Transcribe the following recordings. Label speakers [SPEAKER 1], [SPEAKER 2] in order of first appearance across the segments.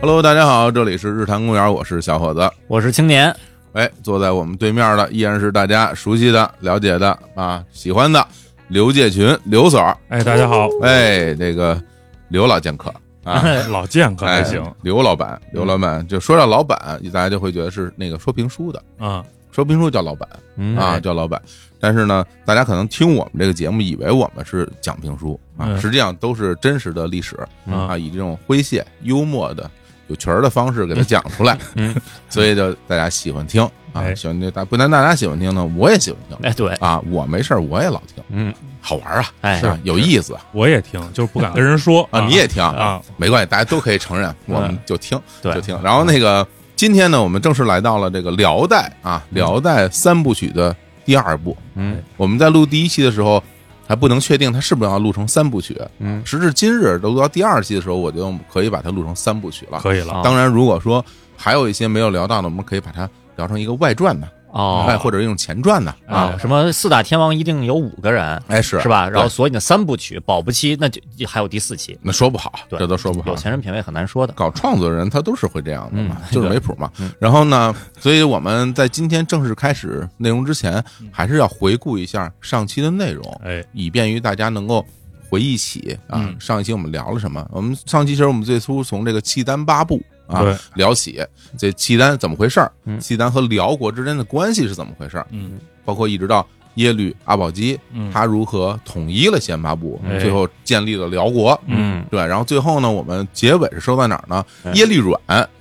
[SPEAKER 1] Hello，大家好，这里是日坛公园，我是小伙子。
[SPEAKER 2] 我是青年，
[SPEAKER 1] 哎，坐在我们对面的依然是大家熟悉的、了解的啊、喜欢的刘介群刘所儿。
[SPEAKER 3] 哎，大家好，
[SPEAKER 1] 哎，这个刘老剑客啊，
[SPEAKER 3] 老剑可还行
[SPEAKER 1] 哎刘老板，刘老板，就说到老板，大家就会觉得是那个说评书的，
[SPEAKER 3] 啊，
[SPEAKER 1] 说评书叫老板
[SPEAKER 2] 嗯
[SPEAKER 1] 啊，叫老板。但是呢，大家可能听我们这个节目，以为我们是讲评书啊，
[SPEAKER 3] 嗯
[SPEAKER 1] 实际上都是真实的历史
[SPEAKER 3] 嗯
[SPEAKER 1] 啊，以这种诙谐、幽默的、有趣儿的方式给它讲出来，
[SPEAKER 2] 嗯，
[SPEAKER 1] 所以就大家喜欢听啊，
[SPEAKER 3] 哎
[SPEAKER 1] 喜欢听。但不但大家喜欢听呢，我也喜欢听
[SPEAKER 2] 哎，对，
[SPEAKER 1] 啊，我没事儿我也老听，
[SPEAKER 2] 嗯，
[SPEAKER 1] 好玩儿啊，
[SPEAKER 2] 哎
[SPEAKER 1] 是吧有意思啊
[SPEAKER 3] 我也听，就是不敢跟人说
[SPEAKER 1] 啊，你也听
[SPEAKER 3] 啊，
[SPEAKER 1] 没关系，大家都可以承认，我们就听
[SPEAKER 2] 嗯对
[SPEAKER 1] 就听。然后那个今天呢，我们正式来到了这个辽代啊，辽代三部曲的第二部。
[SPEAKER 2] 嗯
[SPEAKER 1] 我们在录第一期的时候还不能确定它是不是要录成三部曲，
[SPEAKER 2] 嗯
[SPEAKER 1] 时至今日都录到第二期的时候，我觉得我们可以把它录成三部曲了。
[SPEAKER 3] 可以了，
[SPEAKER 2] 啊
[SPEAKER 1] 当然，如果说还有一些没有聊到的，我们可以把它聊成一个外传的，
[SPEAKER 2] 哦
[SPEAKER 1] 哎，或者一种前传的啊。
[SPEAKER 2] 啊，什么四大天王一定有五个人，
[SPEAKER 1] 哎，是
[SPEAKER 2] 是吧？然
[SPEAKER 1] 对
[SPEAKER 2] 后所以呢，三部曲保不齐那就还有第四期，
[SPEAKER 1] 那说不好，
[SPEAKER 2] 对
[SPEAKER 1] 这都说不好
[SPEAKER 2] 有。钱人品味很难说的。
[SPEAKER 1] 搞创作人他都是会这样的嘛，
[SPEAKER 2] 嗯
[SPEAKER 1] 就是没谱嘛。
[SPEAKER 2] 嗯
[SPEAKER 1] 然后呢，所以我们在今天正式开始内容之前，还是要回顾一下上期的内容，
[SPEAKER 3] 哎，
[SPEAKER 1] 以便于大家能够回忆起啊、
[SPEAKER 3] 嗯
[SPEAKER 1] 上一期我们聊了什么。我们上期其实我们最初从这个契丹八部啊
[SPEAKER 3] 对
[SPEAKER 1] 聊起，这契丹怎么回事儿，
[SPEAKER 2] 嗯
[SPEAKER 1] 契丹和辽国之间的关系是怎么回事儿，
[SPEAKER 3] 嗯
[SPEAKER 1] 包括一直到耶律阿保机
[SPEAKER 3] 嗯，
[SPEAKER 1] 他如何统一了先八部，
[SPEAKER 3] 哎
[SPEAKER 1] 最后建立了辽国。
[SPEAKER 3] 嗯
[SPEAKER 1] 对，然后最后呢，我们结尾是收在哪儿呢
[SPEAKER 2] 哎？
[SPEAKER 1] 耶律阮，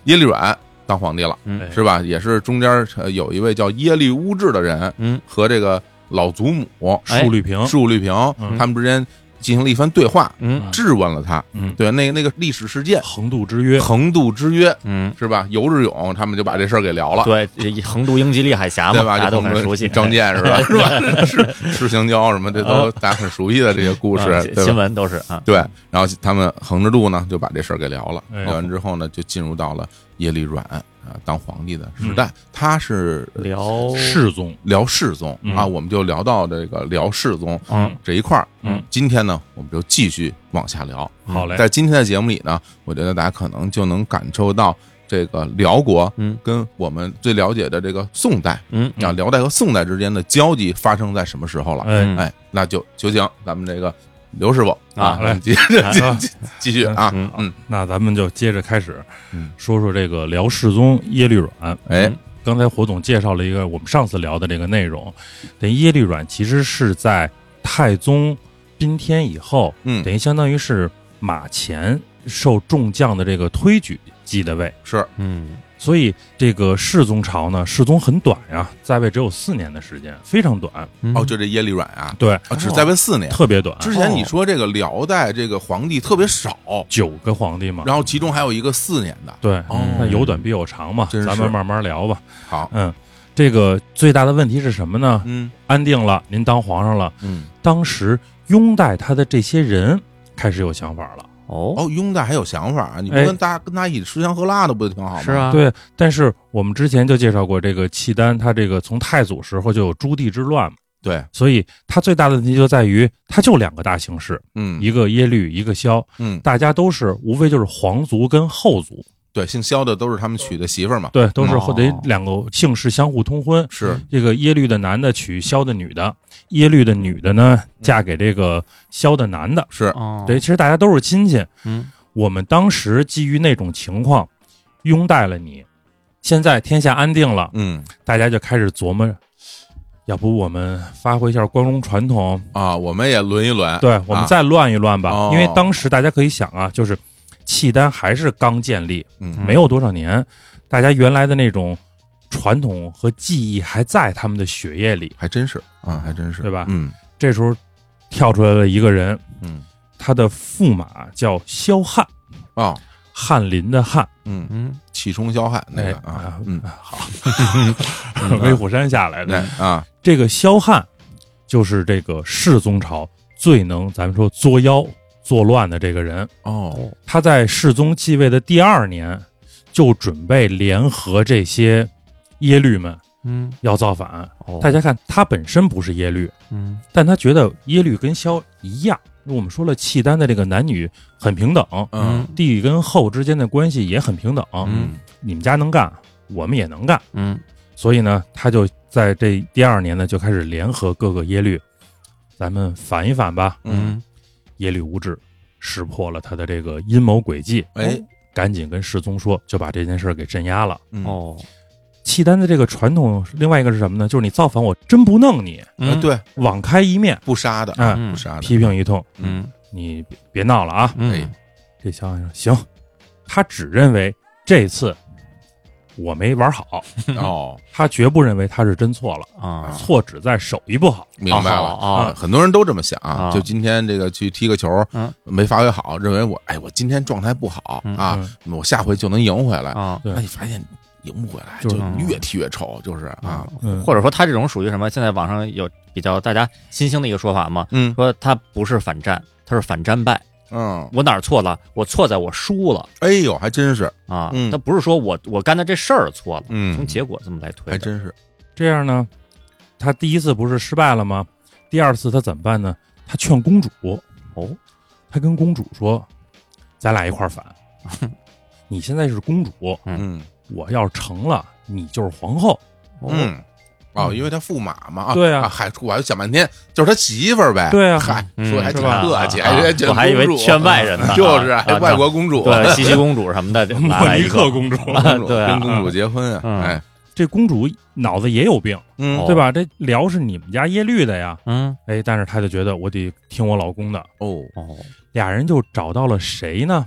[SPEAKER 1] 耶律阮当皇帝了，
[SPEAKER 3] 哎
[SPEAKER 2] 嗯
[SPEAKER 1] 是吧？也是中间呃有一位叫耶律乌质的人
[SPEAKER 2] 嗯
[SPEAKER 1] 和这个老祖母
[SPEAKER 2] 哎
[SPEAKER 3] 树绿屏，
[SPEAKER 1] 述律平
[SPEAKER 3] 嗯
[SPEAKER 1] 他们之间进行了一番对话，
[SPEAKER 2] 嗯
[SPEAKER 1] 质问了他。
[SPEAKER 3] 嗯，
[SPEAKER 1] 对，那个那个历史事件
[SPEAKER 3] 横渡之约，
[SPEAKER 1] 横渡之约
[SPEAKER 2] 嗯，
[SPEAKER 1] 是吧？游志勇他们就把这事儿给聊了。
[SPEAKER 2] 对，这横渡英吉利海峡
[SPEAKER 1] 啊对
[SPEAKER 2] 嘛，
[SPEAKER 1] 吧？
[SPEAKER 2] 大家
[SPEAKER 1] 就
[SPEAKER 2] 都
[SPEAKER 1] 横
[SPEAKER 2] 很
[SPEAKER 1] 渡
[SPEAKER 2] 熟悉。
[SPEAKER 1] 张健是 吧？是吧？是是香蕉什么，这
[SPEAKER 2] 嗯
[SPEAKER 1] 都大家很熟悉的这些故
[SPEAKER 2] 不
[SPEAKER 1] 事，对吧？
[SPEAKER 2] 嗯新闻都是啊，
[SPEAKER 1] 对，然后他们横着渡呢，就把这事儿给聊了。
[SPEAKER 3] 哎
[SPEAKER 1] 聊完之后呢，就进入到了耶律阮啊当皇帝的时
[SPEAKER 3] 嗯
[SPEAKER 1] 代。他是
[SPEAKER 2] 辽
[SPEAKER 3] 世宗，
[SPEAKER 1] 辽世宗、
[SPEAKER 3] 嗯
[SPEAKER 1] 啊，我们就聊到这个辽世宗
[SPEAKER 2] 嗯
[SPEAKER 1] 这一块儿。
[SPEAKER 3] 嗯，
[SPEAKER 1] 今天呢，我们就继续往下聊。
[SPEAKER 3] 好嘞，
[SPEAKER 1] 在今天的节目里呢，我觉得大家可能就能感受到这个辽国
[SPEAKER 2] 嗯
[SPEAKER 1] 跟我们最了解的这个宋代
[SPEAKER 2] 嗯
[SPEAKER 1] 啊，辽代和宋代之间的交集发生在什么时候了。
[SPEAKER 3] 哎，
[SPEAKER 2] 嗯
[SPEAKER 1] 哎，那就就请咱们这个刘师傅
[SPEAKER 2] 啊
[SPEAKER 1] 咱们
[SPEAKER 3] 来
[SPEAKER 1] 继继继继续啊，
[SPEAKER 2] 嗯
[SPEAKER 1] 嗯，
[SPEAKER 3] 那咱们就接着开始
[SPEAKER 1] 嗯，
[SPEAKER 3] 说说这个辽世宗耶律阮。
[SPEAKER 1] 哎，
[SPEAKER 3] 刚才火总介绍了一个我们上次聊的这个内容，等于耶律阮其实是在太宗宾天以后，
[SPEAKER 1] 嗯
[SPEAKER 3] 等于相当于是马前受众将的这个推举继的位，
[SPEAKER 1] 是，
[SPEAKER 2] 嗯
[SPEAKER 3] 所以这个世宗朝呢，世宗很短呀、在位只有四年的时间，非常短，
[SPEAKER 2] 嗯
[SPEAKER 1] 哦，就这耶律阮啊，
[SPEAKER 3] 对，
[SPEAKER 1] 啊只在位四年。
[SPEAKER 3] 特别短，
[SPEAKER 1] 之前你说这个辽代这个皇帝特别少，
[SPEAKER 3] 九个皇帝嘛，
[SPEAKER 1] 然后其中还有一个四年的，
[SPEAKER 3] 对，
[SPEAKER 1] 哦
[SPEAKER 3] 那有短必有长嘛，
[SPEAKER 1] 真是
[SPEAKER 3] 咱们慢慢聊吧。
[SPEAKER 1] 好，
[SPEAKER 3] 嗯，这个最大的问题是什么呢？
[SPEAKER 1] 嗯
[SPEAKER 3] 安定了，您当皇上了，
[SPEAKER 1] 嗯，
[SPEAKER 3] 当时拥戴他的这些人开始有想法了，
[SPEAKER 2] 哦
[SPEAKER 1] 哦，拥戴还有想法啊，你不
[SPEAKER 3] 哎
[SPEAKER 1] 跟大家跟他一起吃香喝辣的不就挺好吗？
[SPEAKER 2] 是，啊，
[SPEAKER 3] 对，但是我们之前就介绍过这个契丹，他这个从太祖时候就有朱棣之乱嘛，
[SPEAKER 1] 对，
[SPEAKER 3] 所以他最大的问题就在于他就两个大姓氏，
[SPEAKER 1] 嗯
[SPEAKER 3] 一个耶律，一个萧，
[SPEAKER 1] 嗯，
[SPEAKER 3] 大家都是无非就是皇族跟后族，
[SPEAKER 1] 对，姓萧的都是他们娶的媳妇儿嘛，
[SPEAKER 3] 对，都是
[SPEAKER 2] 哦
[SPEAKER 3] 或得两个姓氏相互通婚。
[SPEAKER 1] 是，
[SPEAKER 3] 这个耶律的男的娶萧的女的，耶律的女的呢嫁给这个萧的男的，
[SPEAKER 1] 是，
[SPEAKER 2] 哦
[SPEAKER 3] 对，，其实大家都是亲戚。
[SPEAKER 2] 嗯
[SPEAKER 3] 我们当时基于那种情况，拥戴了你，现在天下安定了，
[SPEAKER 1] 嗯
[SPEAKER 3] 大家就开始琢磨，要不我们发挥一下关公传统，
[SPEAKER 1] 啊，我们也轮一轮，
[SPEAKER 3] 对我们再乱一乱吧，
[SPEAKER 1] 哦
[SPEAKER 3] 因为当时大家可以想啊，就是契丹还是刚建立，
[SPEAKER 1] 嗯
[SPEAKER 3] 没有多少年，大家原来的那种传统和记忆还在他们的血液里。
[SPEAKER 1] 还真是啊，还真是，
[SPEAKER 3] 对吧
[SPEAKER 1] 嗯
[SPEAKER 3] 这时候跳出来了一个人，
[SPEAKER 1] 嗯，
[SPEAKER 3] 他的驸马叫萧汉，
[SPEAKER 1] 哦，
[SPEAKER 3] 翰林的翰，
[SPEAKER 1] 嗯，
[SPEAKER 2] 嗯
[SPEAKER 1] 气冲霄汉那
[SPEAKER 3] 哎
[SPEAKER 1] 个啊，嗯，
[SPEAKER 3] 好，威虎山下来
[SPEAKER 1] 那
[SPEAKER 3] 的。
[SPEAKER 1] 啊，
[SPEAKER 3] 这个萧汉就是这个世宗朝最能咱们说作妖作乱的这个人。
[SPEAKER 1] 哦，
[SPEAKER 3] 他在世宗继位的第二年，就准备联合这些耶律们
[SPEAKER 2] 嗯
[SPEAKER 3] 要造反。
[SPEAKER 2] 哦
[SPEAKER 3] 大家看，他本身不是耶律，
[SPEAKER 2] 嗯
[SPEAKER 3] 但他觉得耶律跟萧一样，我们说了，契丹的这个男女很平等，
[SPEAKER 1] 嗯
[SPEAKER 3] 帝跟后之间的关系也很平等。
[SPEAKER 2] 嗯
[SPEAKER 3] 你们家能干，我们也能干。
[SPEAKER 2] 嗯
[SPEAKER 3] 所以呢，他就在这第二年呢，就开始联合各个耶律，咱们反一反吧。
[SPEAKER 1] 嗯，
[SPEAKER 3] 耶律无志识破了他的这个阴谋诡计，
[SPEAKER 1] 哎，
[SPEAKER 3] 赶紧跟世宗说，就把这件事儿给镇压了。
[SPEAKER 1] 嗯，
[SPEAKER 2] 哦，
[SPEAKER 3] 契丹的这个传统，另外一个是什么呢？就是你造反，我真不弄你，
[SPEAKER 1] 哎
[SPEAKER 2] 嗯，
[SPEAKER 1] 对，
[SPEAKER 3] 网开一面，
[SPEAKER 1] 不杀的，
[SPEAKER 3] 哎，
[SPEAKER 2] 嗯
[SPEAKER 1] 不杀的，
[SPEAKER 3] 批评一通，
[SPEAKER 2] 嗯
[SPEAKER 3] 你别别闹了啊！
[SPEAKER 1] 哎
[SPEAKER 2] 嗯，
[SPEAKER 3] 这小安说行，他只认为这次我没玩好，
[SPEAKER 2] 嗯
[SPEAKER 1] 哦，
[SPEAKER 3] 他绝不认为他是真错了，
[SPEAKER 2] 啊，
[SPEAKER 3] 错只在手艺不好。
[SPEAKER 1] 明白了。嗯
[SPEAKER 2] 啊，
[SPEAKER 1] 很多人都这么想，
[SPEAKER 2] 啊
[SPEAKER 1] 就今天这个去踢个球，
[SPEAKER 2] 嗯
[SPEAKER 1] 没发挥好，认为我哎，我今天状态不好、
[SPEAKER 2] 嗯
[SPEAKER 1] 啊，我下回就能赢回来。
[SPEAKER 2] 啊
[SPEAKER 3] 对
[SPEAKER 1] 那你发现赢不回来，
[SPEAKER 3] 就
[SPEAKER 1] 就是
[SPEAKER 2] 嗯
[SPEAKER 1] 越踢越臭，就是啊，，
[SPEAKER 3] 嗯，
[SPEAKER 2] 或者说他这种属于什么？现在网上有比较大家新兴的一个说法嘛，
[SPEAKER 1] 嗯
[SPEAKER 2] 说他不是反战，他是反战败。
[SPEAKER 1] 嗯，
[SPEAKER 2] 我哪儿错了？我错在我输了
[SPEAKER 1] 哎呦，还真是，
[SPEAKER 2] 啊
[SPEAKER 1] 嗯！
[SPEAKER 2] 他不是说我我干的这事儿错了，从
[SPEAKER 1] 嗯，
[SPEAKER 2] 结果这么来推
[SPEAKER 1] 还
[SPEAKER 2] 的。
[SPEAKER 1] 真是，
[SPEAKER 3] 这样呢，他第一次不是失败了吗？第二次他怎么办呢？他劝公主，
[SPEAKER 2] 哦，
[SPEAKER 3] 他跟公主说：“咱俩一块儿反。你现在是公主，
[SPEAKER 1] 嗯
[SPEAKER 3] 我要是成了，你就是皇后。
[SPEAKER 2] 哦
[SPEAKER 1] 嗯。哦，因为他驸马嘛，啊
[SPEAKER 3] 对啊
[SPEAKER 1] 还我还想半天，就是他媳妇儿呗，
[SPEAKER 3] 对啊
[SPEAKER 1] 嗨，
[SPEAKER 2] 嗯
[SPEAKER 1] 说得还挺
[SPEAKER 3] 是吧
[SPEAKER 1] 客气，
[SPEAKER 2] 啊啊
[SPEAKER 1] 还觉得
[SPEAKER 2] 我还以为
[SPEAKER 1] 公主
[SPEAKER 2] 圈外人呢
[SPEAKER 1] 就是
[SPEAKER 2] 啊
[SPEAKER 1] 还
[SPEAKER 2] 啊
[SPEAKER 1] 外国公主，
[SPEAKER 2] 对，西西公主什么的 来来一个，
[SPEAKER 3] 公主，
[SPEAKER 1] 公主
[SPEAKER 2] 对啊
[SPEAKER 1] 跟公主结婚啊，
[SPEAKER 2] 嗯
[SPEAKER 1] 哎，
[SPEAKER 3] 这公主脑子也有病，
[SPEAKER 1] 嗯
[SPEAKER 2] 哦
[SPEAKER 3] 对吧？这辽是你们家耶律的呀，
[SPEAKER 2] 嗯，
[SPEAKER 3] 哎，但是她就觉得我得听我老公的。
[SPEAKER 1] 哦，
[SPEAKER 2] 哦，
[SPEAKER 3] 俩人就找到了谁呢？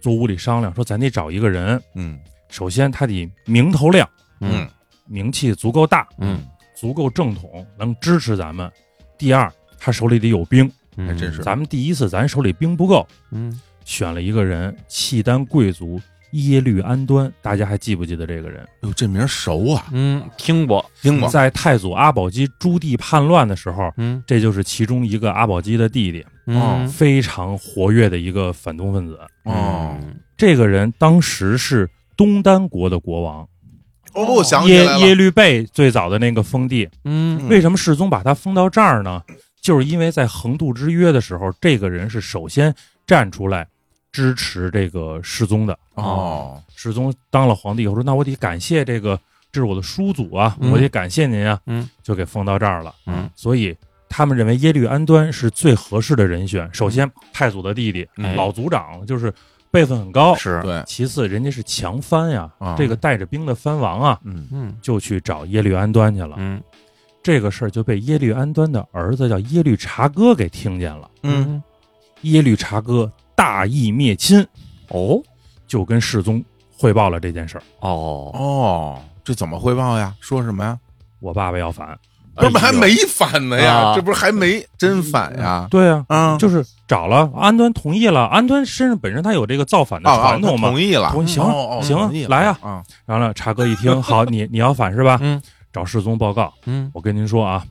[SPEAKER 3] 坐屋里商量说，咱得找一个人，
[SPEAKER 1] 嗯
[SPEAKER 3] 首先他得名头亮，
[SPEAKER 2] 嗯
[SPEAKER 1] 嗯
[SPEAKER 3] 名气足够大，
[SPEAKER 2] 嗯，
[SPEAKER 3] 足够正统，能支持咱们。第二，他手里得有兵，
[SPEAKER 2] 嗯
[SPEAKER 1] 还真是
[SPEAKER 3] 咱们第一次咱手里兵不够，
[SPEAKER 2] 嗯，
[SPEAKER 3] 选了一个人，契丹贵族耶律安端，大家还记不记得这个人？
[SPEAKER 1] 哟，这名儿熟啊，
[SPEAKER 2] 嗯，听过，
[SPEAKER 1] 听过，
[SPEAKER 3] 在太祖阿保机诸地叛乱的时候，
[SPEAKER 2] 嗯，
[SPEAKER 3] 这就是其中一个阿保机的弟弟，
[SPEAKER 2] 嗯
[SPEAKER 3] 啊非常活跃的一个反动分子。
[SPEAKER 1] 哦
[SPEAKER 2] 嗯
[SPEAKER 3] 这个人当时是东丹国的国王
[SPEAKER 1] 哦，我想起
[SPEAKER 3] 耶
[SPEAKER 1] 来
[SPEAKER 3] 耶
[SPEAKER 1] 了，
[SPEAKER 3] 律倍最早的那个封地。
[SPEAKER 2] 嗯
[SPEAKER 1] 嗯
[SPEAKER 3] 为什么世宗把他封到这儿呢？就是因为在横渡之约的时候，这个人是首先站出来支持这个世宗的。
[SPEAKER 1] 哦，
[SPEAKER 3] 世宗当了皇帝以后说：“那我得感谢这个，这是我的叔祖啊，
[SPEAKER 2] 嗯
[SPEAKER 3] 我得感谢您啊。”
[SPEAKER 2] 嗯，
[SPEAKER 3] 就给封到这儿了。
[SPEAKER 2] 嗯，
[SPEAKER 3] 所以他们认为耶律安端是最合适的人选。首
[SPEAKER 2] 嗯
[SPEAKER 3] 先，太祖的弟弟，
[SPEAKER 2] 哎
[SPEAKER 3] 老族长，就是辈分很高。
[SPEAKER 2] 是，
[SPEAKER 1] 哦对，
[SPEAKER 3] 其次，人家是强藩呀，
[SPEAKER 1] 啊
[SPEAKER 3] 这个带着兵的藩王啊，
[SPEAKER 1] 嗯
[SPEAKER 2] 嗯
[SPEAKER 3] 就去找耶律安端去了。
[SPEAKER 2] 嗯
[SPEAKER 3] 这个事儿就被耶律安端的儿子叫耶律察哥给听见了。
[SPEAKER 1] 嗯，
[SPEAKER 3] 耶律察哥大义灭亲，
[SPEAKER 2] 哦
[SPEAKER 3] 就跟世宗汇报了这件事儿。
[SPEAKER 2] 哦，
[SPEAKER 1] 哦，这怎么汇报呀？说什么呀？
[SPEAKER 3] 我爸爸要反，
[SPEAKER 1] 不
[SPEAKER 2] 哎
[SPEAKER 1] 是还没反呢呀？
[SPEAKER 2] 啊
[SPEAKER 1] 这不是还没真反呀？
[SPEAKER 3] 对啊，
[SPEAKER 1] 啊，
[SPEAKER 3] 就是找了安端同意了。安端身上本身他有这个造反的
[SPEAKER 2] 啊
[SPEAKER 1] 哦哦
[SPEAKER 3] 传统
[SPEAKER 1] 他
[SPEAKER 3] 嘛。
[SPEAKER 1] 同意了，
[SPEAKER 3] 同意行
[SPEAKER 1] 哦哦
[SPEAKER 3] 行
[SPEAKER 1] 同意了
[SPEAKER 3] 来呀
[SPEAKER 1] 啊，
[SPEAKER 3] 然后呢，察哥一 听，好，你你要反是吧？
[SPEAKER 2] 嗯
[SPEAKER 3] 找世宗报告。
[SPEAKER 2] 嗯
[SPEAKER 3] 我跟您说啊，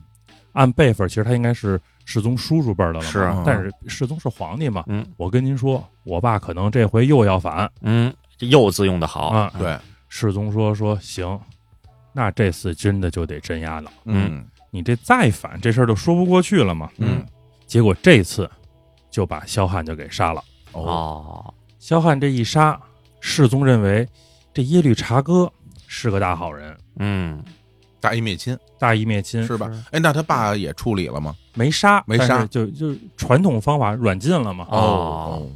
[SPEAKER 3] 按辈分，其实他应该是世宗叔叔辈儿的了嘛。
[SPEAKER 2] 是啊
[SPEAKER 3] 但是世宗是皇帝嘛。
[SPEAKER 2] 嗯
[SPEAKER 3] 我跟您说，我爸可能这回又要反
[SPEAKER 2] 嗯，这幼字用的好，
[SPEAKER 3] 啊。
[SPEAKER 1] 对，
[SPEAKER 3] 世宗说说行，那这次真的就得镇压了。
[SPEAKER 1] 嗯
[SPEAKER 3] 你这再反，这事儿就说不过去了嘛。
[SPEAKER 1] 嗯，
[SPEAKER 3] 结果这次就把萧汉就给杀了。
[SPEAKER 1] 哦，
[SPEAKER 2] 哦，
[SPEAKER 3] 萧汉这一杀，世宗认为这耶律察哥是个大好人，
[SPEAKER 2] 嗯
[SPEAKER 1] 大义灭亲
[SPEAKER 3] 大义灭亲，
[SPEAKER 1] 是吧
[SPEAKER 2] 是？
[SPEAKER 1] 哎，那他爸也处理了吗？
[SPEAKER 3] 没杀，
[SPEAKER 1] 没杀
[SPEAKER 3] 但是就就传统方法软禁了嘛。
[SPEAKER 2] 哦，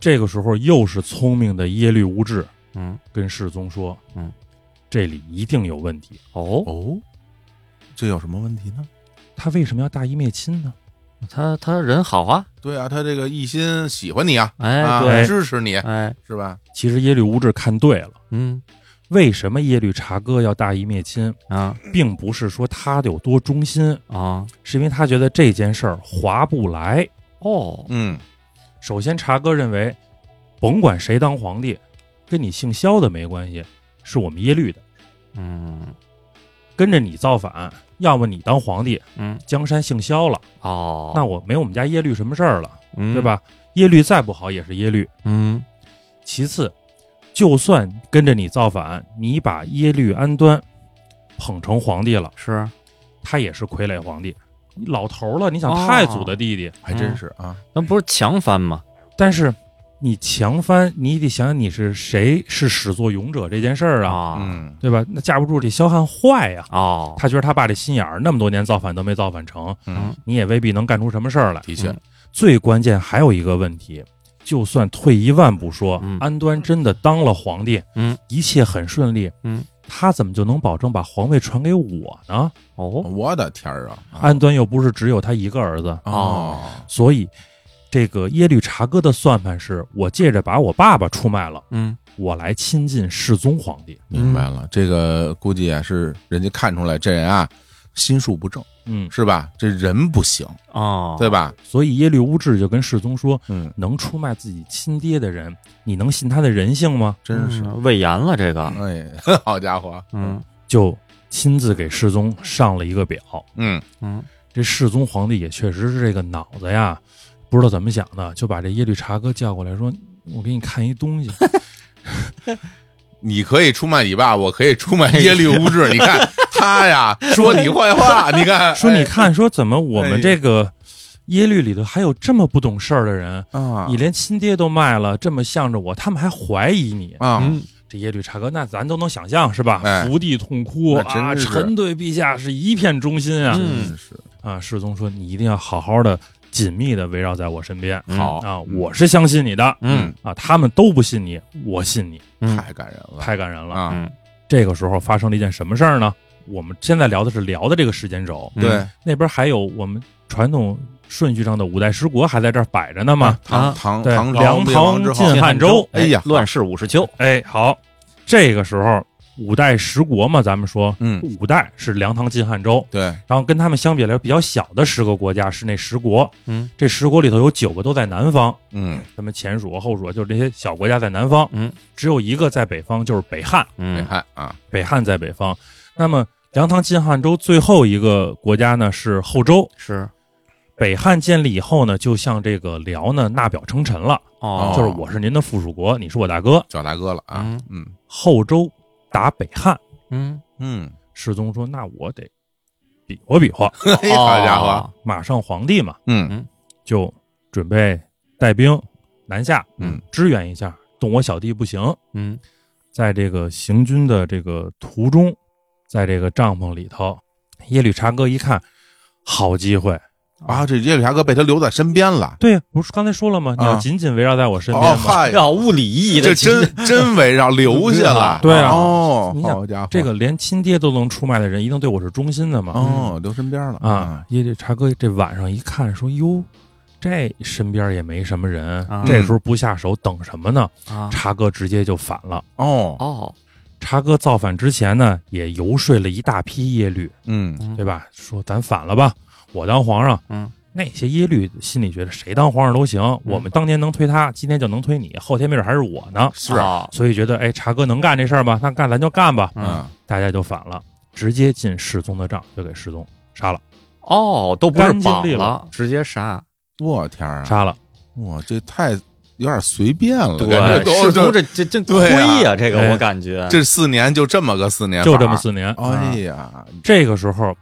[SPEAKER 3] 这个时候又是聪明的耶律无志
[SPEAKER 2] 嗯
[SPEAKER 3] 跟世宗说：“
[SPEAKER 2] 嗯，
[SPEAKER 3] 这里一定有问题。
[SPEAKER 2] 哦，
[SPEAKER 1] 哦，这有什么问题呢？
[SPEAKER 3] 他为什么要大义灭亲呢？
[SPEAKER 2] 他他人好啊，
[SPEAKER 1] 对啊，他这个一心喜欢你啊，
[SPEAKER 2] 哎
[SPEAKER 1] 啊，
[SPEAKER 2] 对，
[SPEAKER 1] 支持你
[SPEAKER 2] 哎
[SPEAKER 1] 是吧？
[SPEAKER 3] 其实耶律无志看对了，
[SPEAKER 2] 嗯
[SPEAKER 3] 为什么耶律察哥要大义灭亲，
[SPEAKER 2] 啊
[SPEAKER 3] 并不是说他有多忠心，
[SPEAKER 2] 啊
[SPEAKER 3] 是因为他觉得这件事儿划不来。
[SPEAKER 2] 哦
[SPEAKER 1] 嗯，
[SPEAKER 3] 首先，察哥认为，甭管谁当皇帝，跟你姓萧的没关系，是我们耶律的。
[SPEAKER 2] 嗯
[SPEAKER 3] 跟着你造反，要么你当皇帝，
[SPEAKER 2] 嗯
[SPEAKER 3] 江山姓萧了，
[SPEAKER 2] 哦，
[SPEAKER 3] 那我没我们家耶律什么事儿了，
[SPEAKER 2] 嗯
[SPEAKER 3] 对？吧？耶律再不好也是耶律。
[SPEAKER 2] 嗯
[SPEAKER 3] 其次，就算跟着你造反，你把耶律安端捧成皇帝了，
[SPEAKER 2] 是
[SPEAKER 3] 他也是傀儡皇帝，老头了，你想
[SPEAKER 2] 哦
[SPEAKER 3] 太祖的弟弟，
[SPEAKER 1] 还真是啊，
[SPEAKER 2] 那不是强翻吗？
[SPEAKER 3] 但是你强翻，你得想想你是谁是始作俑者这件事儿啊，
[SPEAKER 2] 啊，
[SPEAKER 1] 嗯，
[SPEAKER 3] 对吧？那架不住这萧汉坏呀、
[SPEAKER 2] 哦，
[SPEAKER 3] 他觉得他爸这心眼儿那么多年造反都没造反成，
[SPEAKER 1] 嗯，
[SPEAKER 3] 你也未必能干出什么事儿来。
[SPEAKER 1] 的确，
[SPEAKER 3] 最关键还有一个问题，就算退一万步说，
[SPEAKER 2] 嗯
[SPEAKER 3] 安端真的当了皇帝，
[SPEAKER 2] 嗯，
[SPEAKER 3] 一切很顺利，
[SPEAKER 2] 嗯，
[SPEAKER 3] 他怎么就能保证把皇位传给我呢？
[SPEAKER 2] 哦，
[SPEAKER 1] 我的天儿啊，
[SPEAKER 3] 安端又不是只有他一个儿
[SPEAKER 2] 啊
[SPEAKER 3] 子，
[SPEAKER 1] 哦，
[SPEAKER 3] 所以这个耶律查哥的算盘是我借着把我爸爸出卖了，
[SPEAKER 2] 嗯，
[SPEAKER 3] 我来亲近世宗皇帝。
[SPEAKER 1] 明白了，这个估计也啊是人家看出来这人啊心术不正，
[SPEAKER 3] 嗯，
[SPEAKER 1] 是吧？这人不行，
[SPEAKER 2] 哦，
[SPEAKER 1] 对吧？
[SPEAKER 3] 所以耶律乌质就跟世宗说。
[SPEAKER 1] 嗯，
[SPEAKER 3] 能出卖自己亲爹的人，你能信他的人性吗？
[SPEAKER 1] 真是，
[SPEAKER 2] 嗯魏延了这个，
[SPEAKER 1] 哎， 好家伙，
[SPEAKER 2] 嗯
[SPEAKER 3] 就亲自给世宗上了一个表。
[SPEAKER 1] 嗯，
[SPEAKER 2] 嗯
[SPEAKER 3] 这世宗皇帝也确实是这个脑子呀，不知道怎么想的，就把这耶律查哥叫过来说：“我给你看一 东西。
[SPEAKER 1] 哎你可以出卖你爸，我可以出卖耶律无志。你看他呀，说你坏话，你看，
[SPEAKER 3] 说你
[SPEAKER 1] 哎
[SPEAKER 3] 看，说怎么我
[SPEAKER 1] 哎
[SPEAKER 3] 们这个耶律里头还有这么不懂事儿的人？
[SPEAKER 1] 啊
[SPEAKER 3] 你连亲爹都卖了，这么向着我，他们还怀疑你。
[SPEAKER 1] 啊，
[SPEAKER 2] 嗯
[SPEAKER 3] 这耶律查哥，那咱都能想象是吧
[SPEAKER 1] 哎？
[SPEAKER 3] 伏地痛哭
[SPEAKER 1] 那
[SPEAKER 3] 啊，
[SPEAKER 1] 真是嗯
[SPEAKER 3] 臣对陛下是一片忠心啊！
[SPEAKER 1] 真是
[SPEAKER 3] 啊，世宗说你一定要好好的、紧密的围绕在我身边
[SPEAKER 1] 好，
[SPEAKER 3] 啊！我是相信你的
[SPEAKER 2] 嗯
[SPEAKER 3] 啊，他们都不信你，我信你，
[SPEAKER 2] 嗯
[SPEAKER 1] 太感人了
[SPEAKER 3] 太感人了。
[SPEAKER 1] 啊！
[SPEAKER 2] 嗯
[SPEAKER 3] 这个时候发生了一件什么事儿呢？我们现在聊的是辽的这个时间轴，
[SPEAKER 2] 嗯
[SPEAKER 1] 对，
[SPEAKER 3] 那边还有我们传统顺序上的五代十国还在这儿摆着呢嘛。
[SPEAKER 1] 唐唐
[SPEAKER 3] 啊对
[SPEAKER 1] 唐朝
[SPEAKER 3] 梁
[SPEAKER 1] 灭亡
[SPEAKER 3] 唐
[SPEAKER 1] 之后
[SPEAKER 3] 晋，汉周
[SPEAKER 1] 哎呀
[SPEAKER 2] 乱世五十秋，
[SPEAKER 3] 哎，好，这个时候五代十国嘛，咱们说
[SPEAKER 1] 嗯，
[SPEAKER 3] 五代是梁唐晋汉周，
[SPEAKER 1] 对，
[SPEAKER 3] 然后跟他们相比来说比较小的十个国家是那十国，
[SPEAKER 2] 嗯，
[SPEAKER 3] 这十国里头有九个都在南方，
[SPEAKER 1] 嗯，
[SPEAKER 3] 什么前蜀、后蜀，就是这些小国家在南方，
[SPEAKER 2] 嗯，
[SPEAKER 3] 只有一个在北方，就是北汉，
[SPEAKER 1] 你
[SPEAKER 2] 嗯
[SPEAKER 1] 看啊，
[SPEAKER 3] 北汉在北方。那么梁唐晋汉周最后一个国家呢是后周，
[SPEAKER 2] 是
[SPEAKER 3] 北汉建立以后呢，就向这个辽呢纳表称臣了，
[SPEAKER 1] 哦
[SPEAKER 2] 哦
[SPEAKER 3] 就是我是您的附属国，你是我大哥。
[SPEAKER 1] 叫大哥了啊，嗯
[SPEAKER 3] 后周打北汉，
[SPEAKER 2] 嗯，
[SPEAKER 1] 嗯，
[SPEAKER 3] 世宗说：“那我得比划比划。
[SPEAKER 1] 嘿，哎 好家伙，
[SPEAKER 2] 哦，
[SPEAKER 3] 马上皇帝嘛，
[SPEAKER 1] 嗯
[SPEAKER 3] 就准备带兵南下，
[SPEAKER 1] 嗯，
[SPEAKER 3] 支援一下。动我小弟不行，
[SPEAKER 2] 嗯
[SPEAKER 3] 在这个行军的这个途中，在这个帐篷里头，耶律查哥一看，好机会，
[SPEAKER 1] 啊，这耶律侠哥被他留在身边了，
[SPEAKER 3] 对呀，不是刚才说了吗？你要
[SPEAKER 1] 啊
[SPEAKER 3] 紧紧围绕在我身边
[SPEAKER 1] 哦
[SPEAKER 3] 嘛。
[SPEAKER 1] 嗨，
[SPEAKER 2] 要物理意义
[SPEAKER 1] 这
[SPEAKER 2] 的情
[SPEAKER 1] 真真围绕留下了，
[SPEAKER 3] 对啊
[SPEAKER 1] 哦，
[SPEAKER 3] 你想
[SPEAKER 1] 好家伙，
[SPEAKER 3] 这个连亲爹都能出卖的人，一定对我是忠心的嘛。
[SPEAKER 1] 哦，留身边了
[SPEAKER 3] 嗯啊，，耶律查哥这晚上一看，说哟，这身边也没什么人，
[SPEAKER 2] 啊
[SPEAKER 3] 这时候不下手，等什么呢？
[SPEAKER 2] 啊
[SPEAKER 3] 查哥直接就反了。
[SPEAKER 1] 哦，
[SPEAKER 2] 哦，
[SPEAKER 3] 查哥造反之前呢，也游说了一大批耶律，
[SPEAKER 1] 嗯，
[SPEAKER 3] 对吧？说咱反了吧，我当皇上。
[SPEAKER 2] 嗯，
[SPEAKER 3] 那些耶律心里觉得谁当皇上都行，我们当年能推他，今天就能推你，后天没准还是我呢。
[SPEAKER 1] 是，
[SPEAKER 2] 啊，
[SPEAKER 3] 所以觉得，哎，查哥能干这事儿吧？那干咱就干吧。
[SPEAKER 1] 嗯，
[SPEAKER 3] 大家就反了，直接进世宗的帐，就给世宗杀了，
[SPEAKER 2] 哦，都不是
[SPEAKER 3] 干净
[SPEAKER 2] 绑
[SPEAKER 3] 利落
[SPEAKER 2] 了，直接杀。
[SPEAKER 1] 我天儿啊，
[SPEAKER 3] 杀了。
[SPEAKER 1] 哇，这太有点随便了，感觉
[SPEAKER 2] 对，
[SPEAKER 1] 都
[SPEAKER 2] 世宗
[SPEAKER 1] 这
[SPEAKER 2] 这这这
[SPEAKER 1] 对啊
[SPEAKER 2] 亏呀，这
[SPEAKER 3] 哎
[SPEAKER 2] 个我感觉
[SPEAKER 1] 这四年就这么个四年，
[SPEAKER 3] 就这么，四年。
[SPEAKER 1] 哎呀，
[SPEAKER 3] 这个时候，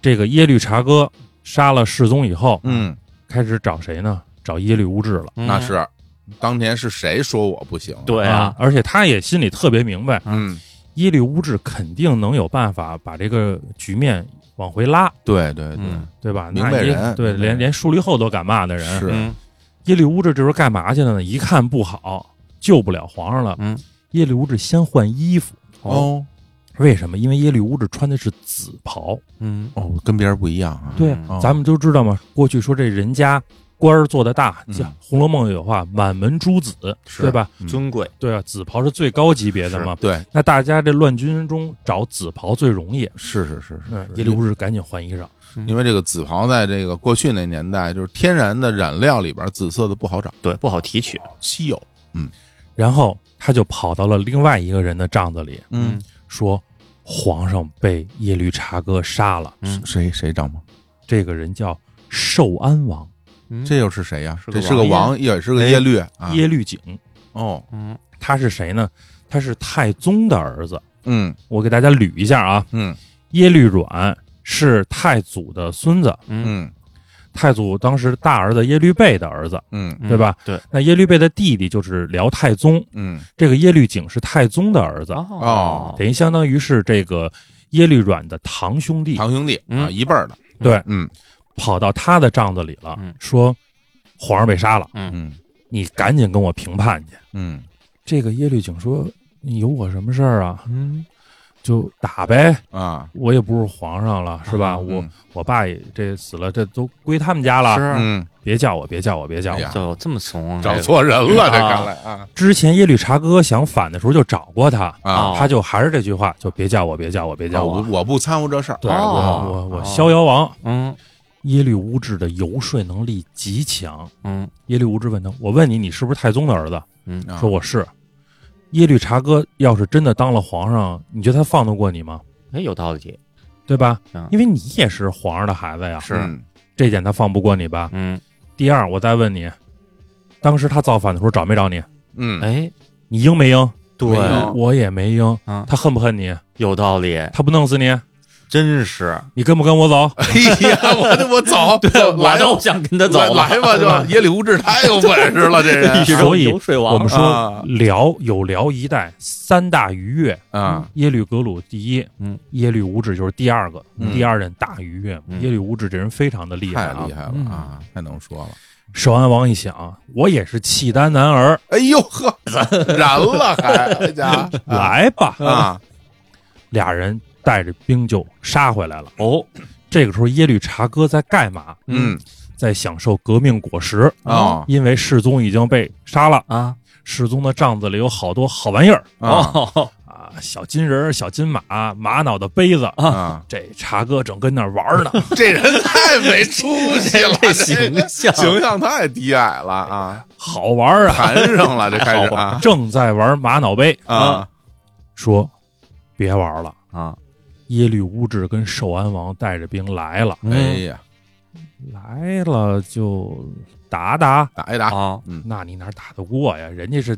[SPEAKER 3] 这个耶律查哥杀了世宗以后，
[SPEAKER 1] 嗯，
[SPEAKER 3] 开始找谁呢？找耶律无志了。
[SPEAKER 2] 嗯
[SPEAKER 1] 那是当年是谁说我不行？
[SPEAKER 2] 对
[SPEAKER 3] 啊
[SPEAKER 2] 啊，，
[SPEAKER 3] 而且他也心里特别明白，
[SPEAKER 1] 嗯，
[SPEAKER 3] 耶律无志肯定能有办法把这个局面往回拉，
[SPEAKER 1] 对对对，
[SPEAKER 2] 嗯
[SPEAKER 3] 对吧？
[SPEAKER 1] 明白
[SPEAKER 3] 那耶
[SPEAKER 1] 人
[SPEAKER 3] 对，
[SPEAKER 1] 明白人
[SPEAKER 3] 连连树立后都敢骂的人，
[SPEAKER 1] 是
[SPEAKER 2] 嗯
[SPEAKER 3] 耶律无志这时候干嘛去了呢？一看不好，救不了皇上了，
[SPEAKER 2] 嗯，
[SPEAKER 3] 耶律无志先换衣服。
[SPEAKER 1] 哦
[SPEAKER 3] 为什么？因为耶律无志穿的是紫袍，
[SPEAKER 2] 嗯
[SPEAKER 1] 哦，跟别人不一样啊，
[SPEAKER 3] 对
[SPEAKER 1] 哦，
[SPEAKER 3] 咱们都知道嘛，过去说这人家官儿做得大，
[SPEAKER 1] 嗯
[SPEAKER 3] 叫《红楼梦》有话“满门诸子”，
[SPEAKER 1] 是
[SPEAKER 3] 对吧？
[SPEAKER 1] 嗯
[SPEAKER 2] 尊贵，
[SPEAKER 3] 对啊，紫袍是最高级别的嘛。
[SPEAKER 1] 对，
[SPEAKER 3] 那大家这乱军中找紫袍最容易，
[SPEAKER 1] 是是是
[SPEAKER 3] 嗯，
[SPEAKER 1] 是
[SPEAKER 3] 耶
[SPEAKER 1] 是，
[SPEAKER 3] 律无志赶紧换衣裳，
[SPEAKER 1] 因为这个紫袍在这个过去那年代，就是天然的染料里边，紫色的不好找，
[SPEAKER 2] 对，不好提取。
[SPEAKER 1] 稀有。
[SPEAKER 3] 然后他就跑到了另外一个人的帐子里，
[SPEAKER 1] 嗯，
[SPEAKER 3] 说皇上被耶律查哥杀了，
[SPEAKER 2] 嗯
[SPEAKER 1] 谁谁张吗？
[SPEAKER 3] 这个人叫寿安王
[SPEAKER 2] 嗯
[SPEAKER 1] 这又是谁呀？
[SPEAKER 2] 是个
[SPEAKER 1] 这是个王，也是个耶律啊。
[SPEAKER 3] 哎耶律景，
[SPEAKER 1] 哦，
[SPEAKER 2] 嗯
[SPEAKER 3] 他是谁呢？他是太宗的儿子。
[SPEAKER 1] 嗯
[SPEAKER 3] 我给大家捋一下啊，
[SPEAKER 1] 嗯
[SPEAKER 3] 耶律阮是太祖的孙子，
[SPEAKER 2] 嗯
[SPEAKER 1] 嗯
[SPEAKER 3] 太祖当时大儿子耶律倍的儿子，
[SPEAKER 1] 嗯
[SPEAKER 2] 嗯
[SPEAKER 3] 对吧？
[SPEAKER 2] 对，
[SPEAKER 3] 那耶律倍的弟弟就是辽太宗，
[SPEAKER 1] 嗯
[SPEAKER 3] 这个耶律景是太宗的儿子，
[SPEAKER 1] 哦
[SPEAKER 3] 等于相当于是这个耶律阮的堂兄弟，
[SPEAKER 1] 堂兄弟啊，
[SPEAKER 2] 嗯
[SPEAKER 1] 一辈儿的，
[SPEAKER 3] 对，
[SPEAKER 1] 嗯
[SPEAKER 3] 跑到他的帐子里了，
[SPEAKER 2] 嗯
[SPEAKER 3] 说皇上被杀了，
[SPEAKER 1] 嗯
[SPEAKER 3] 你赶紧跟我平叛去。
[SPEAKER 1] 嗯
[SPEAKER 3] 这个耶律景说：“有我什么事儿啊？
[SPEAKER 2] 嗯
[SPEAKER 3] 就打呗，
[SPEAKER 1] 啊，
[SPEAKER 3] 我也不是皇上了，是吧？
[SPEAKER 2] 啊
[SPEAKER 3] 我我爸也这死了，这都归他们家了，
[SPEAKER 2] 是啊
[SPEAKER 1] 嗯，
[SPEAKER 3] 别叫我，别叫我，别叫
[SPEAKER 1] 哎
[SPEAKER 3] 我。
[SPEAKER 1] 呀
[SPEAKER 2] 就这么怂啊，
[SPEAKER 1] 找
[SPEAKER 2] 这个
[SPEAKER 1] 错人了，这
[SPEAKER 2] 啊
[SPEAKER 1] 看来啊
[SPEAKER 3] 之前耶律察哥想反的时候就找过他，
[SPEAKER 1] 啊，
[SPEAKER 2] 哦
[SPEAKER 3] 他就还是这句话，就别叫我，别叫我，别叫
[SPEAKER 1] 啊
[SPEAKER 3] 我。
[SPEAKER 1] 我我不参悟这事儿，
[SPEAKER 3] 对
[SPEAKER 2] 哦
[SPEAKER 3] 我我我
[SPEAKER 2] 哦
[SPEAKER 3] 逍遥王，
[SPEAKER 2] 嗯
[SPEAKER 3] 耶律无志的游说能力极强。
[SPEAKER 2] 嗯
[SPEAKER 3] 耶律无志问他：“我问你，你是不是太宗的儿子？”
[SPEAKER 2] 嗯
[SPEAKER 1] 啊
[SPEAKER 3] 说我是。耶律察哥要是真的当了皇上，你觉得他放得过你吗？
[SPEAKER 2] 哎，有道理，
[SPEAKER 3] 对吧
[SPEAKER 2] 嗯？
[SPEAKER 3] 因为你也是皇上的孩子呀，
[SPEAKER 2] 是
[SPEAKER 1] 嗯
[SPEAKER 3] 这点他放不过你吧？
[SPEAKER 2] 嗯，
[SPEAKER 3] 第二，我再问你，当时他造反的时候找没找你？
[SPEAKER 1] 嗯，
[SPEAKER 2] 哎，
[SPEAKER 3] 你应没应？
[SPEAKER 1] 没有
[SPEAKER 3] 我也没应。
[SPEAKER 2] 嗯
[SPEAKER 3] 他恨不恨你？
[SPEAKER 2] 有道理，
[SPEAKER 3] 他不弄死你？
[SPEAKER 2] 真是，
[SPEAKER 3] 你跟不跟我走？
[SPEAKER 1] 哎呀，我得我走，走
[SPEAKER 2] 我
[SPEAKER 1] 来吧
[SPEAKER 2] 都想跟他走
[SPEAKER 1] 来
[SPEAKER 2] 了，
[SPEAKER 1] 来吧， 就耶律无志太有本事了，这人
[SPEAKER 3] 一 所以
[SPEAKER 2] 游说王
[SPEAKER 3] 我们
[SPEAKER 1] 啊
[SPEAKER 3] 说辽有辽一带三大愉悦，
[SPEAKER 1] 啊，
[SPEAKER 3] 耶律格鲁第一，
[SPEAKER 2] 嗯，
[SPEAKER 3] 耶律无志就是第二个，
[SPEAKER 1] 嗯
[SPEAKER 3] 第二任大愉悦。
[SPEAKER 2] 嗯
[SPEAKER 3] 耶律无志这人非常的厉害
[SPEAKER 1] 太
[SPEAKER 3] 啊
[SPEAKER 1] 厉！害了
[SPEAKER 2] 嗯
[SPEAKER 1] 啊，太能说了。
[SPEAKER 3] 寿安王一想，我也是契丹男儿，
[SPEAKER 1] 哎呦呵，燃了还，哎 家伙
[SPEAKER 3] 来吧！
[SPEAKER 1] 啊，
[SPEAKER 3] 俩人带着兵就杀回来了。
[SPEAKER 2] 哦，
[SPEAKER 3] 这个时候，耶律察哥在盖马，
[SPEAKER 1] 嗯
[SPEAKER 3] 在享受革命果实
[SPEAKER 1] 哦
[SPEAKER 3] 因为世宗已经被杀了，
[SPEAKER 2] 啊
[SPEAKER 3] 世宗的帐子里有好多好玩意儿
[SPEAKER 1] 啊
[SPEAKER 2] 哦
[SPEAKER 3] 啊，小金人儿、小金马、玛瑙的杯子。
[SPEAKER 1] 啊，
[SPEAKER 3] 这察哥正跟那儿玩儿呢，
[SPEAKER 1] 这人太没出息了，这
[SPEAKER 2] 这形象
[SPEAKER 1] 形象太低矮了啊，
[SPEAKER 3] 好玩儿啊！
[SPEAKER 1] 谈上了这开始啊
[SPEAKER 3] 正在玩玛瑙杯，
[SPEAKER 1] 啊
[SPEAKER 3] 说别玩了。
[SPEAKER 2] 啊，
[SPEAKER 3] 耶律乌志跟寿安王带着兵来了，
[SPEAKER 1] 哎呀，嗯
[SPEAKER 3] 来了就打打，
[SPEAKER 1] 打一打，
[SPEAKER 2] 啊
[SPEAKER 3] 那你哪打得过呀？人家是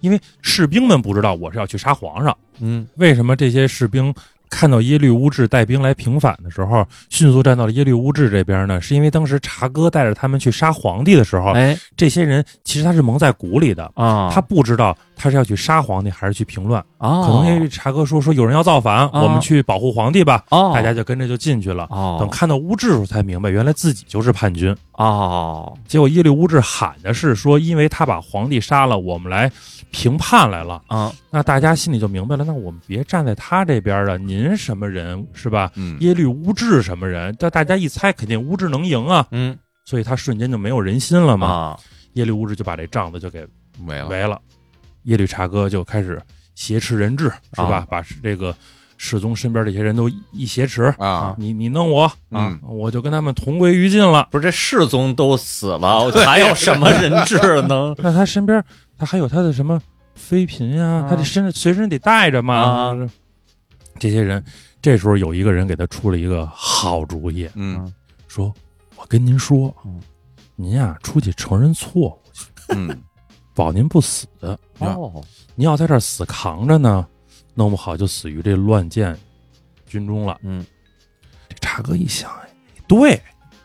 [SPEAKER 3] 因为士兵们不知道我是要去杀皇上，
[SPEAKER 2] 嗯
[SPEAKER 3] 为什么这些士兵看到耶律乌志带兵来平反的时候，迅速站到了耶律乌志这边呢？是因为当时察哥带着他们去杀皇帝的时候，
[SPEAKER 2] 哎
[SPEAKER 3] 这些人其实他是蒙在鼓里的，
[SPEAKER 2] 啊，
[SPEAKER 3] 他不知道他是要去杀皇帝还是去平乱。
[SPEAKER 2] 啊，
[SPEAKER 3] 可能耶律察哥说说有人要造反，我们去保护皇帝吧，
[SPEAKER 2] 哦，
[SPEAKER 3] 大家就跟着就进去了。
[SPEAKER 2] 哦
[SPEAKER 3] 等看到乌志的时候才明白，原来自己就是叛军。
[SPEAKER 2] 哦
[SPEAKER 3] 结果耶律乌志喊的是说，因为他把皇帝杀了，我们来平叛来了。
[SPEAKER 2] 啊
[SPEAKER 3] 那大家心里就明白了，那我们别站在他这边了。您什么人是吧？
[SPEAKER 1] 嗯
[SPEAKER 3] 耶律乌志什么人？但大家一猜，肯定乌志能赢啊，
[SPEAKER 2] 嗯
[SPEAKER 3] 所以他瞬间就没有人心了嘛。
[SPEAKER 2] 啊
[SPEAKER 3] 耶律乌志就把这帐子就给
[SPEAKER 1] 没了，
[SPEAKER 3] 围了，耶律察哥就开始挟持人质，是吧？
[SPEAKER 2] 啊
[SPEAKER 3] 把这个世宗身边这些人都一挟持，
[SPEAKER 1] 啊，
[SPEAKER 3] 你你弄我，
[SPEAKER 1] 嗯
[SPEAKER 3] 我就跟他们同归于尽了。
[SPEAKER 2] 不是这世宗都死了，还有什么人质能
[SPEAKER 3] 那他身边他还有他的什么妃嫔呀、
[SPEAKER 2] 啊
[SPEAKER 3] 他得身随身得带着嘛。
[SPEAKER 2] 啊
[SPEAKER 3] 这些人，这时候有一个人给他出了一个好主意，
[SPEAKER 1] 嗯
[SPEAKER 3] 说：“我跟您说
[SPEAKER 2] 嗯，
[SPEAKER 3] 您呀、出去承认错误，
[SPEAKER 1] 嗯
[SPEAKER 3] 保您不死。
[SPEAKER 2] 哦
[SPEAKER 3] 您要在这儿死扛着呢，弄不好就死于这乱箭军中了。
[SPEAKER 2] 嗯
[SPEAKER 3] 这查哥一想，哎对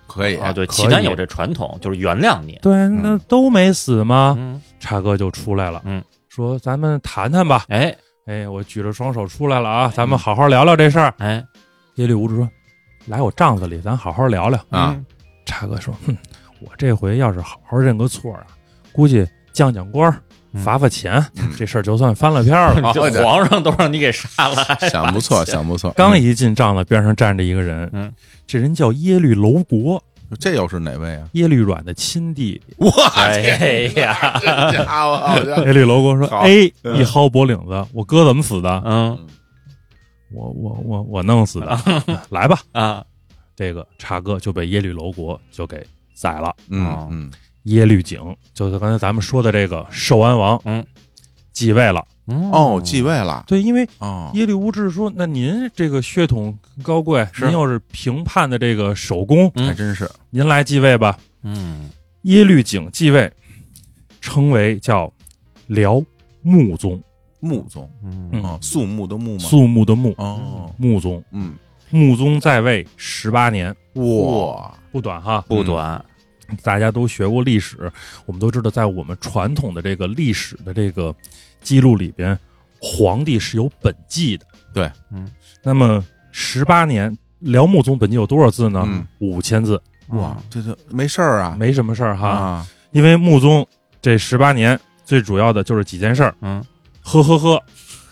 [SPEAKER 1] 可以
[SPEAKER 2] 啊，对，
[SPEAKER 3] 可
[SPEAKER 2] 契丹
[SPEAKER 3] 以啊
[SPEAKER 2] 有这传统，就是原谅你。
[SPEAKER 3] 对，那都没死吗？
[SPEAKER 2] 嗯，
[SPEAKER 3] 查哥就出来了，
[SPEAKER 2] 嗯，
[SPEAKER 3] 说咱们谈谈吧。
[SPEAKER 2] 哎
[SPEAKER 3] 哎，我举着双手出来了啊，咱们好好聊聊这事儿。
[SPEAKER 2] 哎
[SPEAKER 3] 耶律无志说：“来我帐子里，咱好好聊聊。
[SPEAKER 1] 啊，
[SPEAKER 2] 嗯”
[SPEAKER 3] 查哥说：“哼，我这回要是好好认个错啊，估计降降官儿
[SPEAKER 2] 嗯
[SPEAKER 3] 罚罚钱，
[SPEAKER 1] 嗯
[SPEAKER 3] 这事儿就算翻了篇儿了。
[SPEAKER 1] 好
[SPEAKER 2] 这皇上都让你给杀了，还
[SPEAKER 1] 想不错，想不错，
[SPEAKER 3] 刚一进帐子，边上站着一个人，
[SPEAKER 2] 嗯，
[SPEAKER 3] 这人叫耶律楼国，
[SPEAKER 1] 这又是哪位啊？
[SPEAKER 3] 耶律阮的亲弟。
[SPEAKER 1] 我
[SPEAKER 2] 哎
[SPEAKER 1] 天
[SPEAKER 2] 呀，
[SPEAKER 1] 这家伙好家伙，
[SPEAKER 3] 耶律楼国说：“
[SPEAKER 1] 好
[SPEAKER 3] 哎，
[SPEAKER 1] 嗯
[SPEAKER 3] 一薅脖领子，我哥怎么死的？
[SPEAKER 2] 嗯
[SPEAKER 3] 我我我我弄死的。 来吧，
[SPEAKER 2] 啊
[SPEAKER 3] 这个查哥就被耶律楼国就给宰了。
[SPEAKER 1] 嗯嗯
[SPEAKER 3] 耶律景就是刚才咱们说的这个寿安王，
[SPEAKER 2] 嗯，
[SPEAKER 3] 继位了。啊
[SPEAKER 2] 嗯
[SPEAKER 1] 哦，继位了
[SPEAKER 3] 对，因为
[SPEAKER 1] 哦，
[SPEAKER 3] 耶律无志说：‘那您这个血统高贵，
[SPEAKER 2] 是
[SPEAKER 3] 您又是嗯平叛的这个首功，
[SPEAKER 1] 还真是
[SPEAKER 3] 您来继位吧。’
[SPEAKER 2] 嗯
[SPEAKER 3] 耶律景继位，称为叫辽穆宗，
[SPEAKER 1] 穆宗
[SPEAKER 2] 嗯
[SPEAKER 3] 嗯
[SPEAKER 1] 哦，肃穆的穆吗？
[SPEAKER 3] 肃穆的穆，
[SPEAKER 1] 哦，
[SPEAKER 3] 穆宗。
[SPEAKER 1] 嗯
[SPEAKER 3] 穆宗在位十八年，
[SPEAKER 1] 哇，
[SPEAKER 3] 不短哈。
[SPEAKER 2] 不短，
[SPEAKER 3] 大家都学过历史，我们都知道，在我们传统的这个历史的这个记录里边，皇帝是有本纪的。
[SPEAKER 1] 对，
[SPEAKER 2] 嗯。
[SPEAKER 3] 那么十八年，辽穆宗本纪有多少字呢
[SPEAKER 1] 嗯？
[SPEAKER 3] 五千字，
[SPEAKER 1] 哇，这就没事儿啊
[SPEAKER 3] 没什么事儿哈。
[SPEAKER 1] 啊，
[SPEAKER 3] 因为穆宗这十八年最主要的就是几件事儿：
[SPEAKER 2] 嗯
[SPEAKER 3] 喝喝喝，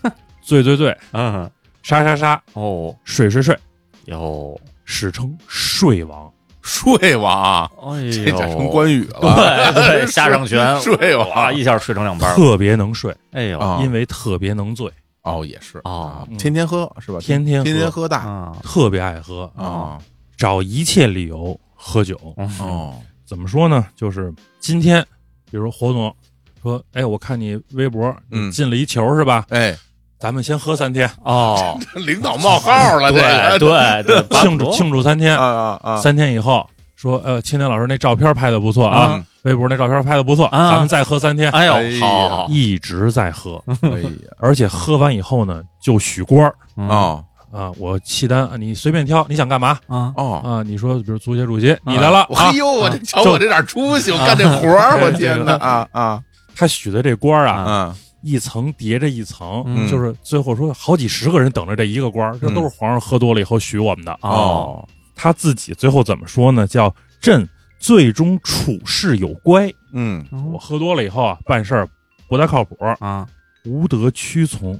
[SPEAKER 3] 醉醉醉，
[SPEAKER 2] 嗯
[SPEAKER 3] 杀杀杀，
[SPEAKER 2] 哦
[SPEAKER 3] 睡睡睡，
[SPEAKER 2] 哟，
[SPEAKER 3] 史称睡王。
[SPEAKER 1] 睡王，
[SPEAKER 2] 哎呦，
[SPEAKER 1] 这改成 关羽了，
[SPEAKER 2] 对对，下上拳
[SPEAKER 1] 睡王
[SPEAKER 2] 哇，一下睡成两半儿，
[SPEAKER 3] 特别能睡，
[SPEAKER 2] 哎呦
[SPEAKER 1] 啊
[SPEAKER 3] 因为特别能醉，
[SPEAKER 1] 哦，也是啊
[SPEAKER 2] 哦
[SPEAKER 1] 天天喝是吧？
[SPEAKER 3] 天天
[SPEAKER 1] 天
[SPEAKER 3] 喝嗯
[SPEAKER 1] 天喝大
[SPEAKER 2] 啊，
[SPEAKER 3] 特别爱喝，
[SPEAKER 1] 啊，
[SPEAKER 3] 找一切理由喝酒。
[SPEAKER 2] 哦，
[SPEAKER 1] 哦，
[SPEAKER 3] 怎么说呢？就是今天，比如侯总说：“哎，我看你微博，
[SPEAKER 1] 嗯
[SPEAKER 3] 你进了一球是吧？
[SPEAKER 1] 哎，
[SPEAKER 3] 咱们先喝三天，
[SPEAKER 2] 哦，
[SPEAKER 1] 领导冒号了，这
[SPEAKER 2] 对
[SPEAKER 1] 个
[SPEAKER 2] 对对，巴
[SPEAKER 3] 庆
[SPEAKER 2] 不
[SPEAKER 3] 祝
[SPEAKER 2] 得
[SPEAKER 3] 庆祝三天。
[SPEAKER 1] 啊啊啊，
[SPEAKER 3] 三天以后说，呃，青年老师那照片拍的不错啊，
[SPEAKER 1] 嗯
[SPEAKER 3] 微博那照片拍的不错，
[SPEAKER 2] 啊
[SPEAKER 3] 咱们再喝三天。
[SPEAKER 2] 哎
[SPEAKER 1] 哎
[SPEAKER 2] 呦，
[SPEAKER 1] 呀
[SPEAKER 2] 好好好
[SPEAKER 3] 一直在喝，
[SPEAKER 1] 哎呀，
[SPEAKER 3] 而且喝完以后呢，就许官儿
[SPEAKER 2] 嗯
[SPEAKER 1] 哦
[SPEAKER 3] 啊，我契丹，啊你随便挑，你想干嘛
[SPEAKER 2] 啊，
[SPEAKER 1] 哦，
[SPEAKER 3] 啊？你说，比如足协主席，你来了啊
[SPEAKER 1] 哎，呦，我这
[SPEAKER 2] 啊
[SPEAKER 1] 瞧我这点出息，我干这活儿，我天哪啊啊，
[SPEAKER 3] 他许的这官儿啊，
[SPEAKER 1] 嗯，
[SPEAKER 3] 一层叠着一层，
[SPEAKER 2] 嗯
[SPEAKER 3] 就是最后说好几十个人等着这一个官儿，这都是皇上喝多了以后许我们的。啊
[SPEAKER 2] 哦，
[SPEAKER 1] 哦，
[SPEAKER 3] 他自己最后怎么说呢？叫朕最终处事有乖，
[SPEAKER 1] 嗯，
[SPEAKER 3] 我喝多了以后啊，办事儿不太靠谱，
[SPEAKER 2] 啊，
[SPEAKER 3] 无德屈从，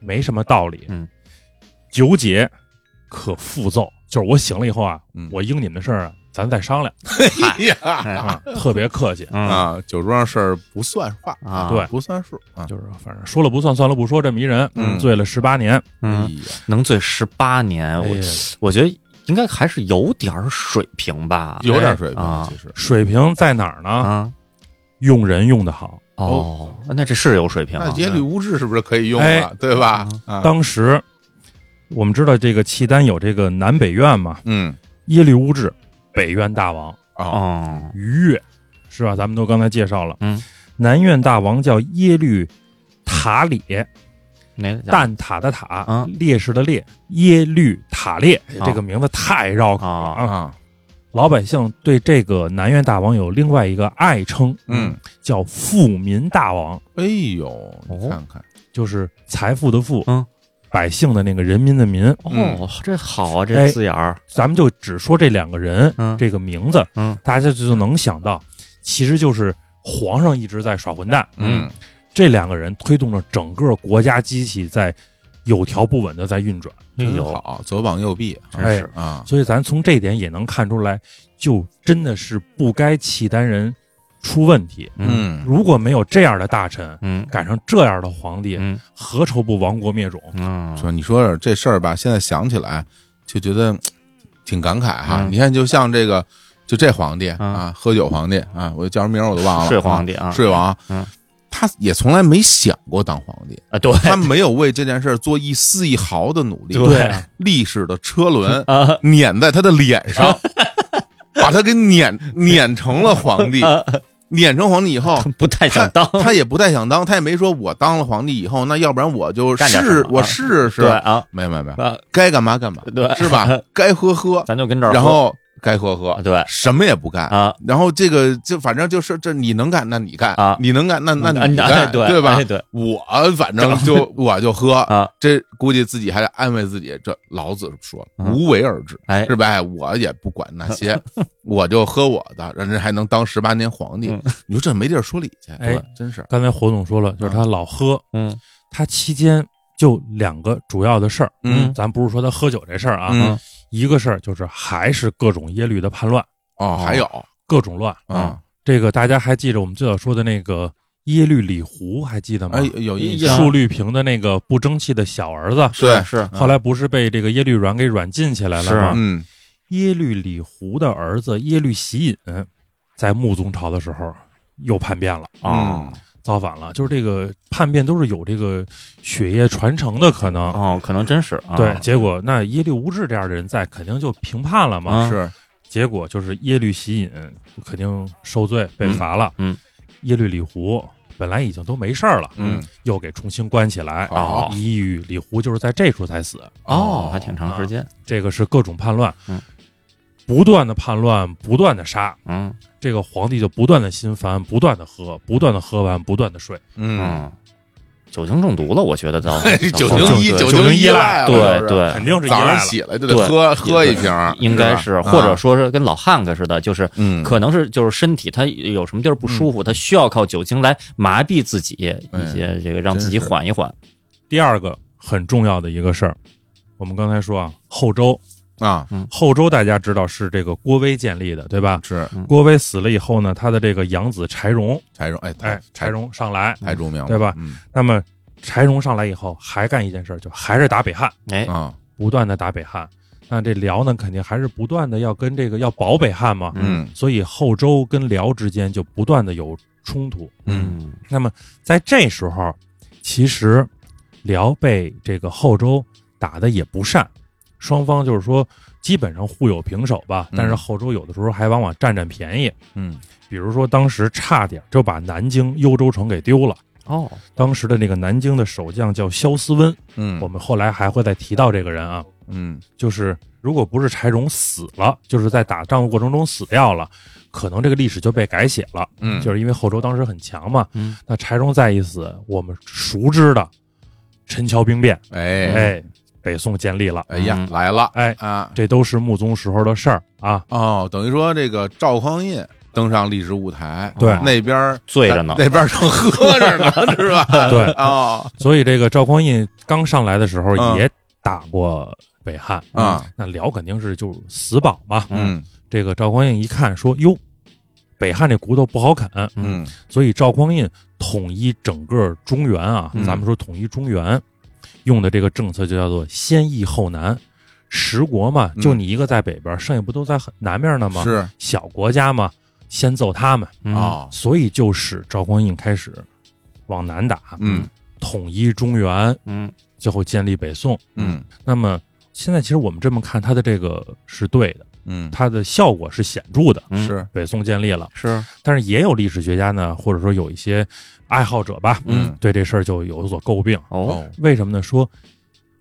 [SPEAKER 3] 没什么道理。
[SPEAKER 2] 嗯，
[SPEAKER 3] 九姐可复奏，就是我醒了以后啊，
[SPEAKER 1] 嗯
[SPEAKER 3] 我应你们的事儿啊，咱再商量
[SPEAKER 1] 哎呀
[SPEAKER 2] 哎
[SPEAKER 3] 啊，特别客气。
[SPEAKER 2] 嗯
[SPEAKER 1] 啊，酒桌上事儿不算话，
[SPEAKER 2] 啊，
[SPEAKER 3] 对
[SPEAKER 1] 不算数啊，
[SPEAKER 3] 就是反正说了不算，算了不说，这么一人，
[SPEAKER 1] 嗯
[SPEAKER 3] 醉了十八年，
[SPEAKER 1] 哎
[SPEAKER 2] 嗯，
[SPEAKER 1] 呀，
[SPEAKER 2] 能醉十八年，
[SPEAKER 3] 哎
[SPEAKER 2] 我
[SPEAKER 3] 呀
[SPEAKER 2] 我觉得应该还是有点儿水平吧，
[SPEAKER 1] 有点水平
[SPEAKER 2] 啊，
[SPEAKER 1] 其实
[SPEAKER 3] 水平在哪儿呢？
[SPEAKER 2] 啊，
[SPEAKER 3] 用人用得好。
[SPEAKER 2] 哦，那这是有水平
[SPEAKER 1] 那
[SPEAKER 2] 啊，
[SPEAKER 1] 耶律无志是不是可以用
[SPEAKER 3] 哎
[SPEAKER 1] 了？对吧？
[SPEAKER 2] 嗯
[SPEAKER 1] 啊，
[SPEAKER 3] 当时我们知道这个契丹有这个南北院嘛，
[SPEAKER 1] 嗯，
[SPEAKER 3] 耶律乌质，北院大王
[SPEAKER 1] 哦，
[SPEAKER 2] 哦，
[SPEAKER 3] 于越，是吧？咱们都刚才介绍了，
[SPEAKER 2] 嗯，
[SPEAKER 3] 南院大王叫耶律塔列，
[SPEAKER 2] 嗯哪个家
[SPEAKER 3] 蛋塔的塔，
[SPEAKER 2] 啊
[SPEAKER 3] 烈士的烈，耶律塔列、哎
[SPEAKER 2] 啊
[SPEAKER 3] 这个名字太绕口了
[SPEAKER 2] 啊
[SPEAKER 1] 啊，
[SPEAKER 3] 老百姓对这个南院大王有另外一个爱称，
[SPEAKER 1] 嗯，
[SPEAKER 3] 叫富民大王，
[SPEAKER 1] 哎呦，
[SPEAKER 2] 哦
[SPEAKER 1] 你看看，
[SPEAKER 3] 就是财富的富，
[SPEAKER 2] 嗯，
[SPEAKER 3] 百姓的那个人民的民，
[SPEAKER 1] 嗯
[SPEAKER 2] 哦，这好啊，这
[SPEAKER 3] 哎
[SPEAKER 2] 字眼儿，
[SPEAKER 3] 咱们就只说这两个人，
[SPEAKER 2] 嗯
[SPEAKER 3] 这个名字，
[SPEAKER 2] 嗯，
[SPEAKER 3] 大家就能想到，其实就是皇上一直在耍混蛋。
[SPEAKER 1] 嗯，
[SPEAKER 3] 这两个人推动了整个国家机器在有条不紊的在运转。哎
[SPEAKER 2] 哎
[SPEAKER 1] 真
[SPEAKER 2] 呦，
[SPEAKER 1] 嗯好，左膀右臂啊
[SPEAKER 2] 真是
[SPEAKER 1] 啊，
[SPEAKER 3] 所以咱从这一点也能看出来，就真的是不该契丹人出问题。
[SPEAKER 2] 嗯
[SPEAKER 1] 嗯，
[SPEAKER 3] 如果没有这样的大臣，
[SPEAKER 2] 嗯
[SPEAKER 3] 赶上这样的皇帝，
[SPEAKER 2] 嗯
[SPEAKER 3] 何愁不亡国灭种？
[SPEAKER 2] 嗯，
[SPEAKER 1] 说你说说这事儿吧，现在想起来就觉得嘖挺感慨哈。
[SPEAKER 2] 嗯
[SPEAKER 1] 你看，就像这个，就这皇帝
[SPEAKER 2] 嗯
[SPEAKER 1] 啊，喝酒皇帝啊，我叫什么名儿我都忘了，
[SPEAKER 2] 睡皇帝啊
[SPEAKER 1] 啊睡王，
[SPEAKER 2] 嗯，
[SPEAKER 1] 他也从来没想过当皇帝，
[SPEAKER 2] 啊，对
[SPEAKER 1] 他没有为这件事儿做一丝一毫的努力，
[SPEAKER 2] 对对，
[SPEAKER 1] 历史的车轮
[SPEAKER 2] 啊，
[SPEAKER 1] 碾在他的脸上， 把他给碾碾成了皇帝，碾成皇帝以后。
[SPEAKER 2] 嗯啊不太想当，
[SPEAKER 1] 他也不太想当，他也没说我当了皇帝以后，那要不然我就
[SPEAKER 2] 干点什
[SPEAKER 1] 试
[SPEAKER 2] 么
[SPEAKER 1] 我
[SPEAKER 2] 啊
[SPEAKER 1] 试试，
[SPEAKER 2] 对啊
[SPEAKER 1] 没有没有没有，
[SPEAKER 2] 啊，
[SPEAKER 1] 该干嘛干嘛，
[SPEAKER 2] 对
[SPEAKER 1] 是 吧？该喝喝，
[SPEAKER 2] 咱就跟这儿喝，
[SPEAKER 1] 然后该喝喝
[SPEAKER 2] 啊，对
[SPEAKER 1] 什么也不干
[SPEAKER 2] 啊。
[SPEAKER 1] 然后这个就反正就是这你能干那你干
[SPEAKER 2] 啊
[SPEAKER 1] 你能干那那
[SPEAKER 2] 啊
[SPEAKER 1] 你
[SPEAKER 2] 哎
[SPEAKER 1] 干
[SPEAKER 2] 对
[SPEAKER 1] 吧
[SPEAKER 2] 哎？对
[SPEAKER 1] 我反正 就我就喝
[SPEAKER 2] 啊，
[SPEAKER 1] 这估计自己还得安慰自己，这老子说
[SPEAKER 2] 嗯
[SPEAKER 1] 无为而治。
[SPEAKER 2] 哎
[SPEAKER 1] 是吧？哎我也不管那 些，我就喝我的，人家还能当十八年皇帝
[SPEAKER 2] 嗯，
[SPEAKER 1] 你说这没地儿说理去，
[SPEAKER 3] 哎
[SPEAKER 1] 对真是，
[SPEAKER 3] 刚才侯总说了，就是他老喝，
[SPEAKER 2] 嗯
[SPEAKER 3] 他期间就两个主要的事儿，
[SPEAKER 1] 嗯
[SPEAKER 3] 咱不是说他喝酒这事儿啊，
[SPEAKER 1] 嗯
[SPEAKER 3] 一个事儿就是还是各种耶律的叛乱，
[SPEAKER 1] 哦，
[SPEAKER 2] 啊
[SPEAKER 1] 还有
[SPEAKER 3] 各种乱。
[SPEAKER 1] 啊，
[SPEAKER 3] 这个大家还记着我们最早说的那个耶律李胡，还记得吗？
[SPEAKER 1] 哎，有印
[SPEAKER 2] 呀
[SPEAKER 1] 象，
[SPEAKER 3] 树绿萍的那个不争气的小儿子，
[SPEAKER 1] 对，
[SPEAKER 2] 是
[SPEAKER 1] 嗯
[SPEAKER 3] 后来不是被这个耶律阮给软禁起来了吗？
[SPEAKER 1] 嗯，
[SPEAKER 3] 耶律李胡的儿子耶律喜隐，在穆宗朝的时候又叛变了。
[SPEAKER 1] 嗯
[SPEAKER 2] 哦
[SPEAKER 3] 造反了，就是这个叛变都是有这个血液传承的可能，
[SPEAKER 2] 哦，可能真是啊
[SPEAKER 3] 对，结果那耶律无志这样的人在，肯定就平叛了嘛。
[SPEAKER 2] 啊
[SPEAKER 1] 是，
[SPEAKER 3] 结果就是耶律喜隐肯定受罪被罚了，
[SPEAKER 2] 嗯嗯
[SPEAKER 3] 耶律李胡本来已经都没事儿了，
[SPEAKER 1] 嗯，
[SPEAKER 3] 又给重新关起来。
[SPEAKER 1] 好
[SPEAKER 3] 一遇李胡就是在这处才死，
[SPEAKER 2] 哦，还挺长时间，
[SPEAKER 3] 这个是各种叛乱，
[SPEAKER 2] 嗯
[SPEAKER 3] 不断的叛乱，不断的杀，
[SPEAKER 2] 嗯
[SPEAKER 3] 这个皇帝就不断的心烦，不断的喝，不断的喝完，不断的睡。
[SPEAKER 1] 嗯，哎
[SPEAKER 2] 嗯，酒精中毒了，我觉得都
[SPEAKER 1] 酒精依
[SPEAKER 2] 对
[SPEAKER 1] 酒
[SPEAKER 3] 精
[SPEAKER 1] 精
[SPEAKER 3] 依
[SPEAKER 1] 依
[SPEAKER 3] 赖
[SPEAKER 1] 了是
[SPEAKER 2] 对
[SPEAKER 1] 不是
[SPEAKER 2] 对，
[SPEAKER 3] 肯定是依
[SPEAKER 1] 早
[SPEAKER 3] 赖
[SPEAKER 1] 上
[SPEAKER 3] 了
[SPEAKER 1] 起来就
[SPEAKER 2] 对
[SPEAKER 1] 得喝喝一
[SPEAKER 2] 对
[SPEAKER 1] 瓶儿，
[SPEAKER 2] 应该
[SPEAKER 1] 吧
[SPEAKER 2] 是，
[SPEAKER 1] 啊
[SPEAKER 2] 或者说是跟老汉子似的，就是
[SPEAKER 1] 嗯，
[SPEAKER 2] 可能是就是身体他有什么地儿不舒服，他需要靠酒精来麻痹自己，
[SPEAKER 1] 哎
[SPEAKER 2] 一些这个让自己
[SPEAKER 1] 真是
[SPEAKER 2] 缓一缓。
[SPEAKER 3] 第二个很重要的一个事儿，我们刚才说啊，后周，
[SPEAKER 2] 嗯
[SPEAKER 1] 啊
[SPEAKER 3] 后周大家知道是这个郭威建立的，对吧？
[SPEAKER 1] 是
[SPEAKER 2] 嗯
[SPEAKER 3] 郭威死了以后呢，他的这个养子柴荣，
[SPEAKER 1] 柴荣，哎
[SPEAKER 3] 哎，柴
[SPEAKER 1] 柴
[SPEAKER 3] 荣上来，
[SPEAKER 1] 太著名了，
[SPEAKER 3] 对吧
[SPEAKER 1] 嗯
[SPEAKER 3] 那么柴荣上来以后还干一件事儿，就还是打北汉，
[SPEAKER 2] 哎，
[SPEAKER 1] 啊
[SPEAKER 3] 不断的打北汉。那这辽呢，肯定还是不断的要跟这个要保北汉嘛，
[SPEAKER 1] 嗯
[SPEAKER 3] 所以后周跟辽之间就不断的有冲突。
[SPEAKER 1] 嗯
[SPEAKER 2] 嗯
[SPEAKER 3] 那么在这时候，其实辽被这个后周打的也不善，双方就是说基本上互有平手吧。
[SPEAKER 1] 嗯
[SPEAKER 3] 但是后周有的时候还往往占占便宜，
[SPEAKER 1] 嗯
[SPEAKER 3] 比如说当时差点就把南京幽州城给丢了。
[SPEAKER 2] 哦，
[SPEAKER 3] 当时的那个南京的守将叫萧思温，
[SPEAKER 1] 嗯，
[SPEAKER 3] 我们后来还会再提到这个人啊。
[SPEAKER 1] 嗯
[SPEAKER 3] 就是如果不是柴荣死了，就是在打仗过程中死掉了，可能这个历史就被改写了。
[SPEAKER 1] 嗯
[SPEAKER 3] 就是因为后周当时很强嘛。
[SPEAKER 2] 嗯
[SPEAKER 3] 那柴荣再一死，我们熟知的陈桥兵变，
[SPEAKER 1] 哎
[SPEAKER 3] 哎，北宋建立了，
[SPEAKER 1] 哎呀
[SPEAKER 2] 嗯
[SPEAKER 1] 来了
[SPEAKER 3] 哎，
[SPEAKER 1] 啊
[SPEAKER 3] 这都是穆宗时候的事儿啊。
[SPEAKER 1] 哦，等于说这个赵匡胤登上历史舞台，
[SPEAKER 3] 对
[SPEAKER 2] 哦
[SPEAKER 1] 那边儿
[SPEAKER 2] 醉着呢
[SPEAKER 1] 那边儿正喝着呢，是吧？
[SPEAKER 3] 对
[SPEAKER 1] 哦
[SPEAKER 3] 所以这个赵匡胤刚上来的时候
[SPEAKER 1] 嗯
[SPEAKER 3] 也打过北汉嗯
[SPEAKER 1] 啊，
[SPEAKER 3] 那辽肯定是就死保嘛。
[SPEAKER 1] 嗯
[SPEAKER 3] 这个赵匡胤一看说哟。北汉这骨头不好啃，
[SPEAKER 1] 嗯
[SPEAKER 3] 所以赵匡胤统一整个中原啊，
[SPEAKER 1] 嗯
[SPEAKER 3] 咱们说统一中原，用的这个政策就叫做先易后难。十国嘛，
[SPEAKER 1] 嗯
[SPEAKER 3] 就你一个在北边，剩下不都在南面呢吗？
[SPEAKER 1] 是
[SPEAKER 3] 小国家嘛，先揍他们，
[SPEAKER 2] 嗯
[SPEAKER 1] 哦
[SPEAKER 3] 所以就使赵匡胤开始往南打，
[SPEAKER 1] 嗯
[SPEAKER 3] 统一中原，
[SPEAKER 2] 嗯
[SPEAKER 3] 最后建立北宋。
[SPEAKER 1] 嗯
[SPEAKER 3] 那么现在其实我们这么看，他的这个是对的，
[SPEAKER 1] 嗯
[SPEAKER 3] 他的效果是显著的。
[SPEAKER 2] 嗯
[SPEAKER 1] 是
[SPEAKER 3] 北宋建立了，
[SPEAKER 2] 是
[SPEAKER 3] 但是也有历史学家呢，或者说有一些爱好者吧，
[SPEAKER 2] 嗯
[SPEAKER 3] 对这事儿就有所诟病。
[SPEAKER 2] 哦
[SPEAKER 1] 哦
[SPEAKER 3] 为什么呢？说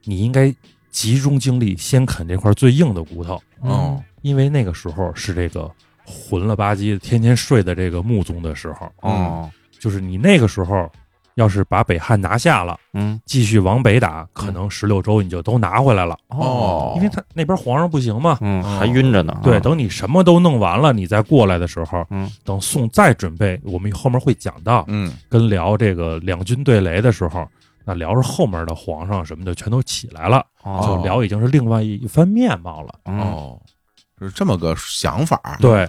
[SPEAKER 3] 你应该集中精力先啃这块最硬的骨头，
[SPEAKER 1] 哦
[SPEAKER 3] 因为那个时候是这个混了吧唧、天天睡的这个穆宗的时候，
[SPEAKER 2] 哦
[SPEAKER 3] 就是你那个时候要是把北汉拿下了，
[SPEAKER 2] 嗯
[SPEAKER 3] 继续往北打，可能十六州你就都拿回来了，
[SPEAKER 1] 哦
[SPEAKER 3] 因为他那边皇上不行嘛。
[SPEAKER 2] 嗯
[SPEAKER 1] 哦
[SPEAKER 2] 还晕着呢，
[SPEAKER 3] 对，
[SPEAKER 2] 啊
[SPEAKER 3] 等你什么都弄完了，你再过来的时候，
[SPEAKER 2] 嗯
[SPEAKER 3] 等宋再准备，我们后面会讲到，
[SPEAKER 1] 嗯
[SPEAKER 3] 跟辽这个两军对擂的时候，那辽是后面的皇上什么的全都起来了，
[SPEAKER 2] 哦
[SPEAKER 3] 就辽已经是另外一番面貌了。
[SPEAKER 2] 嗯
[SPEAKER 1] 哦，是这么个想法儿。
[SPEAKER 3] 对，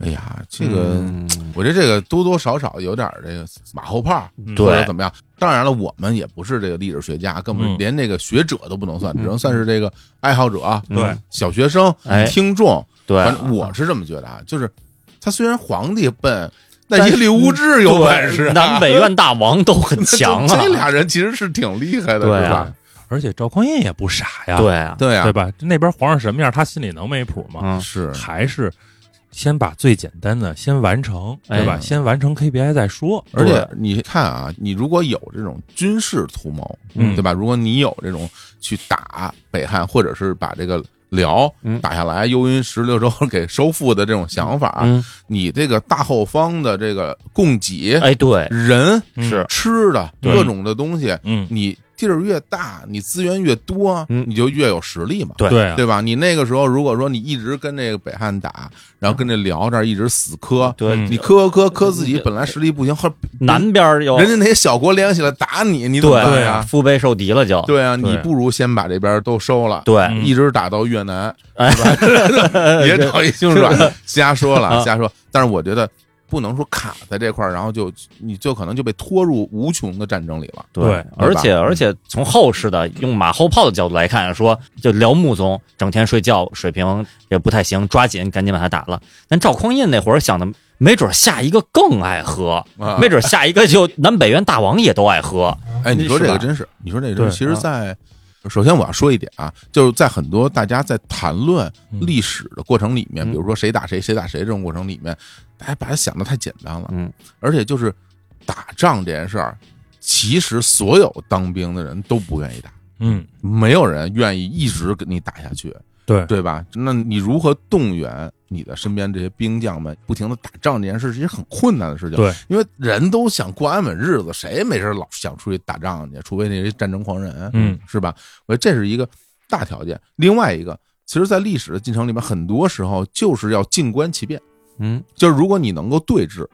[SPEAKER 1] 哎呀，这个
[SPEAKER 2] 嗯
[SPEAKER 1] 我觉得这个多多少少有点儿这个马后炮儿，
[SPEAKER 3] 嗯
[SPEAKER 1] 或者
[SPEAKER 2] 对
[SPEAKER 1] 怎么样？当然了，我们也不是这个历史学家，根本
[SPEAKER 3] 嗯
[SPEAKER 1] 连这个学者都不能算，只
[SPEAKER 2] 嗯
[SPEAKER 1] 能算是这个爱好者、啊
[SPEAKER 3] 对
[SPEAKER 1] 小学生、
[SPEAKER 2] 哎
[SPEAKER 1] 听众。
[SPEAKER 2] 对
[SPEAKER 1] 反正我是这么觉得啊，就是他虽然皇帝笨， 但耶律无志有本事啊、
[SPEAKER 2] 对南北院大王都 很强啊，
[SPEAKER 1] 这俩人其实是挺厉害的，
[SPEAKER 2] 对啊
[SPEAKER 1] 是吧？
[SPEAKER 3] 而且赵匡胤也不傻呀，
[SPEAKER 2] 对啊，
[SPEAKER 1] 对呀、
[SPEAKER 3] 对吧？那边皇上什么样，他心里能没谱吗？
[SPEAKER 2] 嗯
[SPEAKER 1] 是
[SPEAKER 3] 还是先把最简单的先完成，对吧？
[SPEAKER 1] 哎
[SPEAKER 3] 先完成 KPI 再说。
[SPEAKER 1] 而且
[SPEAKER 2] 对
[SPEAKER 1] 你看啊，你如果有这种军事图谋，
[SPEAKER 3] 嗯
[SPEAKER 1] 对吧？如果你有这种去打北汉，或者是把这个辽
[SPEAKER 2] 嗯
[SPEAKER 1] 打下来，幽云十六州给收复的这种想法，
[SPEAKER 2] 嗯
[SPEAKER 1] 你这个大后方的这个供给、
[SPEAKER 2] 哎对
[SPEAKER 1] 人、
[SPEAKER 3] 嗯
[SPEAKER 2] 是
[SPEAKER 1] 吃的
[SPEAKER 3] 对
[SPEAKER 1] 各种的东西，
[SPEAKER 3] 嗯，
[SPEAKER 1] 你地儿越大，你资源越多，
[SPEAKER 2] 嗯
[SPEAKER 1] 你就越有实力嘛。
[SPEAKER 2] 对
[SPEAKER 3] 对啊，
[SPEAKER 1] 对吧？你那个时候如果说你一直跟这个北汉打，然后跟这辽这儿一直死磕，
[SPEAKER 2] 对
[SPEAKER 3] 嗯
[SPEAKER 1] 你磕磕磕磕自己本来实力不行，后来
[SPEAKER 2] 南边儿有
[SPEAKER 1] 人家那些小国联合起来打你，你怎么办
[SPEAKER 3] 对
[SPEAKER 1] 呀
[SPEAKER 3] 啊？
[SPEAKER 2] 腹背受敌了就
[SPEAKER 1] 对啊，
[SPEAKER 2] 对
[SPEAKER 1] 你不如先把这边都收了，
[SPEAKER 2] 对
[SPEAKER 3] 嗯
[SPEAKER 1] 一直打到越南，
[SPEAKER 2] 哎
[SPEAKER 1] 别找一兴软的，瞎说了，
[SPEAKER 2] 啊
[SPEAKER 1] 瞎说。但是我觉得不能说卡在这块儿，然后就你就可能就被拖入无穷的战争里了。
[SPEAKER 3] 对
[SPEAKER 2] 而
[SPEAKER 1] 吧
[SPEAKER 2] 且而且从后世的用马后炮的角度来看，说就辽穆宗整天睡觉，水平也不太行，抓紧赶紧把他打了。但赵匡胤那会儿想的，没准下一个更爱喝，
[SPEAKER 1] 啊
[SPEAKER 2] 没准下一个就南北院大王也都爱喝。
[SPEAKER 1] 哎，你说这
[SPEAKER 2] 是
[SPEAKER 1] 个
[SPEAKER 2] 吧
[SPEAKER 1] 真是，你说这个真是，
[SPEAKER 3] 对
[SPEAKER 1] 其实
[SPEAKER 2] 啊
[SPEAKER 1] 在，首先我要说一点啊，就是在很多大家在谈论
[SPEAKER 3] 嗯
[SPEAKER 1] 历史的过程里面，
[SPEAKER 2] 嗯
[SPEAKER 1] 比如说谁打谁，谁打谁这种过程里面，大家把它想的太简单了，
[SPEAKER 2] 嗯，
[SPEAKER 1] 而且就是打仗这件事儿，其实所有当兵的人都不愿意打，
[SPEAKER 3] 嗯，
[SPEAKER 1] 没有人愿意一直跟你打下去，
[SPEAKER 3] 对，
[SPEAKER 1] 对吧？那你如何动员你的身边这些兵将们不停的打仗这件事，其实很困难的事情。
[SPEAKER 3] 对，
[SPEAKER 1] 因为人都想过安稳日子，谁没事老想出去打仗去？除非那些战争狂人，
[SPEAKER 3] 嗯，
[SPEAKER 1] 是吧？我觉得这是一个大条件。另外一个，其实，在历史的进程里面，很多时候就是要静观其变，
[SPEAKER 2] 嗯，
[SPEAKER 1] 就是如果你能够对峙，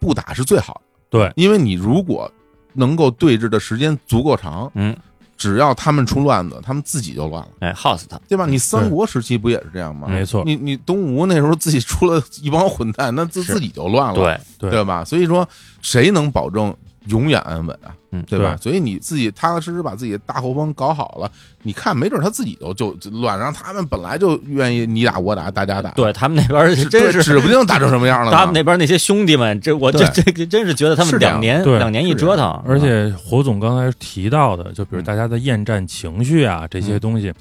[SPEAKER 1] 不打是最好的。
[SPEAKER 3] 对，
[SPEAKER 1] 因为你如果能够对峙的时间足够长，
[SPEAKER 2] 嗯，
[SPEAKER 1] 只要他们出乱子，他们自己就乱了。
[SPEAKER 2] 哎，house 他，
[SPEAKER 1] 对吧？你三国时期不也是这样吗？
[SPEAKER 3] 没错
[SPEAKER 1] 你你东吴那时候自己出了一帮混蛋，那自
[SPEAKER 2] 是
[SPEAKER 1] 自己就乱了，
[SPEAKER 2] 对，
[SPEAKER 3] 对
[SPEAKER 1] 吧？所以说，谁能保证永远安稳啊？
[SPEAKER 2] 嗯
[SPEAKER 1] 对吧？
[SPEAKER 3] 对
[SPEAKER 1] 所以你自己踏踏实实把自己的大后方搞好了，你看，没准他自己就就就乱，然后他们本来就愿意你打我打，大家打，
[SPEAKER 2] 对他们那边儿
[SPEAKER 1] 对，
[SPEAKER 2] 真是。
[SPEAKER 1] 指不定打成什么样了呢。
[SPEAKER 2] 他们那边儿那些兄弟们，这我这这这真是觉得他
[SPEAKER 1] 嗯
[SPEAKER 2] 们
[SPEAKER 1] 是这样
[SPEAKER 2] 两年
[SPEAKER 3] 对
[SPEAKER 2] 两年一
[SPEAKER 1] 是这
[SPEAKER 2] 折
[SPEAKER 1] 样
[SPEAKER 2] 腾，
[SPEAKER 3] 而且火总刚才提到的，就比
[SPEAKER 1] 嗯
[SPEAKER 3] 如大家的厌战情绪啊、这些
[SPEAKER 1] 嗯
[SPEAKER 3] 东西，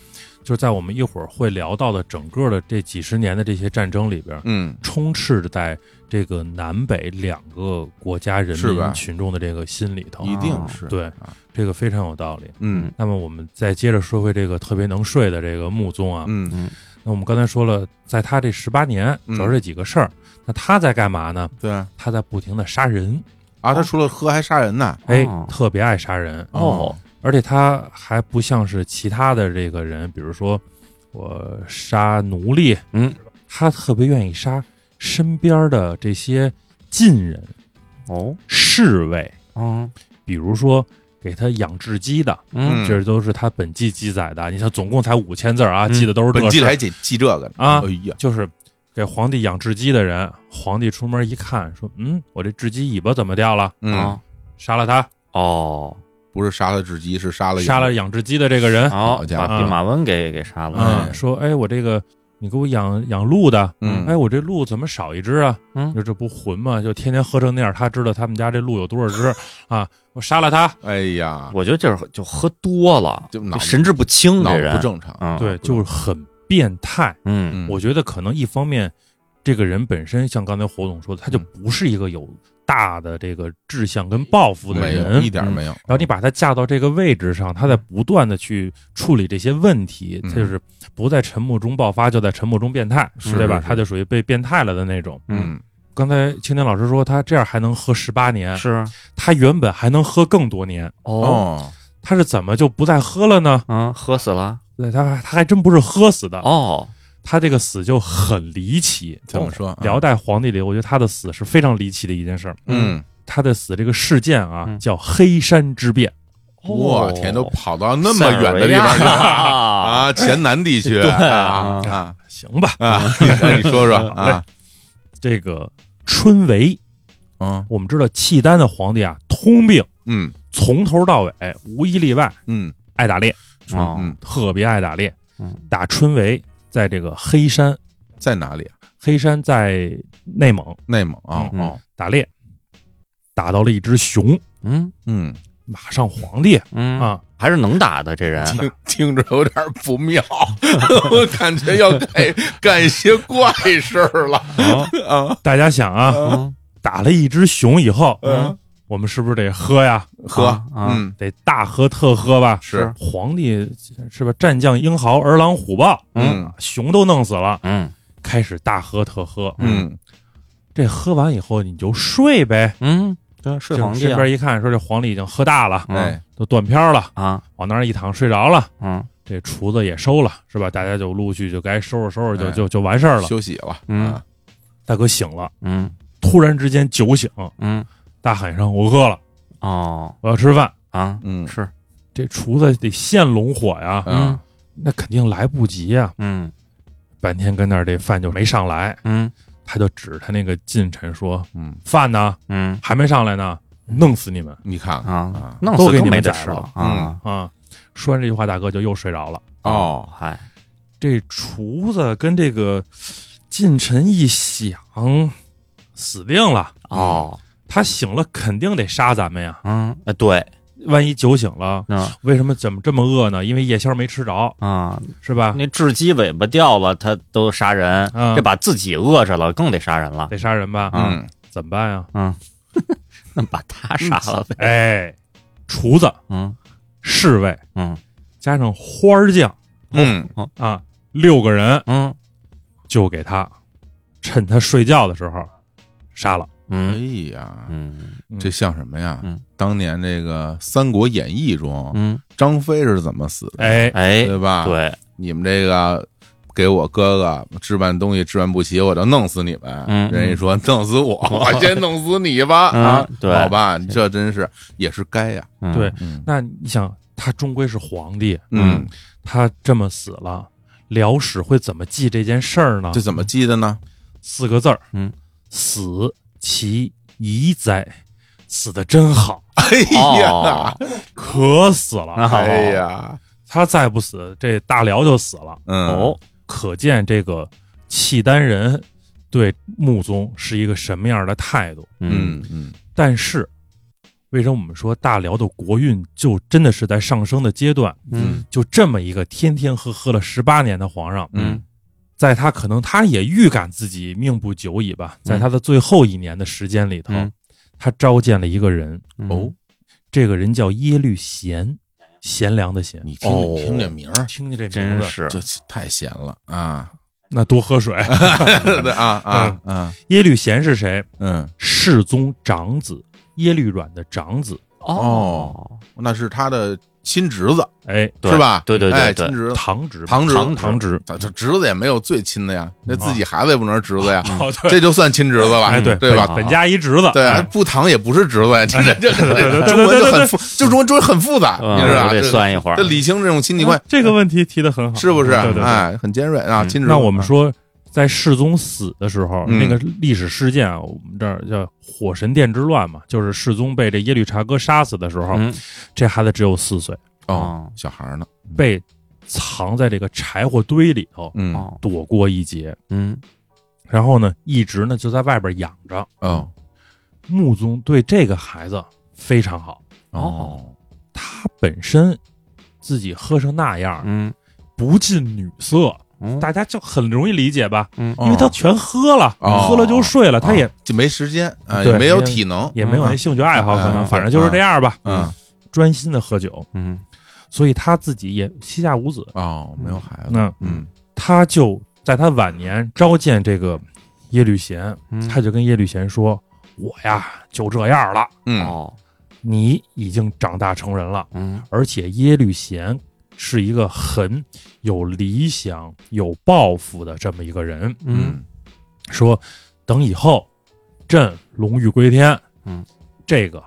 [SPEAKER 3] 就是在我们一会儿会聊到的整个的这几十年的这些战争里边，
[SPEAKER 1] 嗯，
[SPEAKER 3] 充斥着在这个南北两个国家人
[SPEAKER 1] 是吧嗯
[SPEAKER 3] 民群众的这个心里头
[SPEAKER 1] 一，定是，
[SPEAKER 3] 哦对
[SPEAKER 1] 啊，
[SPEAKER 3] 这个非常有道理。
[SPEAKER 1] 嗯
[SPEAKER 3] 那么我们再接着说回这个特别能睡的这个穆宗啊，
[SPEAKER 1] 嗯
[SPEAKER 3] 那我们刚才说了，在他这十八年
[SPEAKER 1] 嗯
[SPEAKER 3] 主要是这几个事儿，那他在干嘛呢？
[SPEAKER 1] 对啊，
[SPEAKER 3] 他在不停的杀人，
[SPEAKER 1] 他除了喝还杀人呢，嗯
[SPEAKER 3] 哎
[SPEAKER 2] 哦，
[SPEAKER 3] 特别爱杀人，
[SPEAKER 2] 哦，
[SPEAKER 3] 而且他还不像是其他的这个人，比如说我杀奴隶，
[SPEAKER 2] 嗯，
[SPEAKER 3] 他特别愿意杀身边的这些近人、
[SPEAKER 2] 哦，
[SPEAKER 3] 侍卫，
[SPEAKER 2] 嗯
[SPEAKER 3] 比如说给他养雉鸡的，
[SPEAKER 1] 嗯
[SPEAKER 3] 这都是他本纪记载的。你像总共才五千字儿啊，
[SPEAKER 2] 嗯
[SPEAKER 3] 记得都是
[SPEAKER 1] 本
[SPEAKER 3] 这
[SPEAKER 1] 纪
[SPEAKER 3] 事儿
[SPEAKER 1] 还记记这个呢
[SPEAKER 3] 啊
[SPEAKER 1] 哎呀，
[SPEAKER 3] 就是给皇帝养雉鸡的人，皇帝出门一看，说：“嗯，我这雉鸡尾巴怎么掉了？
[SPEAKER 1] 嗯，
[SPEAKER 2] 啊
[SPEAKER 3] 杀了他，
[SPEAKER 2] 哦，
[SPEAKER 1] 不是杀了雉鸡，是杀了
[SPEAKER 3] 杀
[SPEAKER 1] 羊
[SPEAKER 3] 了养雉鸡的这个人。
[SPEAKER 2] 好
[SPEAKER 1] 哎好，家
[SPEAKER 2] 把
[SPEAKER 1] 伙
[SPEAKER 3] 嗯
[SPEAKER 2] 弼马温给给杀
[SPEAKER 3] 啊
[SPEAKER 2] 了，”
[SPEAKER 3] 说：“哎，我这个你给我养养鹿的，
[SPEAKER 1] 嗯
[SPEAKER 3] 哎，我这鹿怎么少一只啊？
[SPEAKER 2] 嗯
[SPEAKER 3] 你说这不混吗？就天天喝成那样，他知道他们家这鹿有多少只啊？我杀了他，
[SPEAKER 1] 哎呀，
[SPEAKER 2] 我觉得这是就喝多了，
[SPEAKER 1] 就脑子
[SPEAKER 2] 神志不清，
[SPEAKER 1] 脑
[SPEAKER 2] 这
[SPEAKER 1] 子
[SPEAKER 2] 人
[SPEAKER 1] 不，正常。
[SPEAKER 2] 嗯，
[SPEAKER 3] 对，就是很变态。
[SPEAKER 2] 嗯
[SPEAKER 1] 嗯
[SPEAKER 3] 我觉得可能一方面，这个人本身像刚才火总说的，他就
[SPEAKER 1] 嗯
[SPEAKER 3] 不是一个有大的这个志向跟抱负的
[SPEAKER 1] 没
[SPEAKER 3] 人，
[SPEAKER 1] 有一点儿没有。
[SPEAKER 3] 然后你把他架到这个位置上，他在不断的去处理这些问题，
[SPEAKER 1] 嗯
[SPEAKER 3] 他就是不在沉默中爆发，就在沉默中变态，
[SPEAKER 1] 是
[SPEAKER 3] 对吧？
[SPEAKER 1] 是
[SPEAKER 3] 他就属于被变态了的那种。
[SPEAKER 1] 嗯，
[SPEAKER 3] 刚才青年老师说他这样还能喝十八年，
[SPEAKER 2] 是
[SPEAKER 3] 他原本还能喝更多年，
[SPEAKER 2] 哦，
[SPEAKER 1] 哦，
[SPEAKER 3] 他是怎么就不再喝了呢？
[SPEAKER 2] 嗯，喝死
[SPEAKER 1] 啊
[SPEAKER 2] 了，
[SPEAKER 3] 对，他他还真不是喝死的，
[SPEAKER 2] 哦，
[SPEAKER 3] 他这个死就很离奇。哦
[SPEAKER 1] 怎么说？啊
[SPEAKER 3] 辽代皇帝里，我觉得他的死是非常离奇的一件事儿。
[SPEAKER 1] 嗯，
[SPEAKER 3] 他的死这个事件啊，
[SPEAKER 2] 嗯
[SPEAKER 3] 叫黑山之变。
[SPEAKER 1] 我
[SPEAKER 2] 哦
[SPEAKER 1] 天，都跑到那么远的地方去
[SPEAKER 2] 塞尔
[SPEAKER 1] 了
[SPEAKER 2] 维亚
[SPEAKER 1] 啊！黔南地区，
[SPEAKER 2] 对
[SPEAKER 1] 啊啊
[SPEAKER 3] 行吧，
[SPEAKER 1] 啊！你说说啊，
[SPEAKER 3] 这个春闱，
[SPEAKER 1] 嗯
[SPEAKER 3] 我们知道契丹的皇帝啊，通病
[SPEAKER 1] 嗯
[SPEAKER 3] 从头到尾无一例外
[SPEAKER 1] 嗯
[SPEAKER 3] 爱打猎，
[SPEAKER 2] 哦
[SPEAKER 1] 嗯，
[SPEAKER 3] 特别爱打猎
[SPEAKER 2] 嗯。
[SPEAKER 3] 打春闱在这个黑山，
[SPEAKER 1] 在哪里啊？
[SPEAKER 3] 黑山在内蒙
[SPEAKER 1] 内蒙啊，
[SPEAKER 2] 嗯
[SPEAKER 1] 哦，
[SPEAKER 3] 打猎，打到了一只熊，
[SPEAKER 2] 嗯
[SPEAKER 1] 嗯，
[SPEAKER 3] 马上皇帝
[SPEAKER 2] 嗯，
[SPEAKER 3] 啊，
[SPEAKER 2] 还是能打的这人，
[SPEAKER 1] 听听着有点不妙， 我感觉要干干一些怪事儿了 啊！
[SPEAKER 3] 大家想啊，
[SPEAKER 2] 嗯
[SPEAKER 3] 打了一只熊以后，
[SPEAKER 1] 嗯
[SPEAKER 3] 我们是不是得喝呀？
[SPEAKER 1] 喝
[SPEAKER 2] 啊，啊
[SPEAKER 1] 嗯，
[SPEAKER 3] 得大喝特喝吧？
[SPEAKER 1] 是
[SPEAKER 3] 皇帝是吧？战将英豪，儿郎虎豹，啊
[SPEAKER 1] 嗯
[SPEAKER 3] 熊都弄死了，
[SPEAKER 2] 嗯
[SPEAKER 3] 开始大喝特喝。
[SPEAKER 1] 嗯
[SPEAKER 3] 这喝完以后你就睡呗。
[SPEAKER 2] 嗯，对，睡
[SPEAKER 3] 就
[SPEAKER 2] 皇帝
[SPEAKER 3] 身
[SPEAKER 2] 啊
[SPEAKER 3] 边一看，说这皇帝已经喝大了，
[SPEAKER 2] 嗯
[SPEAKER 1] 哎，
[SPEAKER 3] 都断片了，
[SPEAKER 2] 啊，
[SPEAKER 3] 往那儿一躺睡着了。
[SPEAKER 2] 嗯
[SPEAKER 3] 这厨子也收了，是吧？大家就陆续就该收拾收拾，就
[SPEAKER 1] 哎
[SPEAKER 3] 就就完事儿了。
[SPEAKER 1] 休息了，
[SPEAKER 2] 嗯
[SPEAKER 1] 啊，
[SPEAKER 3] 大哥醒了，
[SPEAKER 2] 嗯
[SPEAKER 3] 突然之间酒醒，
[SPEAKER 2] 嗯，
[SPEAKER 3] 大喊一声：“我饿了，
[SPEAKER 2] 哦
[SPEAKER 3] 我要吃饭。”
[SPEAKER 2] 啊，
[SPEAKER 1] 嗯
[SPEAKER 2] 是，
[SPEAKER 3] 这厨子得现拢火呀，
[SPEAKER 2] 嗯
[SPEAKER 1] 啊
[SPEAKER 3] 那肯定来不及呀。
[SPEAKER 2] 嗯
[SPEAKER 3] 半天跟那儿这饭就没上来，
[SPEAKER 2] 嗯
[SPEAKER 3] 他就指他那个近臣说
[SPEAKER 1] 嗯，：“
[SPEAKER 3] 饭呢？
[SPEAKER 2] 嗯
[SPEAKER 3] 还没上来呢，弄死你们
[SPEAKER 1] 你看看
[SPEAKER 2] 啊
[SPEAKER 1] 啊，
[SPEAKER 2] 弄
[SPEAKER 3] 都
[SPEAKER 2] 死
[SPEAKER 3] 给
[SPEAKER 2] 更
[SPEAKER 3] 你
[SPEAKER 2] 没
[SPEAKER 3] 们
[SPEAKER 2] 得
[SPEAKER 3] 宰
[SPEAKER 2] 吃
[SPEAKER 3] 了
[SPEAKER 2] 啊，！”
[SPEAKER 3] 啊，说完这句话，大哥就又睡着了。
[SPEAKER 1] 哦，
[SPEAKER 2] 嗯嗨，
[SPEAKER 3] 这厨子跟这个近臣一想，死定了。
[SPEAKER 2] 哦，
[SPEAKER 3] 他醒了肯定得杀咱们呀！
[SPEAKER 2] 嗯，哎，对，
[SPEAKER 3] 万一酒醒了，
[SPEAKER 2] 那
[SPEAKER 3] 为什么怎么这么饿呢？因为夜宵没吃着，
[SPEAKER 2] 啊，
[SPEAKER 3] 是吧？
[SPEAKER 2] 那雉鸡尾巴掉了，他都杀人，
[SPEAKER 3] 嗯
[SPEAKER 2] 这把自己饿着了，更得杀人了。
[SPEAKER 3] 得杀人吧？
[SPEAKER 2] 啊
[SPEAKER 1] 嗯，
[SPEAKER 3] 怎么办呀？
[SPEAKER 2] 嗯， 那把他杀了呗。
[SPEAKER 3] 哎，厨子、
[SPEAKER 2] 嗯
[SPEAKER 3] 侍卫
[SPEAKER 2] 嗯
[SPEAKER 3] 加上花儿匠
[SPEAKER 1] 嗯，
[SPEAKER 3] 啊，六个人
[SPEAKER 2] 嗯
[SPEAKER 3] 就给他趁他睡觉的时候杀了。
[SPEAKER 1] 哎
[SPEAKER 2] 嗯
[SPEAKER 1] 呀，
[SPEAKER 2] 嗯
[SPEAKER 1] 这像什么呀？
[SPEAKER 2] 嗯
[SPEAKER 1] 当年这个《三国演义》中，
[SPEAKER 2] 嗯，
[SPEAKER 1] 张飞是怎么死的？
[SPEAKER 3] 哎，
[SPEAKER 2] 哎，
[SPEAKER 1] 对吧？，
[SPEAKER 2] 对，
[SPEAKER 1] 你们这个给我哥哥置办东西置办不齐，我就弄死你们。
[SPEAKER 2] 嗯
[SPEAKER 1] 人家说弄死 我，我先弄死你吧。
[SPEAKER 2] 嗯
[SPEAKER 1] 啊，
[SPEAKER 2] 对
[SPEAKER 1] 好吧，这真是也是该呀。
[SPEAKER 2] 嗯
[SPEAKER 3] 对
[SPEAKER 1] 嗯
[SPEAKER 3] 那你想，他终归是皇帝，啊
[SPEAKER 1] 嗯，
[SPEAKER 3] 他这么死了，辽史会怎么记这件事儿呢
[SPEAKER 1] 这？怎么记的呢？
[SPEAKER 3] 四个字儿，
[SPEAKER 2] 嗯，
[SPEAKER 3] 死其宜哉，死的真好，
[SPEAKER 1] 哎呀
[SPEAKER 2] 哦，，
[SPEAKER 3] 可死了。
[SPEAKER 2] 啊
[SPEAKER 1] 哎呀，
[SPEAKER 3] 他再不死，这大辽就死了。
[SPEAKER 1] 嗯，
[SPEAKER 2] 哦，
[SPEAKER 3] 可见这个契丹人对穆宗是一个什么样的态度。
[SPEAKER 2] 嗯
[SPEAKER 1] 嗯嗯
[SPEAKER 3] 但是，为什么我们说大辽的国运就真的是在上升的阶段？
[SPEAKER 2] 嗯
[SPEAKER 3] 就这么一个天天喝喝了十八年的皇上，
[SPEAKER 2] 嗯
[SPEAKER 3] 在他可能他也预感自己命不久矣吧，在
[SPEAKER 2] 嗯
[SPEAKER 3] 他的最后一年的时间里头，
[SPEAKER 2] 嗯
[SPEAKER 3] 他召见了一个人，
[SPEAKER 2] 嗯
[SPEAKER 1] 哦，
[SPEAKER 3] 这个人叫耶律贤，贤良的贤。
[SPEAKER 1] 你听
[SPEAKER 2] 哦
[SPEAKER 1] 听这名儿，
[SPEAKER 3] 听听这名
[SPEAKER 2] 真
[SPEAKER 3] 字，
[SPEAKER 2] 是
[SPEAKER 1] 这太闲了 啊！
[SPEAKER 3] 那多喝水。
[SPEAKER 1] 对啊啊
[SPEAKER 2] 嗯
[SPEAKER 1] 啊
[SPEAKER 3] 耶律贤是谁？
[SPEAKER 1] 嗯，
[SPEAKER 3] 世宗长子耶律阮的长子。
[SPEAKER 1] 哦，那是他的亲侄子
[SPEAKER 3] 哎，
[SPEAKER 2] 对
[SPEAKER 1] 是吧？
[SPEAKER 2] 对对对
[SPEAKER 1] 哎
[SPEAKER 2] 对
[SPEAKER 1] 亲侄子，
[SPEAKER 3] 堂侄，
[SPEAKER 1] 堂侄
[SPEAKER 3] 堂
[SPEAKER 2] 堂
[SPEAKER 3] 侄。
[SPEAKER 1] 啊他这侄子也没有最亲的呀，那自己孩子也不能是侄子呀，
[SPEAKER 3] 哦，嗯对，
[SPEAKER 1] 这就算亲侄子了，
[SPEAKER 3] 哎，对，
[SPEAKER 1] 对吧？
[SPEAKER 3] 本本家一侄子。
[SPEAKER 1] 对，啊
[SPEAKER 3] 哎
[SPEAKER 1] 不堂也不是侄子呀，这这这
[SPEAKER 3] 对
[SPEAKER 1] 这
[SPEAKER 3] 对
[SPEAKER 1] 中文就
[SPEAKER 3] 对对
[SPEAKER 1] 很复，就中文中文很复杂，
[SPEAKER 2] 嗯
[SPEAKER 1] 你知道吧？
[SPEAKER 2] 我得
[SPEAKER 1] 这
[SPEAKER 2] 算一会儿
[SPEAKER 1] 这理清这种亲戚关
[SPEAKER 3] 啊
[SPEAKER 1] 系
[SPEAKER 3] 这个问题提的很好，
[SPEAKER 1] 是不是？
[SPEAKER 3] 对对对。
[SPEAKER 1] 哎，很尖锐啊，
[SPEAKER 2] 嗯
[SPEAKER 1] 亲侄子。
[SPEAKER 3] 那我们说，在世宗死的时候，
[SPEAKER 1] 嗯
[SPEAKER 3] 那个历史事件啊，我们这儿叫火神殿之乱嘛，就是世宗被这耶律察哥杀死的时候，
[SPEAKER 2] 嗯
[SPEAKER 3] 这孩子只有四岁，
[SPEAKER 1] 哦
[SPEAKER 2] 哦，
[SPEAKER 3] 嗯
[SPEAKER 1] 小孩儿呢，
[SPEAKER 3] 被藏在这个柴火堆里头，
[SPEAKER 1] 嗯
[SPEAKER 2] 哦，
[SPEAKER 3] 躲过一劫。
[SPEAKER 2] 嗯
[SPEAKER 3] 然后呢，一直呢就在外边养着。
[SPEAKER 1] 哦
[SPEAKER 3] 穆宗对这个孩子非常好，
[SPEAKER 1] 哦
[SPEAKER 3] 他本身自己喝成那样，
[SPEAKER 2] 嗯
[SPEAKER 3] 不近女色，
[SPEAKER 2] 嗯，
[SPEAKER 3] 大家就很容易理解吧？
[SPEAKER 2] 嗯
[SPEAKER 3] 哦因为他全喝了，
[SPEAKER 1] 哦
[SPEAKER 3] 喝了就睡了，他也
[SPEAKER 1] 就没时间啊，
[SPEAKER 3] 对
[SPEAKER 1] 也没有体能，
[SPEAKER 3] 也没有那兴趣爱好，
[SPEAKER 1] 嗯
[SPEAKER 3] 可能
[SPEAKER 1] 嗯
[SPEAKER 3] 反正就是这样吧。
[SPEAKER 1] 嗯，
[SPEAKER 3] 专心的喝酒，
[SPEAKER 2] 嗯
[SPEAKER 3] 所以他自己也膝下无子。
[SPEAKER 1] 哦，没有孩子，
[SPEAKER 3] 那
[SPEAKER 1] 嗯
[SPEAKER 3] 他就在他晚年召见这个耶律贤，
[SPEAKER 2] 嗯，
[SPEAKER 3] 他就跟耶律贤说：“我呀，就这样了，
[SPEAKER 1] 嗯
[SPEAKER 2] 哦，
[SPEAKER 3] 你已经长大成人了。
[SPEAKER 2] 嗯”
[SPEAKER 3] 而且耶律贤是一个很有理想、有抱负的这么一个人，
[SPEAKER 2] 嗯
[SPEAKER 3] 说等以后朕龙驭归天，
[SPEAKER 2] 嗯，
[SPEAKER 3] 这个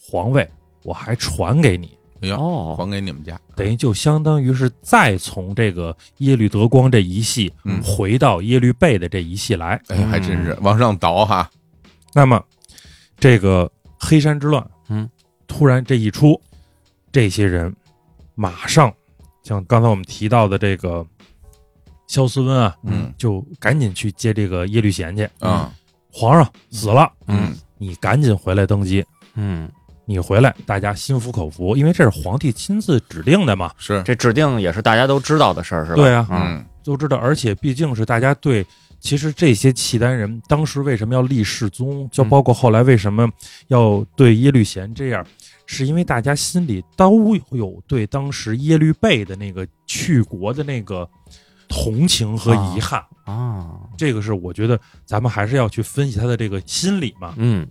[SPEAKER 3] 皇位我还传给你。
[SPEAKER 1] 哎呀，
[SPEAKER 2] 哦，
[SPEAKER 1] 还给你们家，
[SPEAKER 3] 等于就相当于是再从这个耶律德光这一系
[SPEAKER 1] 嗯
[SPEAKER 3] 回到耶律倍的这一系来。
[SPEAKER 1] 哎，还真
[SPEAKER 3] 嗯
[SPEAKER 1] 是往上倒哈，
[SPEAKER 3] 那么，这个黑山之乱，
[SPEAKER 2] 嗯，
[SPEAKER 3] 突然这一出，这些人马上像刚才我们提到的这个萧思温啊，
[SPEAKER 1] 嗯
[SPEAKER 3] 就赶紧去接这个耶律贤去。
[SPEAKER 1] 啊，
[SPEAKER 3] 皇上死了，
[SPEAKER 2] 嗯
[SPEAKER 3] 你赶紧回来登基。
[SPEAKER 2] 嗯，
[SPEAKER 3] 你回来，大家心服口服，因为这是皇帝亲自指定的嘛，
[SPEAKER 1] 是，
[SPEAKER 2] 这指定也是大家都知道的事儿，是吧？
[SPEAKER 3] 对啊
[SPEAKER 1] 嗯
[SPEAKER 3] 都知道，而且毕竟是大家对，其实这些契丹人当时为什么要立世宗，
[SPEAKER 2] 嗯
[SPEAKER 3] 就包括后来为什么要对耶律贤这样，是因为大家心里都有对当时耶律倍的那个去国的那个同情和遗憾，
[SPEAKER 2] 啊，
[SPEAKER 3] 这个是我觉得咱们还是要去分析他的这个心理嘛。
[SPEAKER 2] 嗯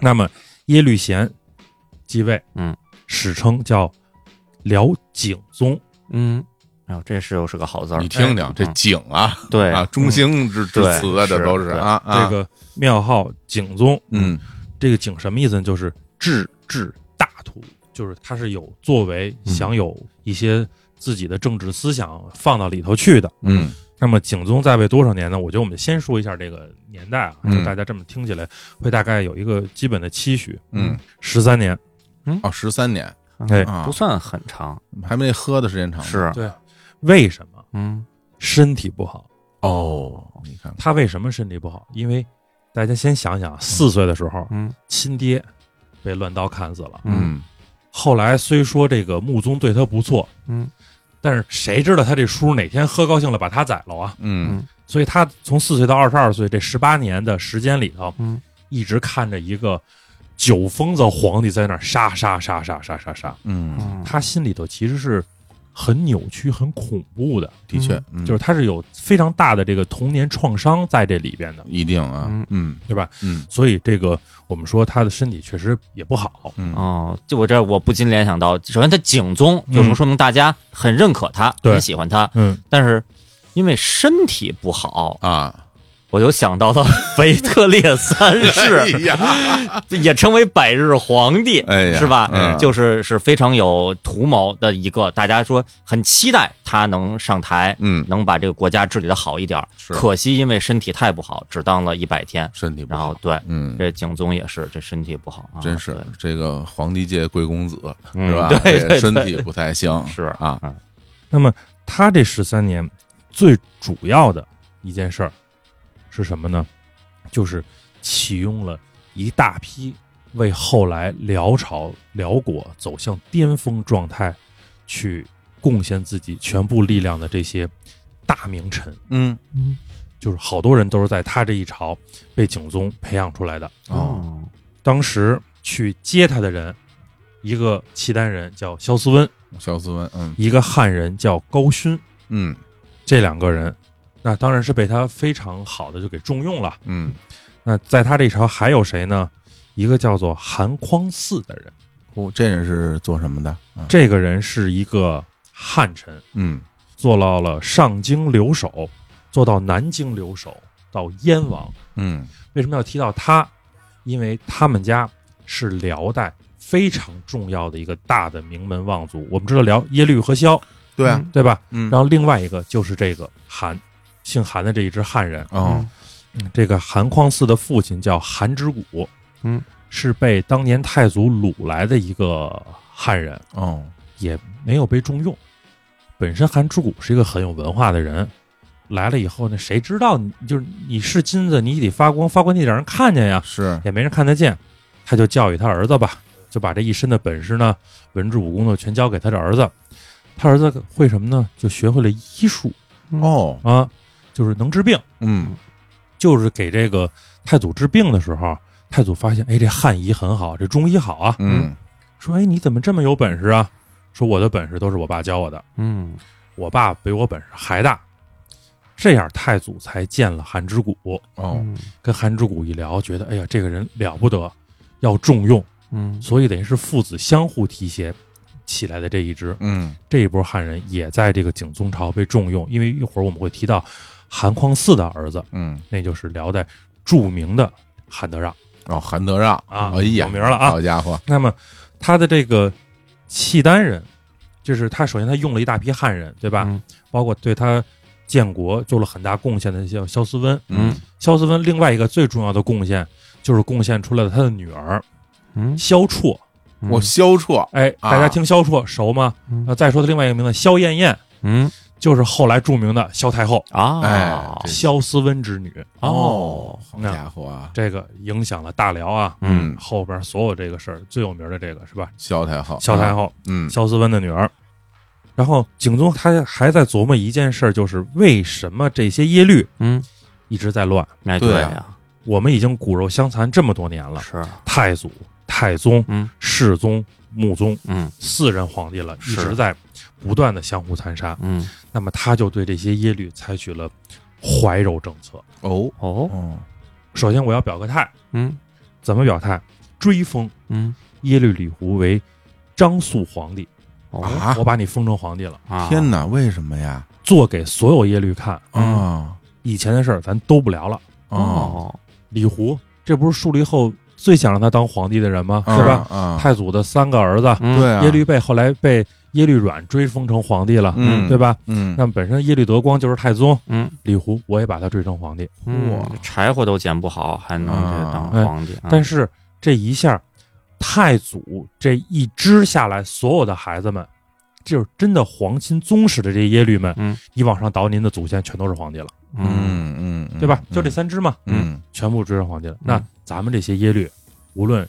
[SPEAKER 3] 那么耶律贤继位，
[SPEAKER 2] 嗯，
[SPEAKER 3] 史称叫辽景宗，
[SPEAKER 2] 嗯，哎呦，这是又是个好字儿，
[SPEAKER 1] 你听听这景啊
[SPEAKER 2] 对
[SPEAKER 1] 啊，中兴之之词啊，这都是啊啊，
[SPEAKER 3] 这个庙号景宗，
[SPEAKER 1] 嗯
[SPEAKER 3] 这个景什么意思呢？就是治治大图，就是它是有作为，
[SPEAKER 2] 嗯
[SPEAKER 3] 想有一些自己的政治思想放到里头去的。
[SPEAKER 1] 嗯
[SPEAKER 3] 那么景宗在位多少年呢？我觉得我们先说一下这个年代啊，
[SPEAKER 1] 嗯
[SPEAKER 3] 就大家这么听起来会大概有一个基本的期许。
[SPEAKER 1] 嗯，
[SPEAKER 3] 十三年，
[SPEAKER 1] 哦，十三年
[SPEAKER 3] 哎，
[SPEAKER 1] 啊嗯
[SPEAKER 2] 不，算很长，
[SPEAKER 1] 还没喝的时间长，
[SPEAKER 2] 是，
[SPEAKER 3] 对，为什么
[SPEAKER 2] 嗯
[SPEAKER 3] 身体不好？
[SPEAKER 1] 哦，你看，
[SPEAKER 3] 他为什么身体不好？因为大家先想想啊，四岁的时候，
[SPEAKER 2] 嗯
[SPEAKER 3] 亲爹被乱刀砍死了。
[SPEAKER 1] 嗯
[SPEAKER 3] 后来虽说这个穆宗对他不错，
[SPEAKER 2] 嗯
[SPEAKER 3] 但是谁知道他这叔哪天喝高兴了把他宰了啊？
[SPEAKER 1] 嗯
[SPEAKER 3] 所以他从四岁到二十二岁这十八年的时间里头，
[SPEAKER 2] 嗯
[SPEAKER 3] 一直看着一个九封子皇帝在那儿杀杀杀杀杀杀杀，
[SPEAKER 1] 嗯，
[SPEAKER 3] 他心里头其实是很扭曲、很恐怖的，
[SPEAKER 1] 的确，嗯
[SPEAKER 3] 就是他是有非常大的这个童年创伤在这里边的，
[SPEAKER 1] 一定啊，嗯
[SPEAKER 3] 对吧？
[SPEAKER 1] 嗯
[SPEAKER 3] 所以这个我们说他的身体确实也不好，
[SPEAKER 1] 嗯
[SPEAKER 2] 哦，就我这我不禁联想到，首先他景宗就能说明大家很认可他，
[SPEAKER 3] 对
[SPEAKER 2] 很喜欢他，
[SPEAKER 3] 嗯，
[SPEAKER 2] 但是因为身体不好，
[SPEAKER 1] 啊，
[SPEAKER 2] 我就想到了 腓特烈三 世，
[SPEAKER 1] 哎呀，
[SPEAKER 2] 也称为百日皇帝，
[SPEAKER 1] 哎呀
[SPEAKER 2] 是吧？
[SPEAKER 1] 嗯
[SPEAKER 2] 就是是非常有图谋的一个，大家说很期待他能上台，
[SPEAKER 1] 嗯
[SPEAKER 2] 能把这个国家治理的好一点儿。
[SPEAKER 1] 是
[SPEAKER 2] 可惜因为身体太不好，只当了一百天，
[SPEAKER 1] 身体不
[SPEAKER 2] 然
[SPEAKER 1] 好
[SPEAKER 2] 后，对。
[SPEAKER 1] 嗯，
[SPEAKER 2] 这景宗也是，这身体不好啊，
[SPEAKER 1] 真是
[SPEAKER 2] 对
[SPEAKER 1] 这个皇帝界贵公子
[SPEAKER 2] 嗯
[SPEAKER 1] 是吧？
[SPEAKER 2] 对对
[SPEAKER 1] 这
[SPEAKER 2] 对
[SPEAKER 1] 身体不太行，
[SPEAKER 2] 是
[SPEAKER 1] 啊，
[SPEAKER 3] 那么他这十三年最主要的一件事儿是什么呢？就是启用了一大批为后来辽朝、辽国走向巅峰状态去贡献自己全部力量的这些大名臣，
[SPEAKER 1] 嗯，
[SPEAKER 3] 就是好多人都是在他这一朝被景宗培养出来的。
[SPEAKER 2] 嗯
[SPEAKER 1] 哦，
[SPEAKER 3] 当时去接他的人，一个契丹人叫萧思温，
[SPEAKER 1] 萧思文，嗯
[SPEAKER 3] 一个汉人叫高勋。
[SPEAKER 1] 嗯
[SPEAKER 3] 这两个人，那当然是被他非常好的就给重用了。
[SPEAKER 1] 嗯，
[SPEAKER 3] 那在他这一朝还有谁呢？一个叫做韩匡嗣的人，
[SPEAKER 1] 哦，这人是做什么的？啊
[SPEAKER 3] 这个人是一个汉臣，
[SPEAKER 1] 嗯
[SPEAKER 3] 做到了上京留守，做到南京留守，到燕王。
[SPEAKER 1] 嗯
[SPEAKER 3] 为什么要提到他？因为他们家是辽代非常重要的一个大的名门望族。我们知道辽耶律和萧，
[SPEAKER 1] 对啊，
[SPEAKER 3] 对吧？
[SPEAKER 1] 嗯，
[SPEAKER 3] 然后另外一个就是这个韩，姓韩的这一支汉人。
[SPEAKER 1] 哦，
[SPEAKER 3] 这个韩匡嗣的父亲叫韩之谷，
[SPEAKER 2] 嗯，
[SPEAKER 3] 是被当年太祖掳来的一个汉人，
[SPEAKER 1] 哦，
[SPEAKER 3] 也没有被重用。本身韩之谷是一个很有文化的人，来了以后呢，谁知道你就是你是金子，你得发光，发光你得让人看见呀，
[SPEAKER 1] 是，
[SPEAKER 3] 也没人看得见，他就教育他儿子吧，就把这一身的本事呢，文治武功呢，全交给他的儿子。他儿子会什么呢？就学会了医术
[SPEAKER 1] 哦，
[SPEAKER 3] 啊，就是能治病。
[SPEAKER 1] 嗯
[SPEAKER 3] 就是给这个太祖治病的时候，太祖发现，哎，这汉医很好，这中医好啊，
[SPEAKER 1] 嗯
[SPEAKER 3] 说，哎，你怎么这么有本事啊？说我的本事都是我爸教我的，
[SPEAKER 2] 嗯，
[SPEAKER 3] 我爸比我本事还大。这样，太祖才见了韩之谷，
[SPEAKER 1] 哦，
[SPEAKER 3] 跟韩之谷一聊，觉得，哎呀，这个人了不得，要重用，
[SPEAKER 2] 嗯
[SPEAKER 3] 所以等于是父子相互提携起来的这一支。
[SPEAKER 1] 嗯
[SPEAKER 3] 这一波汉人也在这个景宗朝被重用，因为一会儿我们会提到韩匡嗣的儿子，
[SPEAKER 1] 嗯，
[SPEAKER 3] 那就是辽代著名的韩德让。
[SPEAKER 1] 哦，韩德让
[SPEAKER 3] 啊
[SPEAKER 1] 哎呀，
[SPEAKER 3] 有名了啊
[SPEAKER 1] 好家伙，
[SPEAKER 3] 那么他的这个契丹人，就是他首先他用了一大批汉人，对吧？
[SPEAKER 2] 嗯
[SPEAKER 3] 包括对他建国做了很大贡献的像萧思温，
[SPEAKER 1] 嗯
[SPEAKER 3] 萧思温另外一个最重要的贡献就是贡献出来了他的女儿
[SPEAKER 2] 嗯
[SPEAKER 3] 萧绰，嗯
[SPEAKER 1] 我萧绰，
[SPEAKER 3] 哎，
[SPEAKER 1] 啊
[SPEAKER 3] 大家听萧绰熟吗？
[SPEAKER 2] 嗯
[SPEAKER 3] 呃再说他另外一个名字萧燕燕，
[SPEAKER 2] 嗯
[SPEAKER 3] 就是后来著名的萧太后，
[SPEAKER 2] 啊，
[SPEAKER 1] 哎对
[SPEAKER 3] 萧思温之女。
[SPEAKER 2] 哦，
[SPEAKER 1] 好家伙啊，
[SPEAKER 3] 这个影响了大辽啊，
[SPEAKER 2] 嗯
[SPEAKER 3] 后边所有这个事儿最有名的这个是吧？
[SPEAKER 1] 萧太后，
[SPEAKER 3] 萧太
[SPEAKER 1] 啊，
[SPEAKER 3] 后，
[SPEAKER 1] 嗯
[SPEAKER 3] 萧思温的女儿。然后景宗他还在琢磨一件事儿，就是为什么这些耶律
[SPEAKER 2] 嗯，
[SPEAKER 3] 一直在乱？
[SPEAKER 2] 哎
[SPEAKER 1] 对啊
[SPEAKER 2] 呀，
[SPEAKER 3] 我们已经骨肉相残这么多年了，
[SPEAKER 2] 是，
[SPEAKER 3] 太祖、太宗、
[SPEAKER 2] 嗯
[SPEAKER 3] 世宗、穆宗
[SPEAKER 2] 嗯
[SPEAKER 3] 四任皇帝了，一
[SPEAKER 2] 是
[SPEAKER 3] 直在不断的相互残杀。
[SPEAKER 2] 嗯，
[SPEAKER 3] 那么他就对这些耶律采取了怀柔政策。
[SPEAKER 1] 哦，
[SPEAKER 2] 哦，
[SPEAKER 1] 哦，
[SPEAKER 3] 首先我要表个态，
[SPEAKER 2] 嗯
[SPEAKER 3] 怎么表态？追封
[SPEAKER 2] 嗯，
[SPEAKER 3] 耶律李胡为张肃皇帝，
[SPEAKER 2] 哦
[SPEAKER 1] 啊
[SPEAKER 3] 我，把你封成皇帝了，
[SPEAKER 2] 啊，
[SPEAKER 1] 天哪，为什么呀？
[SPEAKER 3] 做给所有耶律看。
[SPEAKER 1] 啊
[SPEAKER 3] 以前的事儿咱都不聊了。
[SPEAKER 1] 哦，
[SPEAKER 2] 哦，
[SPEAKER 3] 李胡，这不是树立后最想让他当皇帝的人吗？哦是吧？
[SPEAKER 1] 啊，
[SPEAKER 3] 太祖的三个儿子，
[SPEAKER 2] 嗯
[SPEAKER 1] 对，啊，
[SPEAKER 3] 耶律倍后来被耶律阮追封成皇帝了，
[SPEAKER 1] 嗯
[SPEAKER 3] 对吧？
[SPEAKER 1] 嗯，
[SPEAKER 3] 那么本身耶律德光就是太宗，
[SPEAKER 2] 嗯，
[SPEAKER 3] 李胡我也把他追成皇帝，
[SPEAKER 2] 嗯
[SPEAKER 1] 哇啊
[SPEAKER 2] 柴火都捡不好，还能这当皇帝？嗯
[SPEAKER 3] 但
[SPEAKER 2] 是，
[SPEAKER 3] 是这一下，太祖这一支下来，所有的孩子们。就是真的皇亲宗室的这些耶律们，
[SPEAKER 2] 嗯
[SPEAKER 3] 你往上倒，您的祖先全都是皇帝了，
[SPEAKER 2] 嗯
[SPEAKER 1] 嗯嗯嗯，
[SPEAKER 3] 对吧？
[SPEAKER 1] 嗯
[SPEAKER 3] 就这，三支嘛，
[SPEAKER 1] 嗯
[SPEAKER 3] 全部追上皇帝了。那咱们这些耶律，无论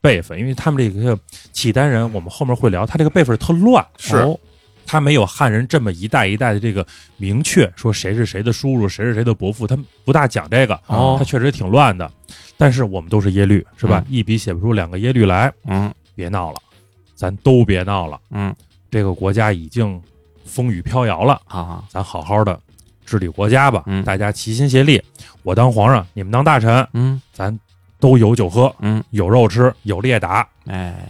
[SPEAKER 3] 辈分，因为他们这个契丹人，我们后面会聊，他这个辈分特乱，
[SPEAKER 1] 是
[SPEAKER 3] 哦他没有汉人这么一代一代的这个明确说谁是谁的叔叔，谁是谁的伯父，他不大讲这个，
[SPEAKER 2] 哦
[SPEAKER 3] 他确实挺乱的。但是我们都是耶律，是吧？一笔写不出两个耶律来，
[SPEAKER 2] 嗯
[SPEAKER 3] 别闹了，咱都别闹了，
[SPEAKER 2] 嗯，
[SPEAKER 3] 这个国家已经风雨飘摇了，
[SPEAKER 2] 好好，
[SPEAKER 3] 咱好好的治理国家吧，
[SPEAKER 2] 嗯
[SPEAKER 3] 大家齐心协力，我当皇上，你们当大臣，
[SPEAKER 2] 嗯
[SPEAKER 3] 咱都有酒喝，
[SPEAKER 2] 嗯，
[SPEAKER 3] 有肉吃，有猎打，
[SPEAKER 2] 哎，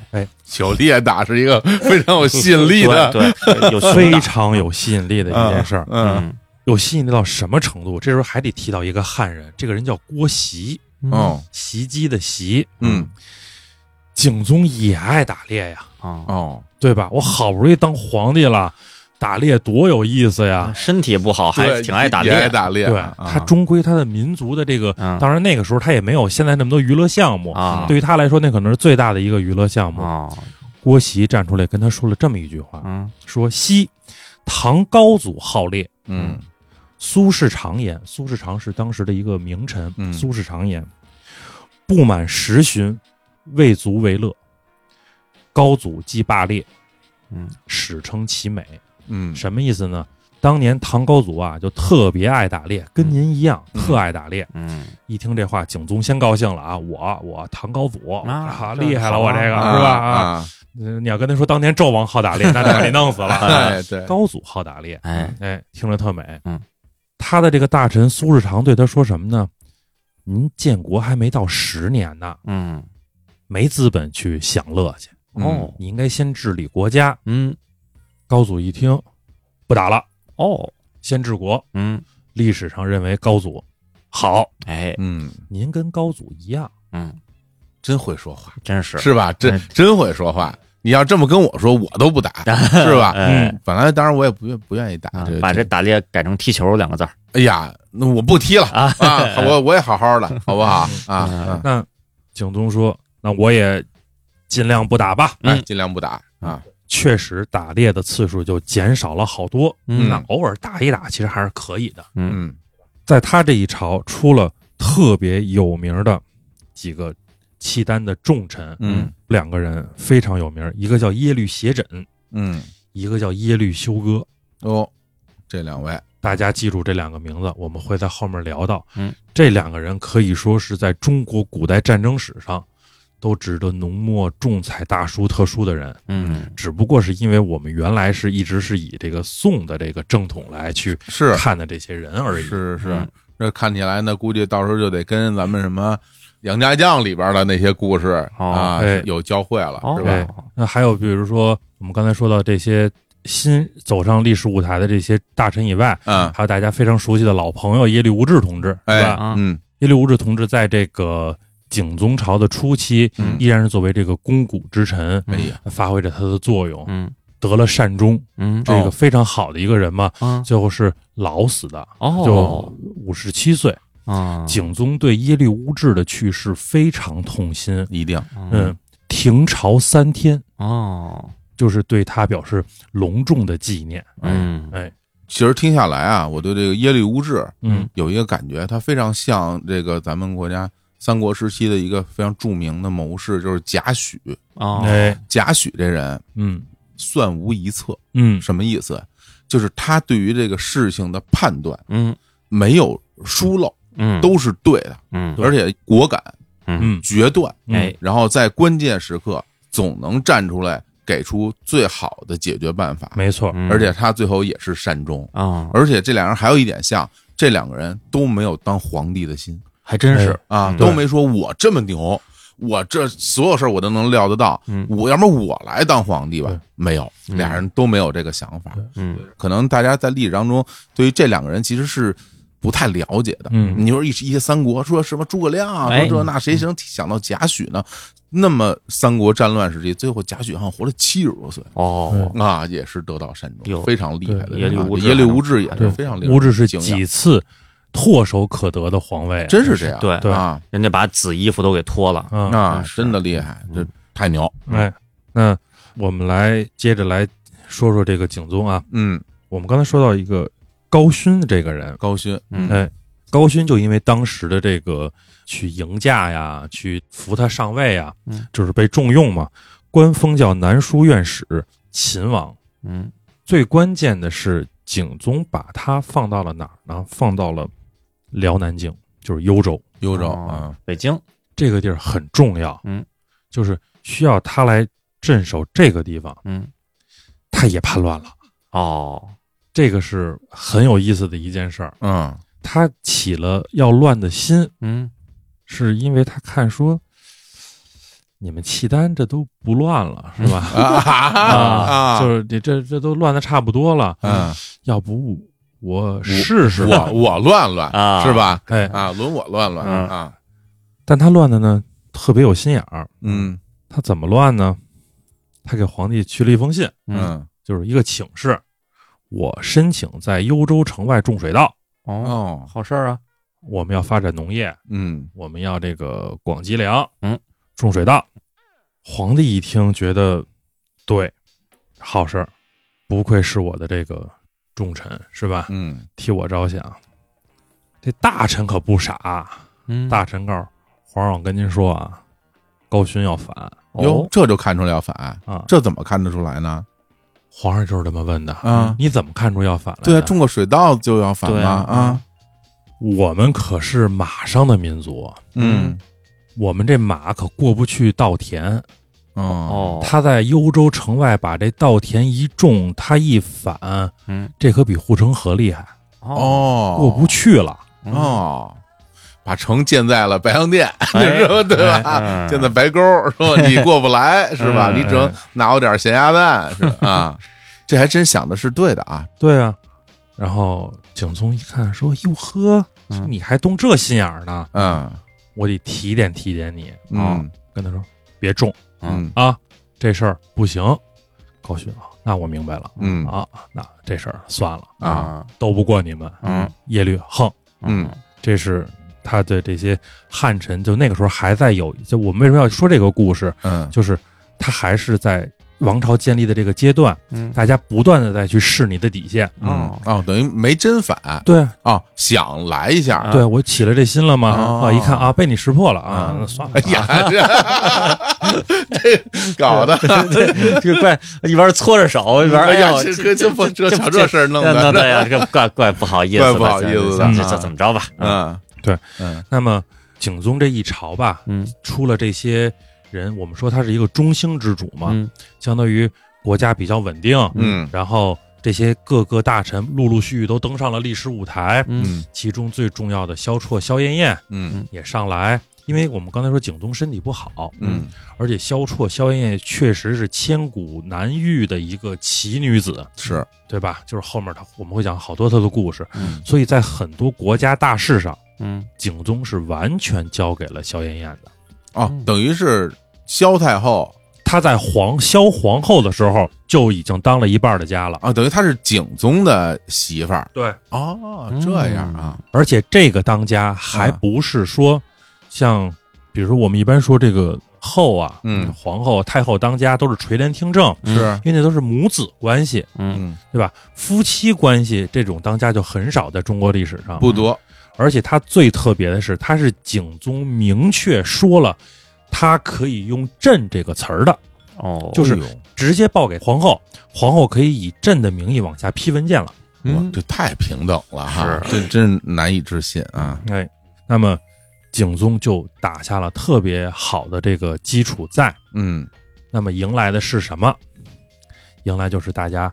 [SPEAKER 1] 小烈打是一个 非常有吸引力 的，
[SPEAKER 2] 对对，有
[SPEAKER 3] 非
[SPEAKER 2] 胸大，
[SPEAKER 3] 常有吸引力的一件事儿。
[SPEAKER 1] 嗯，
[SPEAKER 3] 有吸引力到什么程度？这时候还得提到一个汉人，这个人叫郭袭，
[SPEAKER 2] 嗯
[SPEAKER 1] 哦，
[SPEAKER 3] 袭击的袭。
[SPEAKER 1] 嗯，
[SPEAKER 3] 景宗也爱打猎呀，
[SPEAKER 2] 啊，
[SPEAKER 1] 哦，
[SPEAKER 3] 对吧？我好不容易当皇帝了，打猎多有意思呀！
[SPEAKER 2] 啊身体不好还
[SPEAKER 1] 对，
[SPEAKER 2] 挺爱打
[SPEAKER 1] 也爱
[SPEAKER 2] 猎，
[SPEAKER 1] 打猎，
[SPEAKER 3] 对嗯
[SPEAKER 1] 啊
[SPEAKER 3] 他终归他的民族的这个，
[SPEAKER 2] 嗯
[SPEAKER 3] 当然那个时候他也没有现在那么多娱乐项目
[SPEAKER 2] 啊
[SPEAKER 3] 对于他来说，那可能是最大的一个娱乐项目。
[SPEAKER 2] 哦，
[SPEAKER 3] 郭袭站出来跟他说了这么一句话，
[SPEAKER 2] 嗯
[SPEAKER 3] 说：“昔唐高祖好猎，
[SPEAKER 1] 嗯
[SPEAKER 3] 苏轼常言，苏轼常是当时的一个名臣。
[SPEAKER 1] 嗯
[SPEAKER 3] 苏轼常言，不满十旬，未足为乐。高祖既罢猎，
[SPEAKER 2] 嗯，
[SPEAKER 3] 史称其美。
[SPEAKER 1] 嗯，
[SPEAKER 3] 什么意思呢？当年唐高祖啊，就特别爱打猎，跟您一样，
[SPEAKER 1] 嗯
[SPEAKER 3] 特爱打猎。
[SPEAKER 2] 嗯，
[SPEAKER 3] 一听这话，景宗先高兴了啊！我我唐高祖
[SPEAKER 2] 啊
[SPEAKER 3] 厉
[SPEAKER 2] 这
[SPEAKER 3] 害了，
[SPEAKER 2] 好
[SPEAKER 3] 我
[SPEAKER 2] 啊
[SPEAKER 3] 这个
[SPEAKER 1] 啊
[SPEAKER 3] 是吧？啊，
[SPEAKER 1] 啊，
[SPEAKER 3] 呃你要跟他说当年纣王好打猎，那就把你弄死了。
[SPEAKER 1] 哎，对，
[SPEAKER 3] 高祖好打猎，
[SPEAKER 2] 哎，
[SPEAKER 3] 哎，听着特美。
[SPEAKER 2] 嗯，
[SPEAKER 3] 他的这个大臣苏日常对他说什么呢？您建国还没到十年呢，
[SPEAKER 2] 嗯
[SPEAKER 3] 没资本去享乐去，
[SPEAKER 1] 哦，
[SPEAKER 3] 你应该先治理国家。
[SPEAKER 2] 嗯
[SPEAKER 3] 高祖一听，不打了，
[SPEAKER 2] 哦，
[SPEAKER 3] 先治国。
[SPEAKER 2] 嗯，
[SPEAKER 3] 历史上认为高祖好，
[SPEAKER 2] 哎，
[SPEAKER 1] 嗯，
[SPEAKER 3] 您跟高祖一样，
[SPEAKER 2] 嗯，
[SPEAKER 1] 真会说话，
[SPEAKER 2] 真是，
[SPEAKER 1] 是吧？真
[SPEAKER 2] 哎
[SPEAKER 1] 真会说话。你要这么跟我说，我都不打，是吧？
[SPEAKER 2] 哎
[SPEAKER 1] 本来当然我也不愿不愿意打
[SPEAKER 2] 啊，
[SPEAKER 1] 这个
[SPEAKER 2] 把这打猎改成踢球两个字儿，
[SPEAKER 1] 哎呀，那我不踢了啊，我我也好好的，好不好啊？嗯
[SPEAKER 3] 那景宗说，那我也尽量不打吧。
[SPEAKER 1] 哎，尽量不打啊，
[SPEAKER 3] 确实，打猎的次数就减少了好多。
[SPEAKER 2] 嗯
[SPEAKER 3] 那偶尔打一打，其实还是可以的。
[SPEAKER 1] 嗯
[SPEAKER 3] 在他这一朝出了特别有名的几个契丹的重臣，
[SPEAKER 1] 嗯
[SPEAKER 3] 两个人非常有名，一个叫耶律斜轸，
[SPEAKER 1] 嗯，
[SPEAKER 3] 一个叫耶律休哥。
[SPEAKER 1] 哦，这两位，
[SPEAKER 3] 大家记住这两个名字，我们会在后面聊到。
[SPEAKER 2] 嗯，
[SPEAKER 3] 这两个人可以说是在中国古代战争史上都值得浓墨重彩、大书特书的人。
[SPEAKER 2] 嗯
[SPEAKER 3] 只不过是因为我们原来是一直是以这个宋的这个正统来去
[SPEAKER 1] 是
[SPEAKER 3] 看的这些人而已。
[SPEAKER 1] 是是
[SPEAKER 2] 嗯，
[SPEAKER 1] 这看起来呢，估计到时候就得跟咱们什么《杨家将》里边的那些故事
[SPEAKER 2] 哦
[SPEAKER 1] 啊
[SPEAKER 3] 哎
[SPEAKER 1] 有交汇了，
[SPEAKER 2] 哦
[SPEAKER 1] 啊是吧？
[SPEAKER 3] 对那还有比如说，我们刚才说到这些新走上历史舞台的这些大臣以外，
[SPEAKER 1] 嗯，
[SPEAKER 3] 还有大家非常熟悉的老朋友耶律无志同志，
[SPEAKER 1] 哎
[SPEAKER 3] 是吧？
[SPEAKER 2] 啊
[SPEAKER 1] 嗯
[SPEAKER 3] 耶律无志同志在这个景宗朝的初期，
[SPEAKER 1] 嗯
[SPEAKER 3] 依然是作为这个肱骨之臣，
[SPEAKER 1] 哎呀，
[SPEAKER 3] 发挥着他的作用，
[SPEAKER 2] 嗯
[SPEAKER 3] 得了善终，
[SPEAKER 2] 嗯
[SPEAKER 3] 这
[SPEAKER 1] 哦
[SPEAKER 3] 个非常好的一个人嘛。
[SPEAKER 2] 啊
[SPEAKER 3] 最后是老死的，
[SPEAKER 2] 哦
[SPEAKER 3] 就五十七岁。
[SPEAKER 2] 啊
[SPEAKER 3] 景宗对耶律无志的去世非常痛心，
[SPEAKER 1] 一定，
[SPEAKER 3] 嗯，停朝三天，
[SPEAKER 1] 嗯
[SPEAKER 2] 哦
[SPEAKER 3] 就是对他表示隆重的纪念。
[SPEAKER 2] 嗯
[SPEAKER 3] 哎，
[SPEAKER 1] 其实听下来啊，我对这个耶律无志
[SPEAKER 3] 嗯
[SPEAKER 1] 有一个感觉，他非常像这个咱们国家三国时期的一个非常著名的谋士，就是贾诩。
[SPEAKER 2] 哦
[SPEAKER 3] 哎，
[SPEAKER 1] 贾诩这人
[SPEAKER 3] 嗯
[SPEAKER 1] 算无一策，
[SPEAKER 3] 嗯
[SPEAKER 1] 什么意思？就是他对于这个事情的判断
[SPEAKER 2] 嗯
[SPEAKER 1] 没有疏漏，
[SPEAKER 2] 嗯
[SPEAKER 1] 都是对的，
[SPEAKER 2] 嗯
[SPEAKER 1] 而且果敢
[SPEAKER 2] 嗯
[SPEAKER 3] 嗯，
[SPEAKER 1] 决断，
[SPEAKER 3] 嗯
[SPEAKER 2] 哎
[SPEAKER 1] 然后在关键时刻总能站出来，给出最好的解决办法。
[SPEAKER 3] 没
[SPEAKER 2] 嗯
[SPEAKER 3] 错，哎
[SPEAKER 1] 而且他最后也是善终。
[SPEAKER 2] 啊
[SPEAKER 1] 而且这两人还有一点像，这两个人都没有当皇帝的心
[SPEAKER 2] 还真是
[SPEAKER 1] 啊，
[SPEAKER 2] 嗯
[SPEAKER 1] 都没说我这么牛，我这所有事儿我都能料得到，
[SPEAKER 2] 嗯
[SPEAKER 1] 我要不然我来当皇帝吧
[SPEAKER 3] 对？
[SPEAKER 1] 没有，
[SPEAKER 2] 嗯
[SPEAKER 1] 俩人都没有这个想法。
[SPEAKER 2] 嗯
[SPEAKER 1] 可能大家在历史当中对于这两个人其实是不太了解的。
[SPEAKER 3] 嗯
[SPEAKER 1] 你说一一些三国说什么诸葛亮啊，
[SPEAKER 2] 哎
[SPEAKER 1] 说这那谁能想到贾诩呢？那么三国战乱时期，最后贾诩好像活了七十多岁
[SPEAKER 2] 哦
[SPEAKER 1] 啊，也是得到善
[SPEAKER 2] 哟
[SPEAKER 1] 终，非常厉害的
[SPEAKER 2] 对
[SPEAKER 1] 人啊。
[SPEAKER 2] 耶律无志
[SPEAKER 1] 耶律无志也
[SPEAKER 2] 还
[SPEAKER 1] 是
[SPEAKER 2] 能
[SPEAKER 1] 非常厉害，
[SPEAKER 3] 无志是
[SPEAKER 1] 敬仰
[SPEAKER 3] 几次唾手可得的皇位啊，
[SPEAKER 1] 真是这样，
[SPEAKER 2] 对哎
[SPEAKER 3] 对
[SPEAKER 1] 啊
[SPEAKER 2] 人家把紫衣服都给脱了
[SPEAKER 3] 嗯
[SPEAKER 1] 啊
[SPEAKER 2] 真，是
[SPEAKER 1] 真的厉害，
[SPEAKER 2] 嗯
[SPEAKER 1] 这太牛，
[SPEAKER 3] 哎，那我们来接着来说说这个景宗啊。
[SPEAKER 1] 嗯，
[SPEAKER 3] 我们刚才说到一个高勋这个人，
[SPEAKER 1] 高勋，
[SPEAKER 2] 嗯
[SPEAKER 3] 哎，高勋就因为当时的这个去迎驾呀，去扶他上位啊，
[SPEAKER 2] 嗯
[SPEAKER 3] 就是被重用嘛，官封叫南书院使，秦王。
[SPEAKER 2] 嗯
[SPEAKER 3] 最关键的是，景宗把它放到了哪儿呢？放到了辽南境，就是幽州
[SPEAKER 1] 幽州
[SPEAKER 2] 哦
[SPEAKER 1] 啊，
[SPEAKER 2] 北京，
[SPEAKER 3] 这个地儿很重要。
[SPEAKER 2] 嗯，
[SPEAKER 3] 就是需要他来镇守这个地方，
[SPEAKER 2] 嗯，
[SPEAKER 3] 他也叛乱了。
[SPEAKER 2] 哦，
[SPEAKER 3] 这个是很有意思的一件事儿。
[SPEAKER 1] 嗯
[SPEAKER 3] 他起了要乱的心，
[SPEAKER 2] 嗯，
[SPEAKER 3] 是因为他看说，你们契丹这都不乱了，是吧？
[SPEAKER 1] 啊啊，
[SPEAKER 3] 就是你这这都乱的差不多了，
[SPEAKER 1] 嗯，
[SPEAKER 3] 要不我试试吧
[SPEAKER 1] 我我乱乱
[SPEAKER 2] 啊
[SPEAKER 1] 是吧？
[SPEAKER 3] 哎，
[SPEAKER 1] 啊，轮我乱乱
[SPEAKER 2] 嗯
[SPEAKER 1] 啊，
[SPEAKER 3] 但他乱的呢特别有心眼儿，
[SPEAKER 1] 嗯
[SPEAKER 3] 他怎么乱呢？他给皇帝去了一封信，
[SPEAKER 2] 嗯，
[SPEAKER 1] 嗯
[SPEAKER 3] 就是一个请示，我申请在幽州城外种水稻，
[SPEAKER 2] 哦，
[SPEAKER 1] 哦
[SPEAKER 2] 好事儿啊，
[SPEAKER 3] 我们要发展农业，
[SPEAKER 1] 嗯
[SPEAKER 3] 我们要这个广积粮，
[SPEAKER 2] 嗯，
[SPEAKER 3] 种水稻。皇帝一听觉得对，好事儿，不愧是我的这个重臣是吧？
[SPEAKER 1] 嗯
[SPEAKER 3] 替我着想，这大臣可不傻，啊
[SPEAKER 2] 嗯，
[SPEAKER 3] 大臣告诉皇上，我跟您说啊，高勋要反
[SPEAKER 1] 哟
[SPEAKER 2] 哦，，
[SPEAKER 1] 这就看出来要反，
[SPEAKER 3] 啊，
[SPEAKER 1] 这怎么看得出来呢？
[SPEAKER 3] 皇上就是这么问的
[SPEAKER 1] 啊
[SPEAKER 3] 你怎么看出要反来的？
[SPEAKER 1] 对啊，中国水稻就要反
[SPEAKER 2] 对
[SPEAKER 1] 嘛
[SPEAKER 2] 啊
[SPEAKER 1] 啊，
[SPEAKER 3] 我们可是马上的民族，啊
[SPEAKER 1] 嗯
[SPEAKER 3] 我们这马可过不去稻田。
[SPEAKER 1] 哦
[SPEAKER 2] 哦，
[SPEAKER 3] 他在幽州城外把这稻田一种，他一反，
[SPEAKER 2] 嗯，
[SPEAKER 3] 这可比护城河厉害，
[SPEAKER 2] 哦，
[SPEAKER 1] 哦
[SPEAKER 3] 过不去了。
[SPEAKER 2] 嗯，
[SPEAKER 1] 哦，把城建在了白洋淀，
[SPEAKER 2] 哎
[SPEAKER 1] 是吧？对吧？
[SPEAKER 2] 哎
[SPEAKER 1] 建在白沟，说你过不 来是吧？
[SPEAKER 2] 嗯
[SPEAKER 1] 你只能拿我点咸鸭蛋是 吧啊。这还真想的是对的啊，
[SPEAKER 3] 对啊，然后景宗一看说：“哟呵，
[SPEAKER 2] 嗯
[SPEAKER 3] 你还动这心眼儿呢？
[SPEAKER 1] 嗯
[SPEAKER 3] 我得提点提点你。”
[SPEAKER 1] 嗯
[SPEAKER 3] 跟他说：“别种
[SPEAKER 1] 嗯
[SPEAKER 3] 啊，这事儿不行。”高勋啊，那我明白了。
[SPEAKER 1] 嗯
[SPEAKER 3] 啊，那这事儿算了，
[SPEAKER 2] 啊，
[SPEAKER 3] 斗不过你们。
[SPEAKER 2] 嗯
[SPEAKER 3] 耶律横，
[SPEAKER 1] 嗯
[SPEAKER 3] 这是他的这些汉臣，就那个时候还在有，就我们为什么要说这个故事，
[SPEAKER 1] 嗯
[SPEAKER 3] 就是他还是在王朝建立的这个阶段，
[SPEAKER 2] 嗯，
[SPEAKER 3] 大家不断的在去试你的底线。
[SPEAKER 1] 嗯哦，等于没真反
[SPEAKER 3] 对
[SPEAKER 1] 哦，想来一下
[SPEAKER 2] 啊
[SPEAKER 3] 对，我起了这心了嘛，
[SPEAKER 1] 哦
[SPEAKER 3] 啊，一看啊，被你识破了啊
[SPEAKER 1] 啊，
[SPEAKER 3] 那算了
[SPEAKER 1] 哎。呀，这这搞的，
[SPEAKER 2] 对， 这个怪一边搓着手一 边
[SPEAKER 1] 哎呀，
[SPEAKER 2] 呦
[SPEAKER 1] 这这这不这瞧这事儿弄
[SPEAKER 2] 那那
[SPEAKER 1] 的，
[SPEAKER 2] 呀，这怪怪不好意思
[SPEAKER 1] 怪
[SPEAKER 2] 的，
[SPEAKER 1] 不好意思的
[SPEAKER 2] 这这
[SPEAKER 1] 嗯
[SPEAKER 2] 这怎么着吧？
[SPEAKER 1] 嗯，
[SPEAKER 3] 对，
[SPEAKER 1] 嗯
[SPEAKER 3] 那么景宗这一朝吧，
[SPEAKER 2] 嗯
[SPEAKER 3] 出了这些人，我们说他是一个中兴之主嘛，
[SPEAKER 2] 嗯
[SPEAKER 3] 相当于国家比较稳定，
[SPEAKER 1] 嗯
[SPEAKER 3] 然后这些各个大臣陆陆续续都登上了历史舞台，
[SPEAKER 2] 嗯
[SPEAKER 1] 嗯
[SPEAKER 3] 其中最重要的萧绰、萧燕燕
[SPEAKER 1] 嗯
[SPEAKER 3] 也上来，因为我们刚才说景宗身体不好，
[SPEAKER 1] 嗯，
[SPEAKER 3] 而且萧绰、萧燕燕确实是千古难遇的一个奇女子，
[SPEAKER 1] 是，
[SPEAKER 3] 对吧？就是后面她我们会讲好多她的故事，
[SPEAKER 2] 嗯
[SPEAKER 3] 所以在很多国家大事上，
[SPEAKER 2] 嗯
[SPEAKER 3] 景宗是完全交给了萧燕燕的。
[SPEAKER 1] 哦
[SPEAKER 2] 嗯，
[SPEAKER 1] 等于是萧太后
[SPEAKER 3] 她在皇萧皇后的时候就已经当了一半的家了，
[SPEAKER 1] 啊，等于她是景宗的媳妇儿
[SPEAKER 3] 对，
[SPEAKER 1] 哦
[SPEAKER 2] 嗯，
[SPEAKER 1] 这样啊，
[SPEAKER 3] 而且这个当家还
[SPEAKER 1] 啊
[SPEAKER 3] 不是说像，比如说我们一般说这个后啊，
[SPEAKER 1] 嗯
[SPEAKER 3] 皇后、太后当家都是垂帘听政，
[SPEAKER 1] 是，
[SPEAKER 3] 因为那都是母子关系，
[SPEAKER 2] 嗯
[SPEAKER 1] 嗯，
[SPEAKER 3] 对吧？夫妻关系这种当家就很少在中国历史上。
[SPEAKER 1] 不多，
[SPEAKER 3] 而且他最特别的是，他是景宗明确说了，他可以用“朕”这个词儿的，
[SPEAKER 2] 哦，
[SPEAKER 3] 就是
[SPEAKER 1] 哎呦
[SPEAKER 3] 直接报给皇后，皇后可以以“朕”的名义往下批文件了。
[SPEAKER 1] 哇
[SPEAKER 2] 嗯，
[SPEAKER 1] 这太平等了哈，这真是难以置信啊，
[SPEAKER 3] 哎，那么景宗就打下了特别好的这个基础在。
[SPEAKER 1] 嗯
[SPEAKER 3] 那么迎来的是什么？迎来就是大家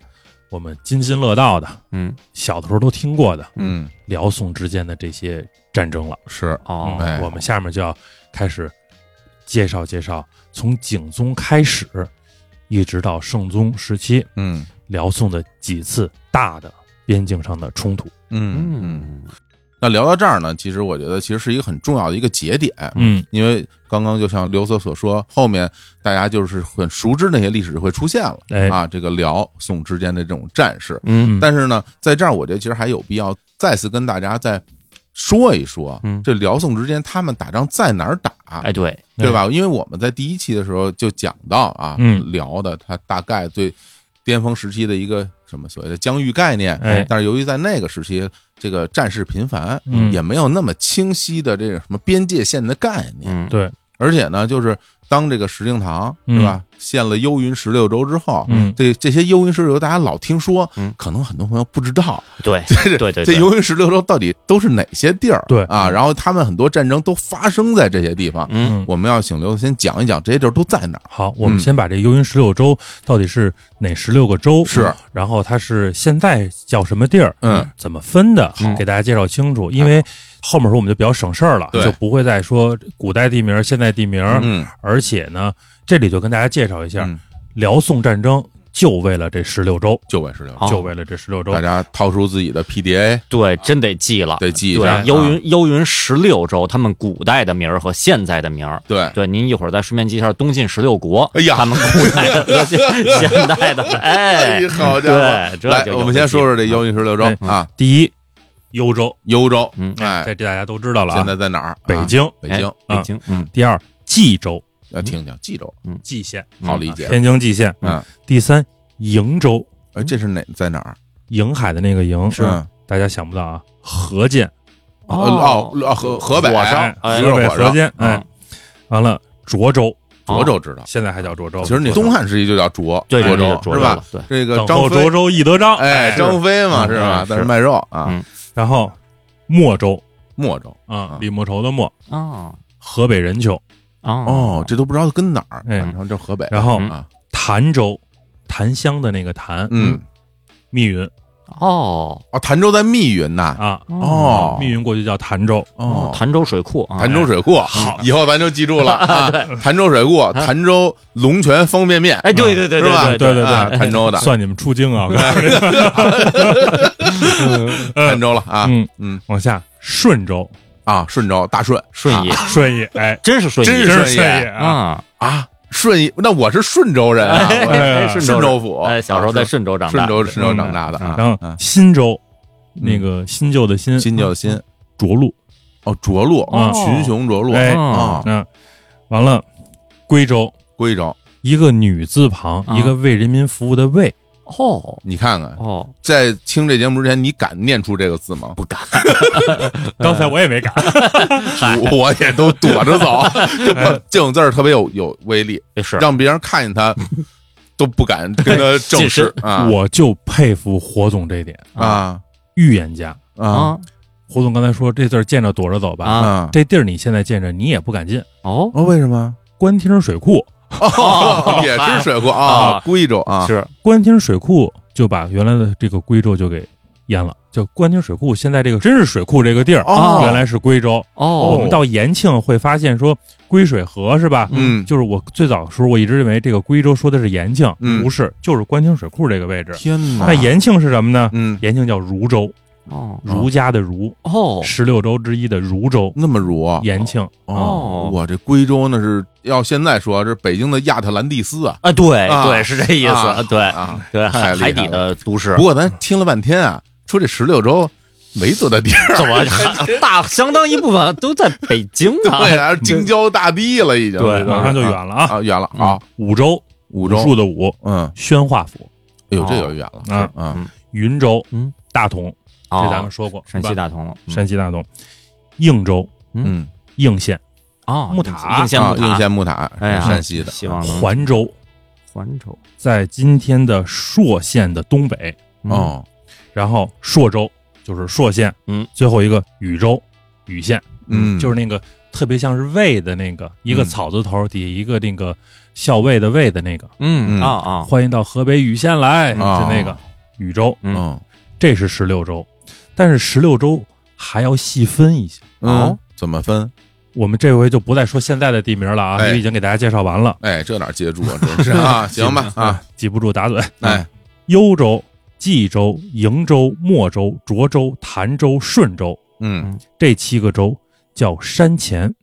[SPEAKER 3] 我们津津乐道的，
[SPEAKER 2] 嗯
[SPEAKER 3] 小的时候都听过的
[SPEAKER 1] 嗯，
[SPEAKER 3] 辽宋之间的这些战争了。啊
[SPEAKER 1] 是，
[SPEAKER 2] 哦
[SPEAKER 1] 哎
[SPEAKER 3] 我们下面就要开始介绍介绍，从景宗开始，一直到圣宗时期，
[SPEAKER 1] 嗯
[SPEAKER 3] 辽宋的几次大的边境上的冲突。
[SPEAKER 1] 嗯嗯。那聊到这儿呢，其实我觉得其实是一个很重要的一个节点，
[SPEAKER 3] 嗯，
[SPEAKER 1] 因为刚刚就像刘所所说，后面大家就是很熟知那些历史就会出现了、
[SPEAKER 3] 哎
[SPEAKER 1] 啊，这个辽宋之间的这种战事。
[SPEAKER 2] 嗯
[SPEAKER 1] 但是呢，在这儿我觉得其实还有必要再次跟大家再说一说，
[SPEAKER 2] 嗯
[SPEAKER 1] 这辽宋之间他们打仗在哪儿打？
[SPEAKER 2] 哎对，
[SPEAKER 1] 对吧？因为我们在第一期的时候就讲到啊，
[SPEAKER 3] 嗯
[SPEAKER 1] 聊的它大概最巅峰时期的一个什么所谓的疆域概念，
[SPEAKER 3] 哎
[SPEAKER 1] 但是由于在那个时期这个战事频繁，
[SPEAKER 3] 嗯
[SPEAKER 1] 也没有那么清晰的这个什么边界线的概念，
[SPEAKER 2] 嗯
[SPEAKER 3] 对，
[SPEAKER 1] 而且呢，就是当这个石敬瑭
[SPEAKER 3] 嗯
[SPEAKER 1] 是吧，献了幽云十六州之后，
[SPEAKER 3] 嗯
[SPEAKER 1] 这这些幽云十六州大家老听说
[SPEAKER 2] 嗯，
[SPEAKER 1] 可能很多朋友不知道，
[SPEAKER 2] 对
[SPEAKER 1] 这
[SPEAKER 2] 对对
[SPEAKER 1] 这
[SPEAKER 2] 对
[SPEAKER 1] 幽云十六州到底都是哪些地儿？
[SPEAKER 3] 对
[SPEAKER 1] 啊，然后他们很多战争都发生在这些地方。
[SPEAKER 2] 嗯，
[SPEAKER 1] 我们要请刘先讲一讲这些地儿都在哪儿。
[SPEAKER 3] 好，我们
[SPEAKER 1] 嗯
[SPEAKER 3] 先把这幽云十六州到底是哪十六个州？
[SPEAKER 1] 是，
[SPEAKER 3] 然后它是现在叫什么地儿？
[SPEAKER 1] 嗯，
[SPEAKER 3] 怎么分的？
[SPEAKER 2] 好
[SPEAKER 3] 给大家介绍清楚，因为后面说我们就比较省事儿了，
[SPEAKER 1] 对
[SPEAKER 3] 就不会再说古代地名、现代地名。
[SPEAKER 1] 嗯，
[SPEAKER 3] 而且呢，这里就跟大家介绍一下，
[SPEAKER 1] 嗯
[SPEAKER 3] 辽宋战争就为了这十六州，
[SPEAKER 1] 就为十六州，
[SPEAKER 2] 好
[SPEAKER 3] 就为了这十六州
[SPEAKER 1] 大。家掏出自己的 PDA
[SPEAKER 2] 对，真得记了。
[SPEAKER 1] 得记一下。啊
[SPEAKER 2] 对，幽云幽云十六州，他们古代的名儿和现在的名儿。
[SPEAKER 1] 对，
[SPEAKER 2] 对，您一会儿再顺便记一下东晋十六国，
[SPEAKER 1] 哎呀
[SPEAKER 2] 他们古代的和现现代的，哎，
[SPEAKER 1] 好家伙！
[SPEAKER 2] 对，这
[SPEAKER 1] 来，
[SPEAKER 2] 就有
[SPEAKER 1] 我们先说说这
[SPEAKER 2] 记了
[SPEAKER 1] 幽云十六州
[SPEAKER 3] 哎
[SPEAKER 1] 啊，
[SPEAKER 3] 第一，幽州，
[SPEAKER 1] 幽州
[SPEAKER 2] 嗯，
[SPEAKER 1] 哎，
[SPEAKER 3] 这这大家都知道了啊。
[SPEAKER 1] 现在在哪儿？
[SPEAKER 3] 北
[SPEAKER 1] 啊，
[SPEAKER 3] 京。
[SPEAKER 1] 北
[SPEAKER 2] 哎
[SPEAKER 1] 京，
[SPEAKER 2] 北京，嗯，
[SPEAKER 3] 第二，冀州，
[SPEAKER 1] 要听听冀州，
[SPEAKER 3] 蓟县，
[SPEAKER 2] 嗯
[SPEAKER 3] 啊
[SPEAKER 1] 好嗯理解。
[SPEAKER 3] 天津蓟县。
[SPEAKER 1] 嗯，
[SPEAKER 3] 第三，瀛州，
[SPEAKER 1] 哎，这是哪在哪儿？
[SPEAKER 3] 瀛海的那个瀛，
[SPEAKER 1] 嗯
[SPEAKER 3] 大家想不到啊，河间，
[SPEAKER 1] 呃哦，哦河河北
[SPEAKER 2] 火烧哎
[SPEAKER 1] 一个
[SPEAKER 3] 河北
[SPEAKER 1] 火
[SPEAKER 3] 河
[SPEAKER 1] 烧，嗯
[SPEAKER 3] 间，
[SPEAKER 2] 哦
[SPEAKER 3] 哎，完了涿州，
[SPEAKER 1] 涿州知道。
[SPEAKER 3] 现在还叫涿州。
[SPEAKER 1] 其实你东汉时期就叫涿，
[SPEAKER 2] 对，
[SPEAKER 1] 涿
[SPEAKER 2] 这个
[SPEAKER 1] 州
[SPEAKER 2] 涿
[SPEAKER 1] 是吧
[SPEAKER 2] 了？？对，
[SPEAKER 1] 这个
[SPEAKER 3] 等
[SPEAKER 1] 张
[SPEAKER 3] 候
[SPEAKER 1] 飞
[SPEAKER 3] 涿，州易得章，
[SPEAKER 1] 哎，
[SPEAKER 3] 是
[SPEAKER 1] 张飞嘛是吧
[SPEAKER 2] 嗯？
[SPEAKER 1] 但
[SPEAKER 2] 是
[SPEAKER 1] 是卖肉啊
[SPEAKER 2] 嗯，
[SPEAKER 3] 然后莫州
[SPEAKER 1] 莫州
[SPEAKER 3] 啊
[SPEAKER 1] 嗯，
[SPEAKER 3] 李莫愁的莫，
[SPEAKER 2] 哦
[SPEAKER 3] 河北任丘，
[SPEAKER 2] 哦
[SPEAKER 1] 哦，这都不知道跟哪儿，
[SPEAKER 3] 哎
[SPEAKER 1] 反正就河北
[SPEAKER 3] 然后
[SPEAKER 2] 嗯
[SPEAKER 1] 啊，
[SPEAKER 3] 潭州，檀香的那个檀，
[SPEAKER 1] 嗯，
[SPEAKER 3] 密云
[SPEAKER 2] 哦
[SPEAKER 1] 哦，潭州在密云呐，
[SPEAKER 3] 啊，
[SPEAKER 1] 哦
[SPEAKER 3] 密云过去叫潭州，
[SPEAKER 1] 哦，
[SPEAKER 2] 潭州水库啊，
[SPEAKER 1] 潭州水库，好，以后咱就记住了啊，潭州水库，潭州龙泉方便面，
[SPEAKER 2] 哎，对对对
[SPEAKER 1] 嗯是吧
[SPEAKER 2] 对哎
[SPEAKER 3] 对对
[SPEAKER 1] 啊，潭州的，
[SPEAKER 3] 算你们出京 啊，我告诉你
[SPEAKER 1] 潭州了啊，
[SPEAKER 3] 嗯，
[SPEAKER 1] 嗯
[SPEAKER 3] 往下顺州，
[SPEAKER 1] 啊，顺州大顺，啊
[SPEAKER 2] 顺义，
[SPEAKER 3] 顺义，哎，
[SPEAKER 2] 真是顺义，
[SPEAKER 1] 真是
[SPEAKER 3] 真
[SPEAKER 1] 顺义
[SPEAKER 3] 顺义啊，
[SPEAKER 2] 啊，
[SPEAKER 1] 啊，顺义，那我是顺州人啊，
[SPEAKER 2] 哎
[SPEAKER 1] 我
[SPEAKER 2] 哎
[SPEAKER 1] 是
[SPEAKER 2] 顺
[SPEAKER 1] 顺
[SPEAKER 2] 州
[SPEAKER 1] 州府，啊
[SPEAKER 2] 哎，小时候在顺州长大，
[SPEAKER 1] 顺州顺州长大的啊，
[SPEAKER 3] 然后
[SPEAKER 1] 嗯
[SPEAKER 3] 新州，那个新旧的新，啊
[SPEAKER 1] 新旧的新
[SPEAKER 3] 涿鹿，
[SPEAKER 1] 哦，涿鹿
[SPEAKER 3] 哦，
[SPEAKER 1] 群雄涿鹿
[SPEAKER 3] 哎
[SPEAKER 1] 啊，
[SPEAKER 3] 嗯，完了，归州。
[SPEAKER 1] 归州，
[SPEAKER 3] 一个女字旁，
[SPEAKER 2] 啊
[SPEAKER 3] 一个为人民服务的为，
[SPEAKER 2] 哦
[SPEAKER 1] 你看看，
[SPEAKER 2] 哦，
[SPEAKER 1] 在听这节目之前，你敢念出这个字吗？
[SPEAKER 2] 不敢，
[SPEAKER 3] 刚才我也没改。
[SPEAKER 1] 我我也都躲着走，就不这种字儿特别有有威力，
[SPEAKER 2] 哎是啊
[SPEAKER 1] 让别人看见他都不敢跟他正视啊
[SPEAKER 3] 我就佩服火总这一点，
[SPEAKER 1] 啊
[SPEAKER 3] 预言家。
[SPEAKER 1] 啊
[SPEAKER 3] 火总刚才说这字儿见着躲着走吧，
[SPEAKER 2] 啊
[SPEAKER 1] 啊！
[SPEAKER 3] 这地儿你现在见着你也不敢进。
[SPEAKER 2] 哦
[SPEAKER 1] 哦，为什么？
[SPEAKER 3] 官厅水库，
[SPEAKER 1] 哦，也是水库啊
[SPEAKER 2] 啊，
[SPEAKER 1] 贵州啊，
[SPEAKER 2] 是
[SPEAKER 3] 官厅水库就把原来的这个归州就给淹了。就官厅水库，现在这个真是水库这个地儿，
[SPEAKER 1] 哦
[SPEAKER 3] 原来是归州。我
[SPEAKER 2] 哦
[SPEAKER 3] 们到延庆会发现说归水河是吧？
[SPEAKER 1] 嗯
[SPEAKER 3] 就是我最早的时候我一直认为这个归州说的是延庆，
[SPEAKER 1] 嗯
[SPEAKER 3] 不是，就是官厅水库这个位置。
[SPEAKER 1] 天哪
[SPEAKER 3] 那！延庆是什么呢？
[SPEAKER 1] 嗯，
[SPEAKER 3] 延庆叫汝州，
[SPEAKER 2] 哦
[SPEAKER 3] 儒家的儒，
[SPEAKER 2] 哦嗯
[SPEAKER 3] 十六州之一的汝州，
[SPEAKER 1] 那么如啊
[SPEAKER 3] 延庆。
[SPEAKER 2] 哦
[SPEAKER 1] 我这归州那是要现在说，这是北京的亚特兰蒂斯啊
[SPEAKER 2] 啊，对
[SPEAKER 1] 啊
[SPEAKER 2] 对，是这意
[SPEAKER 1] 啊
[SPEAKER 2] 思，对
[SPEAKER 1] 啊！
[SPEAKER 2] 对，
[SPEAKER 1] 太
[SPEAKER 2] 海
[SPEAKER 1] 厉害
[SPEAKER 2] 海底的都市
[SPEAKER 1] 不。过咱听了半天啊，说这十六州没多大地儿，
[SPEAKER 2] 怎么大相当一部分都在北京啊？
[SPEAKER 1] 对啊， 京郊大地了已经，
[SPEAKER 2] 对
[SPEAKER 1] 马
[SPEAKER 3] 马上就远了啊！
[SPEAKER 1] 啊，远了啊，
[SPEAKER 3] 五州，
[SPEAKER 1] 五
[SPEAKER 3] 武
[SPEAKER 1] 州
[SPEAKER 3] 术，的武，
[SPEAKER 1] 嗯，
[SPEAKER 3] 宣化府
[SPEAKER 1] 哎呦，
[SPEAKER 2] 哦
[SPEAKER 1] 这就远了
[SPEAKER 3] 啊，
[SPEAKER 1] 啊，
[SPEAKER 3] 云州，
[SPEAKER 2] 嗯，
[SPEAKER 3] 大同，
[SPEAKER 2] 哦
[SPEAKER 3] 这咱们说过，
[SPEAKER 2] 山
[SPEAKER 3] 是
[SPEAKER 2] 西
[SPEAKER 3] 吧
[SPEAKER 2] 大同了，嗯
[SPEAKER 3] 山西大同，应州，
[SPEAKER 1] 嗯，
[SPEAKER 3] 应县，
[SPEAKER 2] 哦，
[SPEAKER 3] 木塔
[SPEAKER 2] 应县
[SPEAKER 1] 啊
[SPEAKER 2] 木塔，
[SPEAKER 1] 应县木塔，
[SPEAKER 2] 哎呀
[SPEAKER 1] 山西的，
[SPEAKER 2] 希望能
[SPEAKER 3] 环州，
[SPEAKER 2] 环州
[SPEAKER 3] 在今天的朔县的东北，
[SPEAKER 1] 哦，
[SPEAKER 3] 然后朔州就是朔县，
[SPEAKER 2] 嗯，
[SPEAKER 3] 最后一个禹州，禹县，
[SPEAKER 1] 嗯，
[SPEAKER 3] 就是那个特别像是魏的那个，一个
[SPEAKER 1] 嗯
[SPEAKER 3] 草字头底下一个那个校尉的尉的那个，
[SPEAKER 2] 嗯
[SPEAKER 1] 嗯
[SPEAKER 2] 啊啊
[SPEAKER 3] 欢迎到河北禹县来，是
[SPEAKER 1] 啊
[SPEAKER 3] 那个禹州，
[SPEAKER 2] 嗯
[SPEAKER 1] 嗯
[SPEAKER 3] 这是十六州，但是十六州还要细分一些。
[SPEAKER 1] 嗯，怎么分？
[SPEAKER 3] 我们这回就不再说现在的地名了啊，
[SPEAKER 1] 哎
[SPEAKER 3] 因为已经给大家介绍完了，
[SPEAKER 1] 哎，这哪接住啊，真是啊，行吧啊，
[SPEAKER 3] 记不住打盹。
[SPEAKER 1] 哎，
[SPEAKER 3] 幽州、冀州、瀛州、莫州、涿州、潭州、顺州
[SPEAKER 1] 嗯
[SPEAKER 3] 这七个州叫山前，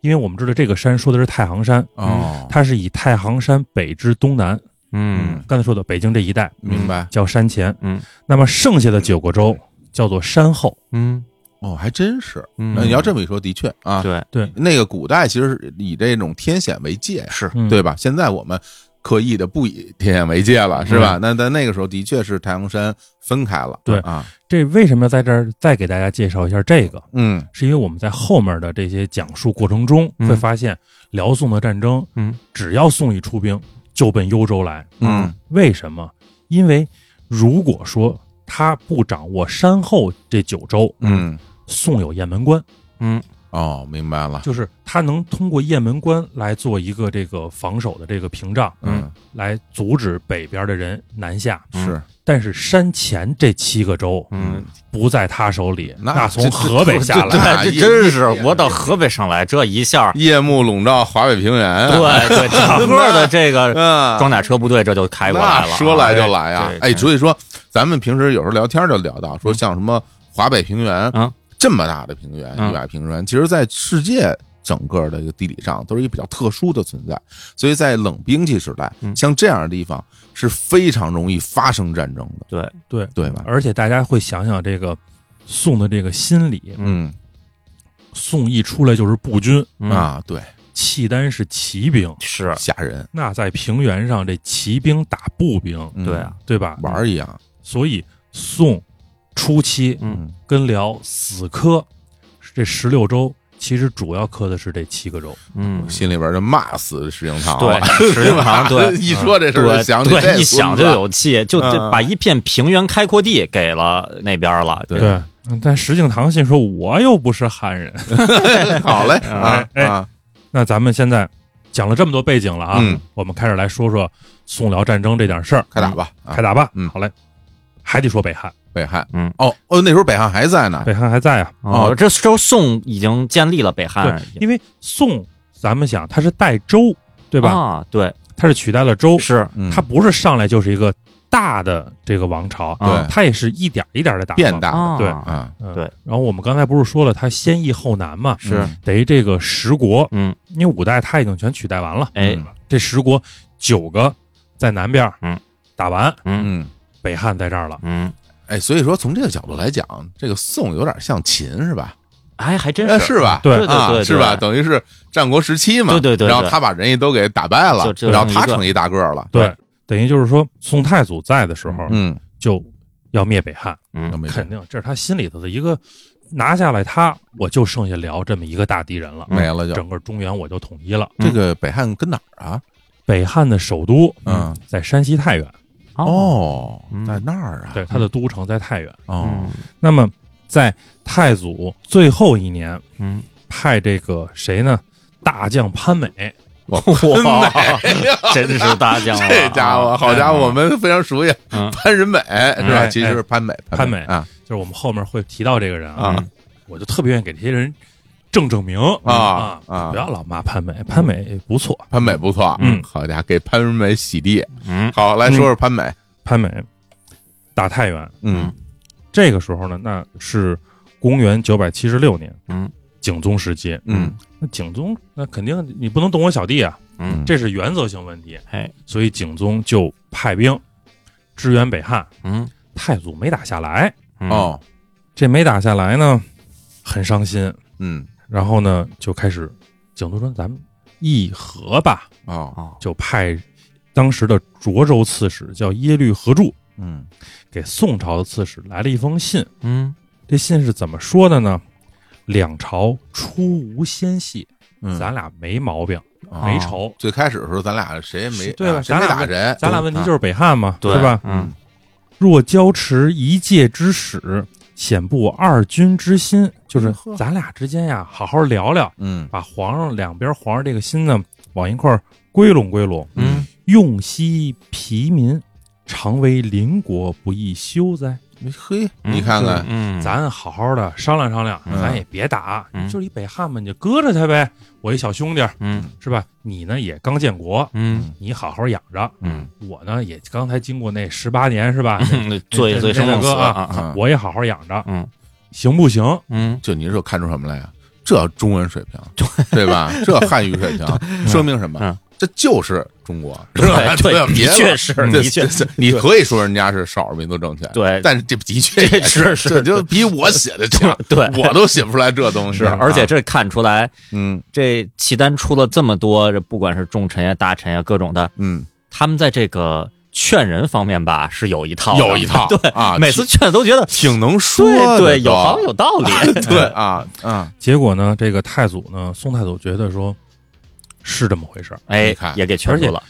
[SPEAKER 3] 因为我们知道这个山说的是太行山，
[SPEAKER 1] 哦，
[SPEAKER 3] 它是以太行山北至东南，
[SPEAKER 2] 嗯
[SPEAKER 3] 刚才说的北京这一带
[SPEAKER 1] 明白
[SPEAKER 3] 叫山前，
[SPEAKER 2] 嗯，
[SPEAKER 3] 那么剩下的九个州叫做山后，
[SPEAKER 2] 嗯
[SPEAKER 1] 哦，还真是。
[SPEAKER 2] 嗯
[SPEAKER 1] 那你要这么一说，的确啊，
[SPEAKER 2] 对
[SPEAKER 3] 对，
[SPEAKER 1] 那个古代其实是以这种天险为界呀，
[SPEAKER 2] 是
[SPEAKER 3] 嗯
[SPEAKER 1] 对吧？现在我们刻意的不以天眼为界了，是吧？那在那个时候，的确是太行山分开了，
[SPEAKER 3] 对
[SPEAKER 1] 啊，
[SPEAKER 3] 这为什么要在这儿再给大家介绍一下这个？
[SPEAKER 1] 嗯
[SPEAKER 3] 是因为我们在后面的这些讲述过程中
[SPEAKER 2] 嗯
[SPEAKER 3] 会发现，辽宋的战争，
[SPEAKER 2] 嗯，啊
[SPEAKER 3] 只要宋一出兵，就奔幽州来。
[SPEAKER 1] 嗯，
[SPEAKER 3] 为什么？因为如果说他不掌握山后这九州，，
[SPEAKER 1] 嗯，
[SPEAKER 3] 宋有雁门关，
[SPEAKER 2] 嗯
[SPEAKER 1] 哦，明白了，
[SPEAKER 3] 就是他能通过雁门关来做一个这个防守的这个屏障，
[SPEAKER 1] 嗯，
[SPEAKER 3] 来阻止北边的人南下。
[SPEAKER 1] 是
[SPEAKER 3] 但是山前这七个州
[SPEAKER 2] 嗯，
[SPEAKER 3] 不在他手里，
[SPEAKER 1] 那
[SPEAKER 3] 从
[SPEAKER 1] 这
[SPEAKER 3] 河北下
[SPEAKER 1] 这
[SPEAKER 3] 来，
[SPEAKER 1] 啊
[SPEAKER 2] 对，这
[SPEAKER 1] 一
[SPEAKER 2] 真
[SPEAKER 1] 一
[SPEAKER 2] 是
[SPEAKER 1] 一
[SPEAKER 2] 我到河北上来这一下，
[SPEAKER 1] 夜幕笼罩华北平原啊，
[SPEAKER 2] 对对，整个的这个
[SPEAKER 1] 嗯，
[SPEAKER 2] 装甲车部队这就开过来
[SPEAKER 1] 那
[SPEAKER 2] 了啊，
[SPEAKER 1] 说来就来啊！
[SPEAKER 2] 对
[SPEAKER 1] 哎，
[SPEAKER 2] 对
[SPEAKER 1] 所以说咱们平时有时候聊天就聊到说，像什么华北平原
[SPEAKER 2] 嗯
[SPEAKER 1] 这么大的平原，
[SPEAKER 2] 嗯
[SPEAKER 1] 一百平原，其实在世界整个的一个地理上都是一个比较特殊的存在，所以在冷兵器时代，
[SPEAKER 2] 嗯
[SPEAKER 1] 像这样的地方是非常容易发生战争的，
[SPEAKER 2] 对，
[SPEAKER 3] 对。
[SPEAKER 1] 对吧？
[SPEAKER 3] 而且大家会想想这个宋的这个心理，
[SPEAKER 1] 嗯
[SPEAKER 3] 宋一出来就是步军，
[SPEAKER 2] 嗯，
[SPEAKER 1] 啊，对，
[SPEAKER 3] 契丹是骑兵，
[SPEAKER 1] 嗯
[SPEAKER 2] 是，
[SPEAKER 1] 吓人，
[SPEAKER 3] 那在平原上这骑兵打步兵，
[SPEAKER 1] 嗯
[SPEAKER 2] 对，啊，
[SPEAKER 3] 对吧？
[SPEAKER 1] 玩儿一样，
[SPEAKER 3] 所以宋初期
[SPEAKER 2] 嗯，
[SPEAKER 3] 跟辽死磕这十六州，其实主要磕的是这七个州。
[SPEAKER 2] 嗯，
[SPEAKER 1] 心里边就骂死石英堂了，，
[SPEAKER 2] 对，石英堂，对
[SPEAKER 1] 一说这事儿就
[SPEAKER 2] 对
[SPEAKER 1] 想起这
[SPEAKER 2] 对，一
[SPEAKER 1] 孙
[SPEAKER 2] 想
[SPEAKER 1] 子
[SPEAKER 2] 就有气，就
[SPEAKER 1] 嗯
[SPEAKER 2] 这把一片平原开阔地给了那边了。
[SPEAKER 1] 对，
[SPEAKER 3] 嗯但石敬瑭心说：“我又不是汉人。
[SPEAKER 1] 好嘞
[SPEAKER 2] 嗯
[SPEAKER 1] 啊
[SPEAKER 3] 哎哎
[SPEAKER 1] 啊，”
[SPEAKER 3] 那咱们现在讲了这么多背景了啊，
[SPEAKER 1] 嗯
[SPEAKER 3] 我们开始来说说宋辽战争这点事儿。
[SPEAKER 1] 开打吧，啊
[SPEAKER 3] 开打吧！
[SPEAKER 1] 嗯
[SPEAKER 3] 好嘞，还得说北汉，
[SPEAKER 1] 北汉，
[SPEAKER 2] 嗯
[SPEAKER 1] 哦哦，那时候北汉还在呢，
[SPEAKER 3] 北汉还在啊。
[SPEAKER 1] 哦
[SPEAKER 2] 哦，这时候宋已经建立了北汉，
[SPEAKER 3] 对，因为宋，咱们想它是代周，
[SPEAKER 2] 对
[SPEAKER 3] 对吧？
[SPEAKER 2] 啊，对，
[SPEAKER 3] 它是取代了周，
[SPEAKER 2] 是，
[SPEAKER 1] 嗯
[SPEAKER 3] 它不是上来就是一个大的这个王朝，
[SPEAKER 1] 对
[SPEAKER 2] 啊
[SPEAKER 3] 它也是一点儿一点的打嘛
[SPEAKER 1] 变大了
[SPEAKER 2] 啊，
[SPEAKER 3] 对
[SPEAKER 1] 啊，
[SPEAKER 3] 嗯
[SPEAKER 2] 对
[SPEAKER 3] 然后我们刚才不是说了，它先易后难嘛，
[SPEAKER 2] 是
[SPEAKER 1] 嗯
[SPEAKER 3] 等于这个十国，
[SPEAKER 2] 嗯，
[SPEAKER 3] 因为五代它已经全取代完了，
[SPEAKER 2] 哎，
[SPEAKER 3] 这十国九个在南边，
[SPEAKER 2] 嗯，
[SPEAKER 3] 打完
[SPEAKER 2] 嗯
[SPEAKER 1] 嗯，
[SPEAKER 3] 北汉在这儿了，
[SPEAKER 2] 嗯，
[SPEAKER 1] 哎，所以说从这个角度来讲，这个宋有点像秦是吧？
[SPEAKER 2] 哎，还真
[SPEAKER 1] 哎，
[SPEAKER 2] 是，
[SPEAKER 1] 是吧？
[SPEAKER 3] 对
[SPEAKER 2] 对对
[SPEAKER 1] 啊，
[SPEAKER 2] 对，
[SPEAKER 1] 是吧？？等于是战国时期嘛，
[SPEAKER 2] 对对对对
[SPEAKER 1] 然后他把人家都给打败了
[SPEAKER 2] 就，就
[SPEAKER 1] 然后他
[SPEAKER 2] 这么
[SPEAKER 1] 成
[SPEAKER 2] 一个
[SPEAKER 1] 一大个儿了，
[SPEAKER 3] 对，等于就是说宋太祖在的时候
[SPEAKER 1] 嗯，
[SPEAKER 3] 就要灭北汉，
[SPEAKER 1] 那没
[SPEAKER 3] 肯定这是他心里头的一个拿下来他，我就剩下辽这么一个大敌人了，
[SPEAKER 1] 没了就
[SPEAKER 3] 整个中原我就统一了。
[SPEAKER 1] 这个北汉跟哪儿啊？
[SPEAKER 3] 北汉的首都，
[SPEAKER 1] 嗯，
[SPEAKER 3] 在山西太原，
[SPEAKER 2] 哦，
[SPEAKER 1] 哦
[SPEAKER 2] 嗯，
[SPEAKER 1] 在那儿啊，
[SPEAKER 3] 对，它的都城在太原。
[SPEAKER 1] 哦，
[SPEAKER 3] 那么在太祖最后一年，
[SPEAKER 2] 嗯，
[SPEAKER 3] 派这个谁呢？大将潘美，
[SPEAKER 2] 哇，真是大将了，
[SPEAKER 1] 这家伙，好家伙，我们非常熟悉
[SPEAKER 2] 嗯
[SPEAKER 1] 潘仁美是吧？
[SPEAKER 3] 哎
[SPEAKER 1] 其实是潘美，
[SPEAKER 3] 潘美
[SPEAKER 1] 啊
[SPEAKER 3] 就是我们后面会提到这个人啊。
[SPEAKER 1] 啊
[SPEAKER 3] 我就特别愿意给这些人正正名
[SPEAKER 1] 啊啊
[SPEAKER 3] 不！要老骂潘美，潘美不错。
[SPEAKER 1] 潘美不错，
[SPEAKER 3] 嗯
[SPEAKER 1] 好家伙，给潘仁美洗地。
[SPEAKER 2] 嗯
[SPEAKER 1] 好，来说说潘美，
[SPEAKER 3] 潘美打太原，
[SPEAKER 1] 嗯
[SPEAKER 3] 这个时候呢，那是公元九百七十六年，
[SPEAKER 2] 嗯，
[SPEAKER 3] 景宗时期。
[SPEAKER 1] 嗯
[SPEAKER 3] 那景宗那肯定你不能动我小弟啊，
[SPEAKER 2] 嗯，
[SPEAKER 3] 这是原则性问题。
[SPEAKER 2] 哎，
[SPEAKER 3] 所以景宗就派兵支援北汉，
[SPEAKER 2] 嗯
[SPEAKER 3] 太祖没打下来，
[SPEAKER 1] 哦，
[SPEAKER 3] 这没打下来呢，很伤心。
[SPEAKER 1] 嗯
[SPEAKER 3] 然后呢，就开始景宗说：“咱们议和吧。
[SPEAKER 1] 哦，
[SPEAKER 2] 哦”，
[SPEAKER 3] 就派当时的涿州刺史叫耶律和柱
[SPEAKER 1] 嗯
[SPEAKER 3] 给宋朝的刺史来了一封信。
[SPEAKER 2] 嗯
[SPEAKER 3] 这信是怎么说的呢？两朝初无先隙，
[SPEAKER 1] 嗯，
[SPEAKER 3] 咱俩没毛病，
[SPEAKER 1] 哦
[SPEAKER 3] 没仇。
[SPEAKER 1] 最开始的时候，咱俩谁也没
[SPEAKER 3] 是对吧
[SPEAKER 1] 啊谁没
[SPEAKER 3] 咱俩
[SPEAKER 1] 打人，
[SPEAKER 3] 咱俩问题
[SPEAKER 1] 啊
[SPEAKER 3] 就是北汉嘛，
[SPEAKER 2] 对
[SPEAKER 3] 是吧？
[SPEAKER 2] 嗯
[SPEAKER 3] 若交持一介之使，显不二君之心。就是
[SPEAKER 1] 呵
[SPEAKER 3] 咱俩之间呀，好好聊聊，
[SPEAKER 1] 嗯
[SPEAKER 3] 把皇上两边皇上这个心呢，往一块儿归拢归拢。
[SPEAKER 2] 嗯，
[SPEAKER 3] 用息疲民，常为邻国不易修哉？
[SPEAKER 1] 嘿，你看看，
[SPEAKER 2] 嗯，
[SPEAKER 3] 咱好好的商量商量，
[SPEAKER 1] 嗯
[SPEAKER 3] 咱也别打，
[SPEAKER 2] 嗯
[SPEAKER 3] 就是一北汉嘛，你就搁着他呗。我一小兄弟儿
[SPEAKER 2] 嗯
[SPEAKER 3] 是吧？你呢也刚建国，
[SPEAKER 2] 嗯
[SPEAKER 3] 你好好养着。
[SPEAKER 2] 嗯，
[SPEAKER 3] 我呢也刚才经过那十八年是吧？
[SPEAKER 2] 做一做生弄死啊，
[SPEAKER 1] 啊，
[SPEAKER 3] 我也好好养着，
[SPEAKER 2] 嗯
[SPEAKER 3] 行不行？
[SPEAKER 2] 嗯
[SPEAKER 1] 就你这看出什么来呀？这中文水平，对吧？这汉语水平，说明什么
[SPEAKER 2] 嗯？
[SPEAKER 1] 这就是中国，是吧？
[SPEAKER 2] 对
[SPEAKER 1] 吧
[SPEAKER 2] 的
[SPEAKER 1] 别
[SPEAKER 2] 确
[SPEAKER 1] 了
[SPEAKER 2] 是
[SPEAKER 1] 这
[SPEAKER 2] 的确
[SPEAKER 1] 这这你可以说人家是少数民族挣钱，
[SPEAKER 2] 对
[SPEAKER 1] 但是这的确也
[SPEAKER 2] 是是
[SPEAKER 1] 这就比我写的强，
[SPEAKER 2] 对
[SPEAKER 1] 我都写不出来这东西。
[SPEAKER 2] 是，而且
[SPEAKER 1] 啊，
[SPEAKER 2] 这看出来。
[SPEAKER 1] 嗯
[SPEAKER 2] 这契丹出了这么多，这不管是重臣呀、大臣呀，各种的，
[SPEAKER 1] 嗯，
[SPEAKER 2] 他们在这个劝人方面吧是有一套的，
[SPEAKER 1] 有一套
[SPEAKER 2] 对
[SPEAKER 1] 啊
[SPEAKER 2] 每次劝都觉得
[SPEAKER 1] 挺能说
[SPEAKER 2] 对
[SPEAKER 1] 的，
[SPEAKER 2] 对，有
[SPEAKER 1] 都
[SPEAKER 2] 行 有道理，
[SPEAKER 1] 对啊，嗯，
[SPEAKER 3] 结果呢，这个太祖呢，宋太祖觉得说，是这么回事儿，
[SPEAKER 1] 你
[SPEAKER 2] 哎，
[SPEAKER 1] 看
[SPEAKER 2] 也给劝
[SPEAKER 3] 而且
[SPEAKER 2] 住了，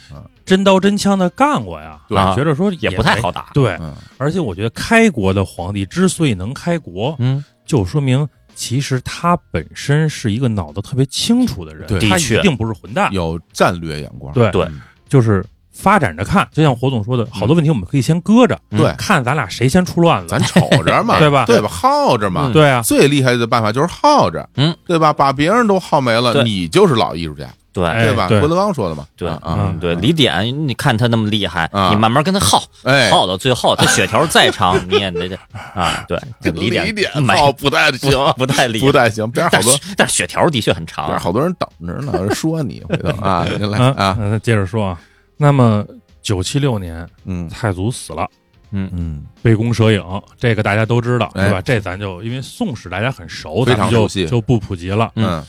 [SPEAKER 3] 真刀真枪的干过呀，
[SPEAKER 1] 对
[SPEAKER 2] 啊
[SPEAKER 3] 觉得说
[SPEAKER 2] 也不太好打，
[SPEAKER 3] 对
[SPEAKER 1] 嗯，
[SPEAKER 3] 而且我觉得开国的皇帝之所以能开国，
[SPEAKER 2] 嗯，
[SPEAKER 3] 就说明其实他本身是一个脑子特别清楚的人，
[SPEAKER 1] 对
[SPEAKER 3] 他
[SPEAKER 2] 的确
[SPEAKER 3] 一定不是混蛋，
[SPEAKER 1] 有战略眼光，
[SPEAKER 3] 对
[SPEAKER 2] 对
[SPEAKER 1] 嗯
[SPEAKER 3] 就是发展着看。就像火总说的，好多问题我们可以先搁着，
[SPEAKER 1] 嗯对，
[SPEAKER 3] 看咱俩谁先出乱子
[SPEAKER 1] 咱。瞅着嘛，
[SPEAKER 3] 对吧
[SPEAKER 1] 对吧？耗着嘛，
[SPEAKER 2] 嗯
[SPEAKER 3] 对啊，
[SPEAKER 1] 最厉害的办法就是耗着，
[SPEAKER 2] 嗯，
[SPEAKER 1] 对吧？把别人都耗没了，
[SPEAKER 2] 对
[SPEAKER 1] 你就是老艺术家，
[SPEAKER 2] 对
[SPEAKER 3] 哎
[SPEAKER 1] 对吧？
[SPEAKER 3] 对
[SPEAKER 1] 郭德纲说的嘛，
[SPEAKER 2] 对
[SPEAKER 1] 啊啊
[SPEAKER 2] 嗯，对，李典，你看他那么厉害，
[SPEAKER 1] 啊
[SPEAKER 2] 你慢慢跟他耗，
[SPEAKER 1] 哎，
[SPEAKER 2] 耗到最后，他血条 再长，你也得啊，对，这李典
[SPEAKER 1] 李典
[SPEAKER 2] 没
[SPEAKER 1] 耗不太行，
[SPEAKER 2] 不不太厉害
[SPEAKER 1] 不，太行，边上
[SPEAKER 2] 但
[SPEAKER 1] 好多
[SPEAKER 2] 是但是血条的确很长
[SPEAKER 1] 边上，好多人等着呢， 有人说你回头啊，
[SPEAKER 2] 嗯
[SPEAKER 1] 您来
[SPEAKER 3] 啊
[SPEAKER 1] 啊，
[SPEAKER 3] 那接着说啊，那么九七六年
[SPEAKER 1] 嗯
[SPEAKER 3] 太祖死了。
[SPEAKER 1] 嗯，
[SPEAKER 3] 杯弓蛇影，这个大家都知道，
[SPEAKER 1] 哎
[SPEAKER 3] 对吧？这咱就因为宋史大家很熟，
[SPEAKER 1] 非
[SPEAKER 3] 咱
[SPEAKER 1] 常
[SPEAKER 3] 们就
[SPEAKER 1] 熟悉
[SPEAKER 3] 就不普及了。
[SPEAKER 1] 嗯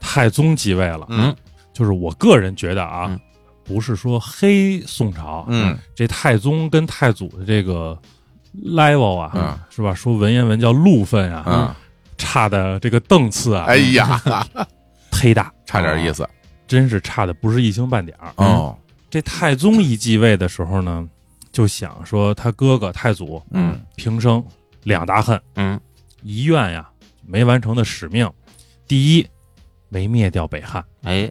[SPEAKER 3] 太宗继位了，
[SPEAKER 1] 嗯
[SPEAKER 3] 就是我个人觉得啊，
[SPEAKER 2] 嗯
[SPEAKER 3] 不是说黑宋朝，
[SPEAKER 1] 嗯，
[SPEAKER 3] 这太宗跟太祖的这个 level 啊，
[SPEAKER 1] 嗯
[SPEAKER 3] 是吧？说文言文叫路分啊，
[SPEAKER 1] 啊，
[SPEAKER 3] 差的这个档次啊，
[SPEAKER 1] 哎呀，
[SPEAKER 3] 忒大，
[SPEAKER 1] 差点意思
[SPEAKER 3] 真是差的不是一星半点儿。
[SPEAKER 2] 嗯
[SPEAKER 1] 哦，
[SPEAKER 3] 这太宗一继位的时候呢，就想说他哥哥太祖
[SPEAKER 1] 嗯
[SPEAKER 3] 平生两大恨，
[SPEAKER 2] 嗯
[SPEAKER 3] 遗愿呀没完成的使命，第一没灭掉北汉。
[SPEAKER 2] 哎，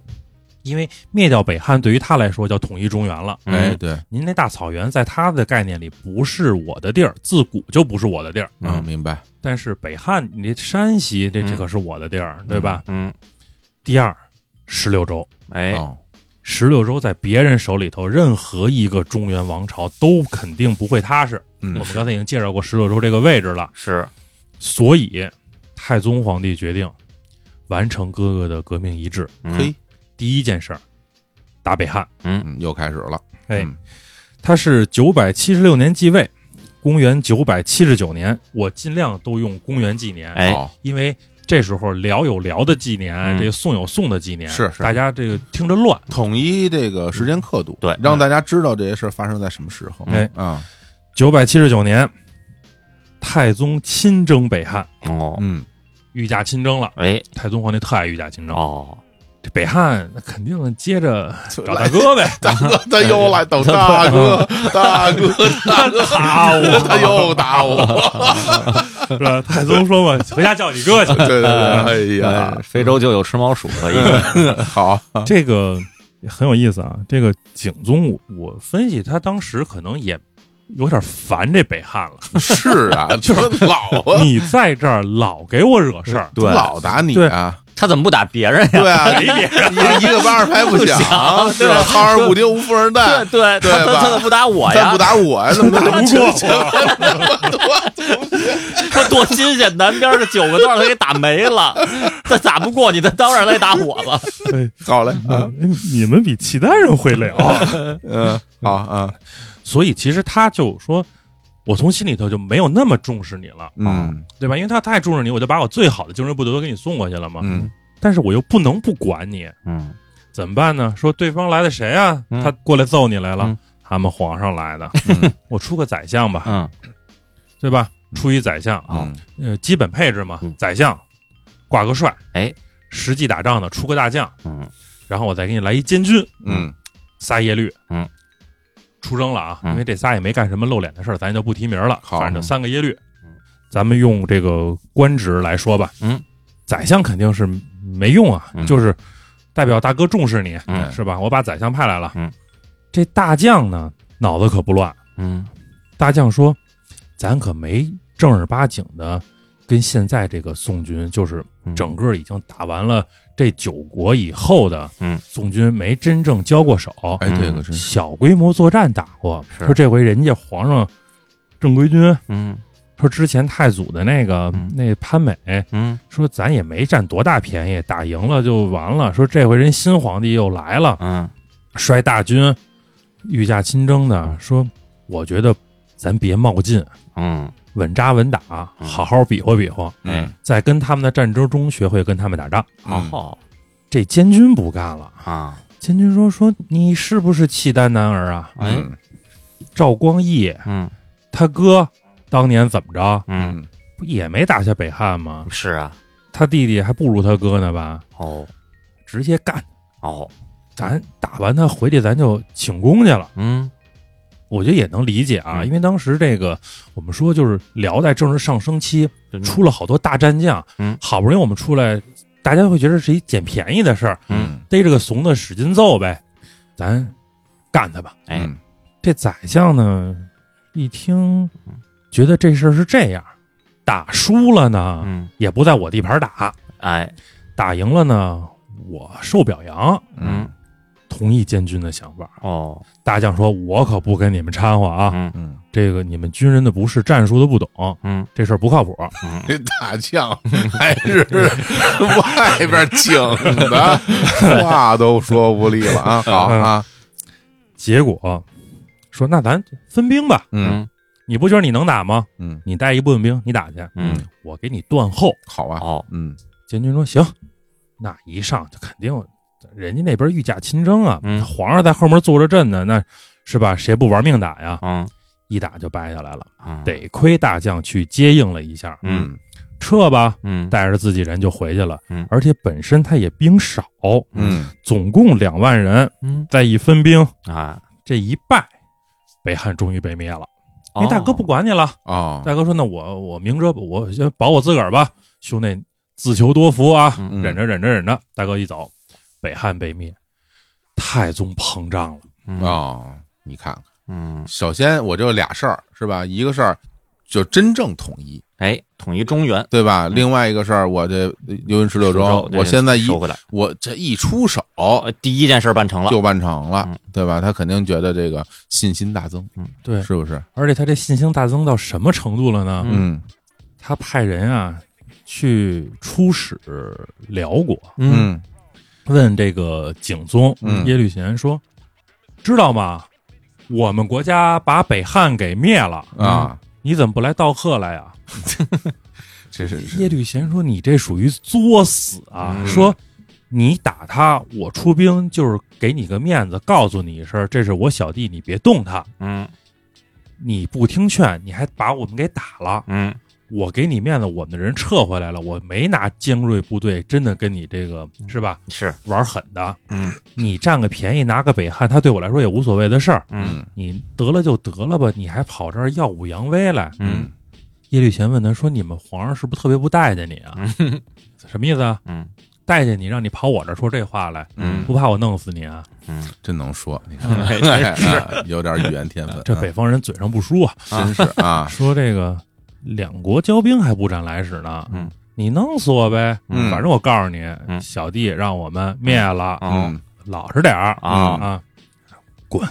[SPEAKER 3] 因为灭掉北汉对于他来说叫统一中原了，
[SPEAKER 2] 嗯
[SPEAKER 1] 哎，对，
[SPEAKER 3] 您那大草原在他的概念里不是我的地儿，自古就不是我的地儿。
[SPEAKER 1] 嗯，明白，
[SPEAKER 3] 但是北汉，你这山西这
[SPEAKER 2] 嗯
[SPEAKER 3] 这可是我的地儿，对吧？
[SPEAKER 2] 嗯，
[SPEAKER 3] 第二，十六州，
[SPEAKER 2] 哎，
[SPEAKER 1] 哦，
[SPEAKER 3] 十六州在别人手里头，任何一个中原王朝都肯定不会踏实。
[SPEAKER 1] 嗯
[SPEAKER 3] 我们刚才已经介绍过十六州这个位置了，
[SPEAKER 2] 是，
[SPEAKER 3] 所以太宗皇帝决定完成哥哥的革命遗志，
[SPEAKER 2] 嗯
[SPEAKER 1] 嘿，
[SPEAKER 3] 第一件事儿打北汉。
[SPEAKER 1] 嗯，又开始了，
[SPEAKER 3] 哎，
[SPEAKER 1] 嗯
[SPEAKER 3] 他是九百七十六年继位，公元九百七十九年。我尽量都用公元纪年，
[SPEAKER 2] 哎，
[SPEAKER 1] 好，
[SPEAKER 3] 因为这时候辽有辽的纪年，
[SPEAKER 2] 嗯
[SPEAKER 3] 这个宋有宋的纪年，
[SPEAKER 1] 是是
[SPEAKER 3] 大家这个听着乱。
[SPEAKER 1] 统一这个时间刻度，
[SPEAKER 2] 嗯对
[SPEAKER 1] 让大家知道这些事儿发生在什么时候，
[SPEAKER 3] 哎
[SPEAKER 1] 啊，
[SPEAKER 3] 九百七十九年，太宗亲征北汉，
[SPEAKER 2] 哦，
[SPEAKER 1] 嗯，
[SPEAKER 3] 御驾亲征了。
[SPEAKER 2] 哎，
[SPEAKER 3] 太宗皇帝特爱御驾亲征，
[SPEAKER 2] 哦，
[SPEAKER 3] 这北汉那肯定接 着找大
[SPEAKER 1] 来
[SPEAKER 3] 哥呗。
[SPEAKER 1] 大哥，他又
[SPEAKER 2] 哎
[SPEAKER 1] 来等大 哥，大哥，大哥，
[SPEAKER 3] 打我
[SPEAKER 1] 他又打 我，
[SPEAKER 3] 是吧？太宗说嘛，回家叫你哥去。
[SPEAKER 1] 对对对，哎呀
[SPEAKER 2] 哎，非洲就有吃猫鼠可以，
[SPEAKER 1] 哎好，
[SPEAKER 3] 这个很有意思啊。这个景宗，我我分析他当时可能也有点烦这北汉了。
[SPEAKER 1] 是 啊，就是老啊，
[SPEAKER 3] 你在这儿老给我 惹事儿，
[SPEAKER 2] 对
[SPEAKER 1] 老打你啊，
[SPEAKER 2] 他怎么不打别人呀？
[SPEAKER 1] 对啊，一一个巴掌拍不响，是吧？浩而不丢，无父而 蛋，
[SPEAKER 2] 对
[SPEAKER 1] 对吧
[SPEAKER 2] 他他他怎么不打我
[SPEAKER 1] 再
[SPEAKER 2] 呀？
[SPEAKER 1] 不打我呀，怎么
[SPEAKER 3] 打
[SPEAKER 1] 能
[SPEAKER 3] 不过我。
[SPEAKER 2] 他多新鲜！ 南边的九个都让他给打没了， 他打不过你，他当然来打我了。
[SPEAKER 3] 哎
[SPEAKER 1] 好嘞，啊，
[SPEAKER 3] 你们比契丹人会聊，
[SPEAKER 1] 嗯，好啊，
[SPEAKER 3] 所以其实他就说，我从心里头就没有那么重视你了，
[SPEAKER 1] 嗯
[SPEAKER 3] 对吧？因为他太重视你，我就把我最好的精锐部队都给你送过去了嘛。
[SPEAKER 1] 嗯，
[SPEAKER 3] 但是我又不能不管你，
[SPEAKER 2] 嗯，
[SPEAKER 3] 怎么办呢？说对方来的谁啊？
[SPEAKER 2] 嗯
[SPEAKER 3] 他过来揍你来了，
[SPEAKER 2] 嗯
[SPEAKER 3] 他们皇上来的，
[SPEAKER 1] 嗯
[SPEAKER 3] 我出个宰相吧，
[SPEAKER 2] 嗯，
[SPEAKER 3] 对吧？出一宰相啊，
[SPEAKER 1] 嗯
[SPEAKER 3] 呃，基本配置嘛
[SPEAKER 2] 嗯，
[SPEAKER 3] 宰相，挂个帅，
[SPEAKER 2] 哎，
[SPEAKER 3] 实际打仗的出个大将，
[SPEAKER 2] 嗯，
[SPEAKER 3] 然后我再给你来一监军，
[SPEAKER 1] 嗯，
[SPEAKER 3] 仨耶律，
[SPEAKER 2] 嗯，
[SPEAKER 3] 出征了啊，
[SPEAKER 2] 嗯
[SPEAKER 3] 因为这仨也没干什么露脸的事儿，咱就不提名了，
[SPEAKER 1] 好
[SPEAKER 3] 反正就三个耶律
[SPEAKER 2] 嗯，
[SPEAKER 3] 咱们用这个官职来说吧，
[SPEAKER 2] 嗯，
[SPEAKER 3] 宰相肯定是没用啊，
[SPEAKER 2] 嗯
[SPEAKER 3] 就是代表大哥重视你，
[SPEAKER 2] 嗯
[SPEAKER 3] 是吧？我把宰相派来了，
[SPEAKER 2] 嗯，
[SPEAKER 3] 这大将呢脑子可不乱，
[SPEAKER 2] 嗯，
[SPEAKER 3] 大将说：“咱可没正儿八经的跟现在这个宋军，就是
[SPEAKER 2] 嗯
[SPEAKER 3] 整个已经打完了这九国以后的
[SPEAKER 2] 嗯
[SPEAKER 3] 宋军，没真正交过手，
[SPEAKER 1] 哎，这个真是，
[SPEAKER 3] 嗯小规模作战打过。
[SPEAKER 2] 是
[SPEAKER 3] 说这回人家皇上正规军，
[SPEAKER 2] 嗯
[SPEAKER 3] 说之前太祖的那个、
[SPEAKER 2] 嗯
[SPEAKER 3] 那潘美，
[SPEAKER 2] 嗯
[SPEAKER 3] 说咱也没占多大便宜，打赢了就完了。说这回人新皇帝又来了，
[SPEAKER 2] 嗯
[SPEAKER 3] 率大军御驾亲征
[SPEAKER 1] 嗯
[SPEAKER 3] 的，说我觉得咱别冒进。”
[SPEAKER 2] 嗯，
[SPEAKER 3] 稳扎稳打，
[SPEAKER 2] 嗯
[SPEAKER 3] 好好比划比划，
[SPEAKER 2] 哎，
[SPEAKER 1] 嗯
[SPEAKER 3] 在跟他们的战争中学会跟他们打仗。
[SPEAKER 1] 嗯，
[SPEAKER 2] 哦
[SPEAKER 3] 这监军不干了，
[SPEAKER 2] 啊，
[SPEAKER 3] 监军说说你是不是契丹男儿啊？
[SPEAKER 2] 哎，
[SPEAKER 1] 嗯
[SPEAKER 3] 赵光义
[SPEAKER 2] 嗯
[SPEAKER 3] 他哥当年怎么着，
[SPEAKER 2] 嗯，
[SPEAKER 1] 嗯
[SPEAKER 3] 不也没打下北汉吗？
[SPEAKER 2] 是啊，
[SPEAKER 3] 他弟弟还不如他哥呢吧？
[SPEAKER 2] 哦
[SPEAKER 3] 直接干，
[SPEAKER 2] 哦，
[SPEAKER 3] 咱打完他回去，咱就请功去了。
[SPEAKER 2] 嗯
[SPEAKER 3] 我觉得也能理解啊，
[SPEAKER 2] 嗯
[SPEAKER 3] 因为当时这个我们说就是辽代正是上升期，
[SPEAKER 2] 就
[SPEAKER 3] 出了好多大战将，
[SPEAKER 2] 嗯
[SPEAKER 3] 好不容易我们出来，大家会觉得是一捡便宜的事儿，
[SPEAKER 1] 嗯
[SPEAKER 3] 逮着个怂的使劲揍呗，咱干他吧。
[SPEAKER 2] 哎
[SPEAKER 1] 嗯
[SPEAKER 3] 这宰相呢，一听
[SPEAKER 2] 嗯
[SPEAKER 3] 觉得这事儿是这样，打输了呢，
[SPEAKER 2] 嗯
[SPEAKER 3] 也不在我地盘打，
[SPEAKER 2] 哎
[SPEAKER 3] 打赢了呢，我受表扬，
[SPEAKER 2] 嗯
[SPEAKER 1] 嗯
[SPEAKER 3] 同意监军的想法。
[SPEAKER 2] 哦
[SPEAKER 3] 大将说：“我可不跟你们掺和啊，
[SPEAKER 2] 嗯
[SPEAKER 1] 嗯，
[SPEAKER 3] 这个你们军人的不是，战术的不懂，
[SPEAKER 2] 嗯
[SPEAKER 3] 这事儿不 靠谱。
[SPEAKER 2] 嗯
[SPEAKER 1] 这大将还是外边请的， 话都说不利了啊！好啊，
[SPEAKER 3] 结果说那咱分兵吧，
[SPEAKER 1] 嗯
[SPEAKER 2] 嗯
[SPEAKER 3] 你不觉得你能打吗？
[SPEAKER 1] 嗯
[SPEAKER 3] 你带一部分兵，你打去，
[SPEAKER 2] 嗯
[SPEAKER 3] 我给你断后。
[SPEAKER 1] 好啊，
[SPEAKER 2] 哦
[SPEAKER 1] 嗯
[SPEAKER 3] 监军说行，那一上就肯定人家那边御驾亲征啊，
[SPEAKER 2] 嗯
[SPEAKER 3] 皇上在后面坐着阵呢，那是吧？谁不玩命打呀？
[SPEAKER 2] 嗯
[SPEAKER 3] 一打就掰下来了，
[SPEAKER 2] 嗯
[SPEAKER 3] 得亏大将去接应了一下，
[SPEAKER 2] 嗯
[SPEAKER 3] 撤吧，
[SPEAKER 2] 嗯
[SPEAKER 3] 带着自己人就回去了。
[SPEAKER 2] 嗯
[SPEAKER 3] 而且本身他也兵少，
[SPEAKER 1] 嗯
[SPEAKER 3] 总共两万人，
[SPEAKER 2] 嗯
[SPEAKER 3] 再一分兵，
[SPEAKER 2] 啊，
[SPEAKER 3] 这一败，北汉终于被灭了。因为大哥不
[SPEAKER 2] 哦
[SPEAKER 3] 管你了，
[SPEAKER 1] 哦，
[SPEAKER 3] 大哥说：“那我我明哲，我先保我自个儿吧，兄弟，自求多福啊，
[SPEAKER 2] 嗯
[SPEAKER 3] 忍着忍着忍着。”大哥一走，北汉被灭，太宗膨胀了。
[SPEAKER 2] 嗯
[SPEAKER 1] 哦，你看看，
[SPEAKER 2] 嗯
[SPEAKER 1] 首先我就俩事儿是吧？一个事儿就真正统一，
[SPEAKER 2] 哎，统一中原，
[SPEAKER 1] 对吧？另外一个事儿，我这流云十六州，
[SPEAKER 2] 对
[SPEAKER 1] 我现在一
[SPEAKER 2] 收回来，
[SPEAKER 1] 我这一出手
[SPEAKER 2] 呃第一件事办成了，
[SPEAKER 1] 就办成了
[SPEAKER 2] 嗯，
[SPEAKER 1] 对吧？他肯定觉得这个信心大增，
[SPEAKER 3] 对
[SPEAKER 1] 是不是？
[SPEAKER 3] 而且他这信心大增到什么程度了呢？
[SPEAKER 1] 嗯
[SPEAKER 3] 他派人啊去出使辽国，
[SPEAKER 2] 嗯
[SPEAKER 1] 嗯
[SPEAKER 3] 问这个景宗、
[SPEAKER 1] 嗯
[SPEAKER 3] 耶律贤说：“知道吗？我们国家把北汉给灭了，
[SPEAKER 2] 嗯
[SPEAKER 1] 啊，
[SPEAKER 3] 你怎么不来道贺来呀、
[SPEAKER 1] 这是是
[SPEAKER 3] 耶律贤说：“你这属于作死啊！
[SPEAKER 2] 嗯
[SPEAKER 3] 说你打他，我出兵就是给你个面子，告诉你一声，这是我小弟，你别动他。
[SPEAKER 2] 嗯
[SPEAKER 3] 你不听劝，你还把我们给打了。
[SPEAKER 2] 嗯
[SPEAKER 3] 我给你面子，我们的人撤回来了，我没拿尖锐部队，真的跟你这个是吧
[SPEAKER 2] 是
[SPEAKER 3] 玩狠的。
[SPEAKER 2] 嗯
[SPEAKER 3] 你占个便宜，拿个北汉，他对我来说也无所谓的事儿。
[SPEAKER 2] 嗯
[SPEAKER 3] 你得了就得了吧，你还跑这儿耀武扬威来。”
[SPEAKER 2] 嗯
[SPEAKER 3] 耶律贤问他说：“你们皇上是不是特别不待见你啊？什么意思啊？”
[SPEAKER 2] 嗯
[SPEAKER 3] 待见你，让你跑我这儿说这话来，
[SPEAKER 2] 嗯
[SPEAKER 3] 不怕我弄死你啊？
[SPEAKER 2] 嗯，
[SPEAKER 1] 真能说，你看
[SPEAKER 2] 哎
[SPEAKER 1] 哎哎有点语言天分，
[SPEAKER 3] 这北方人嘴上不输啊，
[SPEAKER 1] 啊真是啊，
[SPEAKER 3] 说这个两国交兵还不斩来使呢，
[SPEAKER 2] 嗯，
[SPEAKER 3] 你弄死我呗，
[SPEAKER 1] 嗯
[SPEAKER 3] 反正我告诉你，
[SPEAKER 2] 嗯
[SPEAKER 3] 小弟让我们灭了，
[SPEAKER 2] 哦
[SPEAKER 1] 嗯，
[SPEAKER 3] 老实点儿
[SPEAKER 2] 啊
[SPEAKER 3] 啊！
[SPEAKER 2] 哦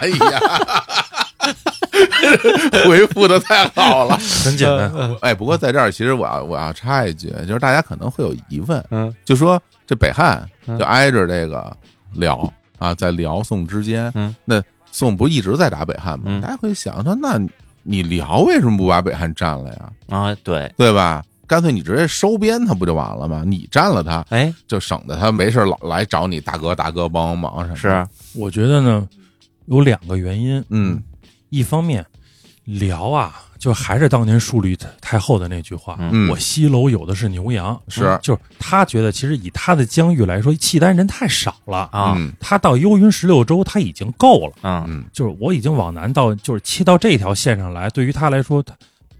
[SPEAKER 1] 哎呀， 回复的太好了。
[SPEAKER 3] 很简单，
[SPEAKER 1] 哎，不过在这儿，其实我要我要插一句，就是大家可能会有疑问，
[SPEAKER 2] 嗯，
[SPEAKER 1] 就说这北汉
[SPEAKER 2] 嗯
[SPEAKER 1] 就挨着这个辽啊，在辽宋之间，
[SPEAKER 2] 嗯，
[SPEAKER 1] 那宋不一直在打北汉吗？
[SPEAKER 2] 嗯
[SPEAKER 1] 大家会想说，那你辽为什么不把北汉占了呀？
[SPEAKER 2] 啊，对，
[SPEAKER 1] 对吧？干脆你直接收编他不就完了吗？你占了他，
[SPEAKER 2] 哎，
[SPEAKER 1] 就省得他没事老来找你大哥大哥帮帮忙什么的。
[SPEAKER 2] 是，啊
[SPEAKER 3] 我觉得呢有两个原因，
[SPEAKER 1] 嗯
[SPEAKER 3] 一方面辽啊，就还是当年树立太后的那句话，
[SPEAKER 2] 嗯
[SPEAKER 1] 嗯，
[SPEAKER 3] 我西楼有的是牛羊，嗯
[SPEAKER 1] 是
[SPEAKER 3] 就是他觉得其实以他的疆域来说，契丹人太少了
[SPEAKER 2] 啊，
[SPEAKER 1] 嗯
[SPEAKER 3] 他到幽云十六州，他已经够了，
[SPEAKER 2] 嗯
[SPEAKER 1] 嗯
[SPEAKER 3] 就是我已经往南到，就是切到这条线上来，对于他来说，他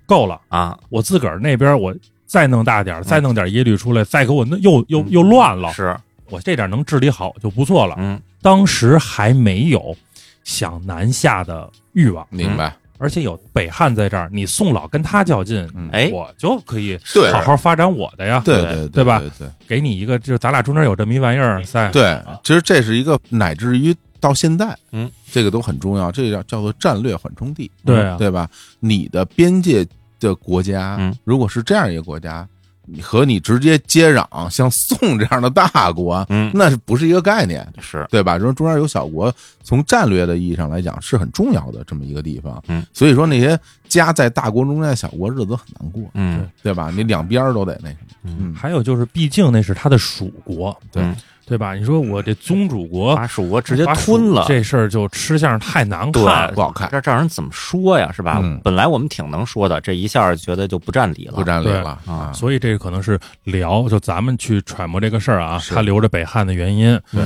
[SPEAKER 3] 够了。
[SPEAKER 1] 嗯
[SPEAKER 2] 啊，
[SPEAKER 3] 我自个儿那边我再弄大点儿，再弄点耶律出来，再给我弄又又又乱了。
[SPEAKER 2] 嗯是，
[SPEAKER 3] 我这点能治理好就不错了。
[SPEAKER 2] 嗯
[SPEAKER 3] 当时还没有想南下的欲望，
[SPEAKER 1] 明白，
[SPEAKER 3] 而且有北汉在这儿，你宋老跟他较劲，
[SPEAKER 1] 嗯
[SPEAKER 2] 哎
[SPEAKER 3] 我就可以
[SPEAKER 1] 对
[SPEAKER 3] 好好发展我的呀。
[SPEAKER 1] 对
[SPEAKER 2] 对
[SPEAKER 1] 对
[SPEAKER 3] 对吧
[SPEAKER 1] 对对
[SPEAKER 3] 给你一个，就是咱俩中间有这么一玩意儿在。
[SPEAKER 1] 对，其实这是一个乃至于到现在，
[SPEAKER 2] 嗯，
[SPEAKER 1] 这个都很重要，这叫叫做战略缓冲地，
[SPEAKER 3] 对啊
[SPEAKER 1] 对吧？你的边界的国家，
[SPEAKER 2] 嗯
[SPEAKER 1] 如果是这样一个国家，你和你直接接壤，像宋这样的大国，
[SPEAKER 2] 嗯
[SPEAKER 1] 那是不是一个概念？
[SPEAKER 2] 是，
[SPEAKER 1] 对吧？说中间有小国，从战略的意义上来讲是很重要的这么一个地方，
[SPEAKER 2] 嗯，
[SPEAKER 1] 所以说那些夹在大国中间的小国，日子很难过，
[SPEAKER 2] 嗯
[SPEAKER 1] 对吧？你两边儿都得那什么，
[SPEAKER 2] 嗯
[SPEAKER 1] 嗯
[SPEAKER 3] 还有就是，毕竟那是他的蜀国，
[SPEAKER 1] 对
[SPEAKER 2] 嗯
[SPEAKER 3] 对吧？你说我这宗主国
[SPEAKER 2] 把蜀国直接
[SPEAKER 3] 把蜀
[SPEAKER 2] 吞了，
[SPEAKER 3] 这事儿就吃相太难
[SPEAKER 2] 对
[SPEAKER 3] 看，
[SPEAKER 1] 不好看，
[SPEAKER 2] 这这让人怎么说呀？是吧？
[SPEAKER 1] 嗯
[SPEAKER 2] 本来我们挺能说的，这一下觉得就不占理了。
[SPEAKER 1] 不占理
[SPEAKER 3] 对
[SPEAKER 1] 了啊。
[SPEAKER 3] 所以这个可能是辽，就咱们去揣摩这个事儿啊，
[SPEAKER 1] 是
[SPEAKER 3] 他留着北汉的原因。
[SPEAKER 1] 对，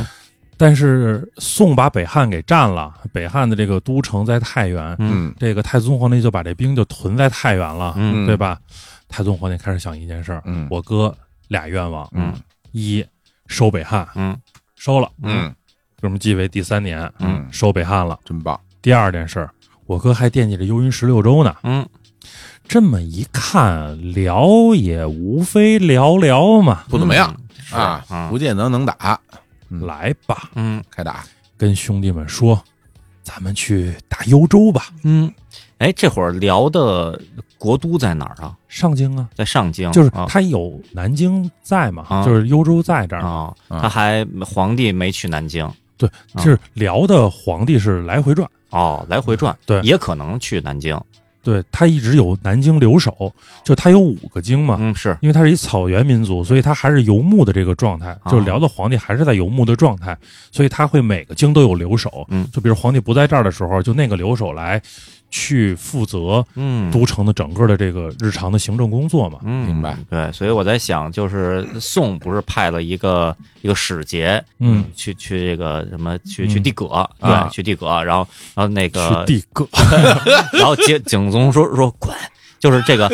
[SPEAKER 3] 但是宋把北汉给占了，北汉的这个都城在太原，
[SPEAKER 1] 嗯
[SPEAKER 3] 这个太宗皇帝就把这兵就屯在太原了，
[SPEAKER 2] 嗯
[SPEAKER 3] 对吧？太宗皇帝开始想一件事儿，
[SPEAKER 1] 嗯
[SPEAKER 3] 我哥俩愿望，
[SPEAKER 1] 嗯
[SPEAKER 3] 一收北汉，
[SPEAKER 2] 嗯
[SPEAKER 3] 收了，
[SPEAKER 1] 嗯
[SPEAKER 3] 我们继位第三年，
[SPEAKER 1] 嗯
[SPEAKER 3] 收北汉了。
[SPEAKER 1] 真棒，
[SPEAKER 3] 第二件事儿，我哥还惦记着幽云十六州呢。
[SPEAKER 2] 嗯，
[SPEAKER 3] 这么一看，聊也无非聊聊嘛，
[SPEAKER 1] 不怎么样
[SPEAKER 2] 嗯是
[SPEAKER 1] 啊，
[SPEAKER 2] 嗯
[SPEAKER 1] 不见得能打，嗯
[SPEAKER 3] 来吧，
[SPEAKER 2] 嗯
[SPEAKER 1] 开打，
[SPEAKER 3] 跟兄弟们说，咱们去打幽州吧，
[SPEAKER 2] 嗯，哎，这会儿辽的国都在哪儿啊？
[SPEAKER 3] 上京啊，
[SPEAKER 2] 在上京，
[SPEAKER 3] 就是
[SPEAKER 2] 啊
[SPEAKER 3] 他有南京在嘛，
[SPEAKER 2] 啊
[SPEAKER 3] 就是幽州在这儿嘛。嗯
[SPEAKER 1] 啊
[SPEAKER 2] 啊，他还皇帝没去南京
[SPEAKER 3] 对，
[SPEAKER 2] 啊
[SPEAKER 3] 是辽的皇帝是来回转，
[SPEAKER 2] 哦，来回转，
[SPEAKER 3] 嗯对
[SPEAKER 2] 也可能去南京，
[SPEAKER 3] 对他一直有南京留守，就他有五个京嘛，
[SPEAKER 2] 嗯，是，
[SPEAKER 3] 因为他是一草原民族，所以他还是游牧的这个状态，
[SPEAKER 2] 啊
[SPEAKER 3] 就是辽的皇帝还是在游牧的状态，所以他会每个京都有留守。
[SPEAKER 2] 嗯
[SPEAKER 3] 就比如皇帝不在这儿的时候，就那个留守来去负责
[SPEAKER 2] 嗯，
[SPEAKER 3] 都城的整个的这个日常的行政工作嘛。
[SPEAKER 2] 嗯，
[SPEAKER 1] 明白？
[SPEAKER 2] 对，所以我在想，就是宋不是派了一个一个使节，
[SPEAKER 3] 嗯，
[SPEAKER 2] 去去这个什么，去
[SPEAKER 3] 嗯
[SPEAKER 2] 去地葛，
[SPEAKER 1] 啊
[SPEAKER 2] 对，去地葛，然后然后那个
[SPEAKER 3] 去地个，，
[SPEAKER 2] 然后景景宗说说滚，就是这个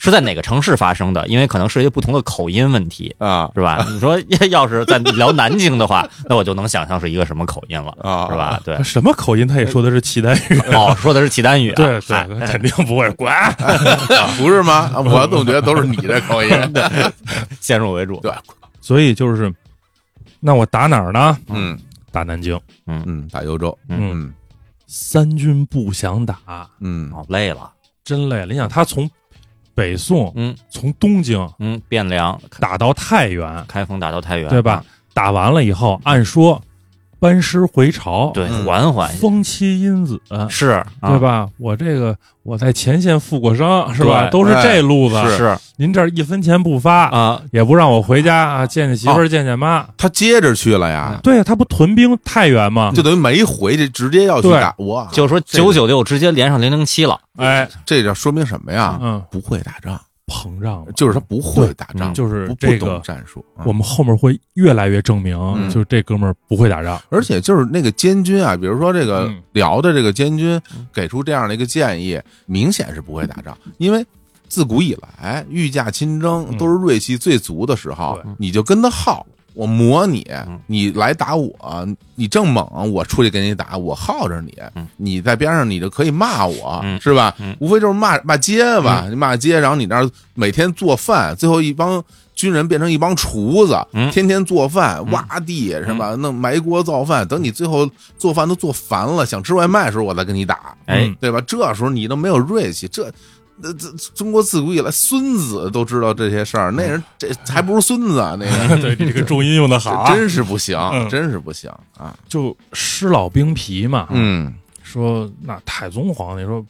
[SPEAKER 2] 是在哪个城市发生的？因为可能涉及不同的口音问题，
[SPEAKER 1] 啊
[SPEAKER 2] 是吧？你说 要是在聊南京的话，那我就能想象是一个什么口音了，
[SPEAKER 1] 啊，
[SPEAKER 2] 是？吧？对
[SPEAKER 3] 什么口音？他也说的是契丹语。
[SPEAKER 2] 哦，说的是契丹语、啊，
[SPEAKER 3] 对
[SPEAKER 2] 嗨
[SPEAKER 3] 对，肯定不会滚。
[SPEAKER 1] 不是吗？啊我总觉得都是你的口音。
[SPEAKER 2] 先入为主，
[SPEAKER 1] 对
[SPEAKER 3] 所以就是，那我打哪儿呢？
[SPEAKER 1] 嗯
[SPEAKER 3] 打南京。
[SPEAKER 1] 嗯，打幽州，
[SPEAKER 3] 嗯，
[SPEAKER 1] 嗯
[SPEAKER 3] 三军不想打，
[SPEAKER 1] 嗯
[SPEAKER 2] 哦，累了，
[SPEAKER 3] 真累了。你想，他从北宋，
[SPEAKER 2] 嗯
[SPEAKER 3] 从东京
[SPEAKER 2] 嗯，汴梁
[SPEAKER 3] 打到太原，
[SPEAKER 2] 开封打到太原，嗯
[SPEAKER 3] 对吧？？打完了以后，按说班师回朝，
[SPEAKER 2] 对，
[SPEAKER 1] 嗯
[SPEAKER 2] 缓缓
[SPEAKER 3] 封妻因子，
[SPEAKER 2] 是，啊
[SPEAKER 3] 对？吧？我这个我在前线负过伤，是吧？
[SPEAKER 2] 对
[SPEAKER 3] 都是这路子。
[SPEAKER 2] 是
[SPEAKER 3] 您这儿一分钱不发，
[SPEAKER 2] 啊，
[SPEAKER 3] 也不让我回家啊，见见媳
[SPEAKER 1] 哦
[SPEAKER 3] 妇儿，见见妈。
[SPEAKER 1] 他接着去了呀，
[SPEAKER 3] 对呀，啊他不屯兵太原吗？
[SPEAKER 1] 就等于没回去，直接要去打。哇，
[SPEAKER 2] 就是说
[SPEAKER 1] 这个
[SPEAKER 2] 九九六直接连上零零七了，
[SPEAKER 3] 哎，
[SPEAKER 1] 这叫说明什么呀？
[SPEAKER 3] 嗯，
[SPEAKER 1] 不会打仗，
[SPEAKER 3] 膨胀了。
[SPEAKER 1] 啊就是他不会打仗，
[SPEAKER 3] 嗯就是
[SPEAKER 1] 不
[SPEAKER 3] 这
[SPEAKER 1] 不懂
[SPEAKER 3] 个，
[SPEAKER 1] 战术。嗯
[SPEAKER 3] 我们后面会越来越证明，
[SPEAKER 1] 嗯
[SPEAKER 3] 就是这哥们儿不会打 仗。
[SPEAKER 1] 而且就是那个监军啊，比如说这个
[SPEAKER 3] 嗯
[SPEAKER 1] 辽的这个监军给出这样的一个建议，明显是不会打仗，因为自古以来御驾亲征
[SPEAKER 3] 嗯
[SPEAKER 1] 都是锐气最足的时候
[SPEAKER 3] 对，嗯
[SPEAKER 1] 你就跟他耗。我磨你
[SPEAKER 2] 嗯，
[SPEAKER 1] 你来打我，你正猛，我出去给你打，我耗着你
[SPEAKER 2] 嗯，
[SPEAKER 1] 你在边上你就可以骂我，
[SPEAKER 2] 嗯
[SPEAKER 1] 是吧
[SPEAKER 2] 嗯？
[SPEAKER 1] 无非就是骂骂街吧，骂街，然后你那儿每天做饭，最后一帮军人变成一帮厨子，
[SPEAKER 2] 嗯
[SPEAKER 1] 天天做饭、挖地是吧？弄埋锅造饭，等你最后做饭都做烦了，想吃外卖的时候，我再跟你打，
[SPEAKER 2] 哎，
[SPEAKER 3] 嗯
[SPEAKER 1] 对吧？这时候你都没有锐气，这。这这中国自古以来，孙子都知道这些事儿，那人这还不如孙子啊，那 个
[SPEAKER 3] 对，这个重音用的好啊
[SPEAKER 1] 这，真是不行，
[SPEAKER 3] 嗯
[SPEAKER 1] 真是不行啊！
[SPEAKER 3] 就师老兵皮嘛。
[SPEAKER 1] 嗯，
[SPEAKER 3] 说那太宗皇帝说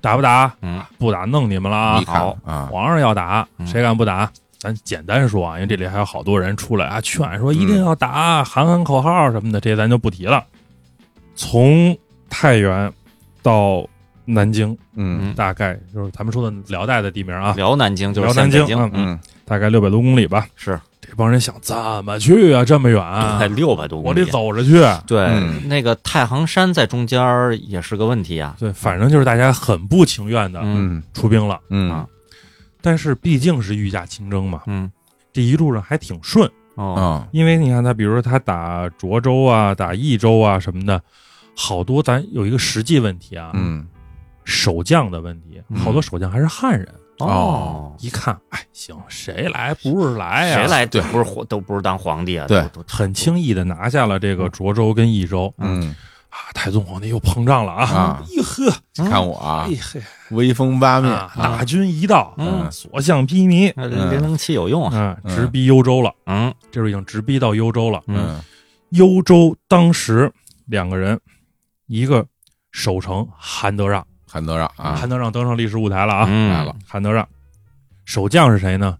[SPEAKER 3] 打不打？
[SPEAKER 2] 嗯
[SPEAKER 3] 不打弄你们了啊
[SPEAKER 1] 你！看
[SPEAKER 2] 好
[SPEAKER 1] 啊，
[SPEAKER 3] 皇上要打，
[SPEAKER 2] 嗯
[SPEAKER 3] 谁敢不打？咱简单说啊，因为这里还有好多人出来啊，劝说一定要打，喊喊口号什么的，这些咱就不提了。从太原到南京，
[SPEAKER 1] 嗯
[SPEAKER 2] 嗯，
[SPEAKER 3] 大概就是咱们说的辽代的地名啊，
[SPEAKER 2] 辽南京就是
[SPEAKER 3] 辽南
[SPEAKER 2] 现在
[SPEAKER 3] 京嗯
[SPEAKER 1] 嗯
[SPEAKER 3] 大概六百多公里吧。
[SPEAKER 2] 是
[SPEAKER 3] 这帮人想怎么去啊？这么
[SPEAKER 2] 快
[SPEAKER 3] 远，
[SPEAKER 2] 六百多
[SPEAKER 3] 我
[SPEAKER 2] 公
[SPEAKER 3] 得
[SPEAKER 2] 里，
[SPEAKER 3] 走着去。
[SPEAKER 2] 对
[SPEAKER 1] 嗯，
[SPEAKER 2] 那个太行山在中间儿也是个问题啊，
[SPEAKER 3] 对，反正就是大家很不情愿的
[SPEAKER 2] 嗯
[SPEAKER 1] 嗯
[SPEAKER 3] 出兵了，
[SPEAKER 1] 嗯
[SPEAKER 2] 啊
[SPEAKER 3] 但是毕竟是御驾亲征嘛，
[SPEAKER 2] 嗯
[SPEAKER 3] 这一路上还挺顺。
[SPEAKER 2] 哦
[SPEAKER 1] 啊，
[SPEAKER 3] 因为你看他，比如说他打涿州啊、打益州啊什么的，好多咱有一个实际问题啊，
[SPEAKER 1] 嗯
[SPEAKER 3] 守将的问题，
[SPEAKER 2] 嗯
[SPEAKER 3] 好多守将还是汉人。
[SPEAKER 1] 哦，
[SPEAKER 3] 一看，哎，行，谁来不是来哎呀、
[SPEAKER 2] 谁？来
[SPEAKER 1] 对
[SPEAKER 2] 不是皇都不是当皇帝啊，
[SPEAKER 1] 对
[SPEAKER 2] 都，都
[SPEAKER 3] 很轻易的拿下了这个涿州跟益州
[SPEAKER 1] 嗯，
[SPEAKER 3] 啊！太宗皇帝又膨胀了
[SPEAKER 1] 啊
[SPEAKER 2] 嗯
[SPEAKER 3] 啊！一呵，
[SPEAKER 1] 看我啊
[SPEAKER 3] 哎，嘿，
[SPEAKER 1] 威风八面
[SPEAKER 3] 啊，大军一到，
[SPEAKER 2] 嗯
[SPEAKER 3] 啊所向披靡，
[SPEAKER 2] 那零零七有用啊，
[SPEAKER 3] 啊，
[SPEAKER 1] 嗯
[SPEAKER 3] 直逼幽州了。
[SPEAKER 2] 嗯
[SPEAKER 3] 这时候已经直逼到幽州了。
[SPEAKER 2] 嗯
[SPEAKER 1] 嗯
[SPEAKER 3] 幽州当时两个人，一个守城韩德让，
[SPEAKER 1] 韩德让啊，
[SPEAKER 3] 韩德让登上历史舞台了啊！
[SPEAKER 2] 嗯
[SPEAKER 1] 来了，
[SPEAKER 3] 韩德让，守将是谁呢？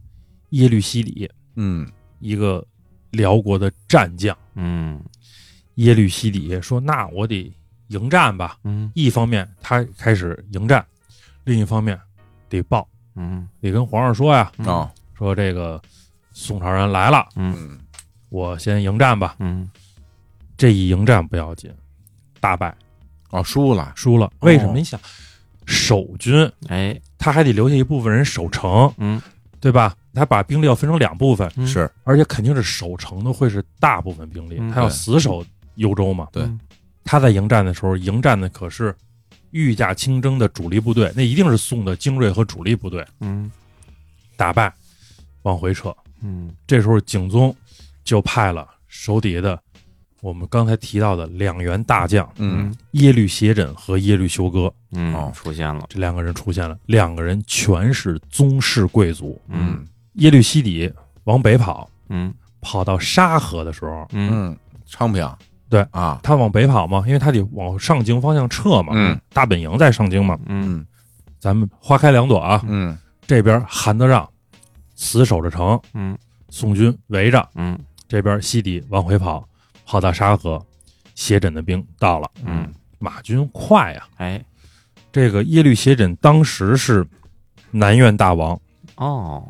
[SPEAKER 3] 耶律西里，
[SPEAKER 1] 嗯
[SPEAKER 3] 一个辽国的战将
[SPEAKER 2] 嗯
[SPEAKER 3] 耶律西底说：“那我得迎战吧。
[SPEAKER 2] 嗯
[SPEAKER 3] 一方面他开始迎战，另一方面得报，
[SPEAKER 2] 嗯
[SPEAKER 3] 得跟皇上说呀，
[SPEAKER 1] 哦，
[SPEAKER 3] 说这个宋朝人来了，
[SPEAKER 1] 嗯
[SPEAKER 3] 我先迎战吧。
[SPEAKER 2] 嗯
[SPEAKER 3] 这一迎战不要紧，大败
[SPEAKER 1] 哦，输了，
[SPEAKER 3] 输了。为什么？你想，守军
[SPEAKER 2] 哎
[SPEAKER 3] 他还得留下一部分人守城，
[SPEAKER 2] 嗯
[SPEAKER 3] 对吧？他把兵力要分成两部分，
[SPEAKER 2] 嗯
[SPEAKER 1] 是
[SPEAKER 3] 而且肯定是守城的会是大部分兵力，
[SPEAKER 2] 嗯
[SPEAKER 3] 他要
[SPEAKER 1] 对
[SPEAKER 3] 死守幽州嘛。
[SPEAKER 1] 对
[SPEAKER 2] 嗯
[SPEAKER 3] 他在迎战的时候，迎战的可是御驾亲征的主力部队，那一定是宋的精锐和主力部队，
[SPEAKER 2] 嗯
[SPEAKER 3] 打败，往回撤。
[SPEAKER 2] 嗯
[SPEAKER 3] 这时候景宗就派了手底下的我们刚才提到的两员大将
[SPEAKER 1] 嗯，
[SPEAKER 3] 耶律斜轸和耶律休哥
[SPEAKER 1] 哦
[SPEAKER 2] 嗯出现了
[SPEAKER 3] 这两个人出现了，两个人全是宗室贵族。
[SPEAKER 2] 嗯
[SPEAKER 3] 耶律西底往北跑，
[SPEAKER 2] 嗯
[SPEAKER 3] 跑到沙河的时候，
[SPEAKER 2] 嗯
[SPEAKER 1] 嗯，昌平，
[SPEAKER 3] 对
[SPEAKER 1] 啊，
[SPEAKER 3] 他往北跑嘛，因为他得往上京方向撤嘛，
[SPEAKER 1] 嗯，
[SPEAKER 3] 大本营在上京嘛。
[SPEAKER 2] 嗯
[SPEAKER 1] 嗯
[SPEAKER 3] 咱们花开两朵啊，
[SPEAKER 1] 嗯
[SPEAKER 3] 这边韩德让死守着城，
[SPEAKER 2] 嗯
[SPEAKER 3] 宋军围着，
[SPEAKER 2] 嗯
[SPEAKER 3] 这边西底往回跑，跑到沙河，斜轸的兵到了，
[SPEAKER 2] 嗯
[SPEAKER 3] 马军快啊！
[SPEAKER 2] 哎
[SPEAKER 3] 这个耶律斜轸当时是南院大王，
[SPEAKER 2] 哦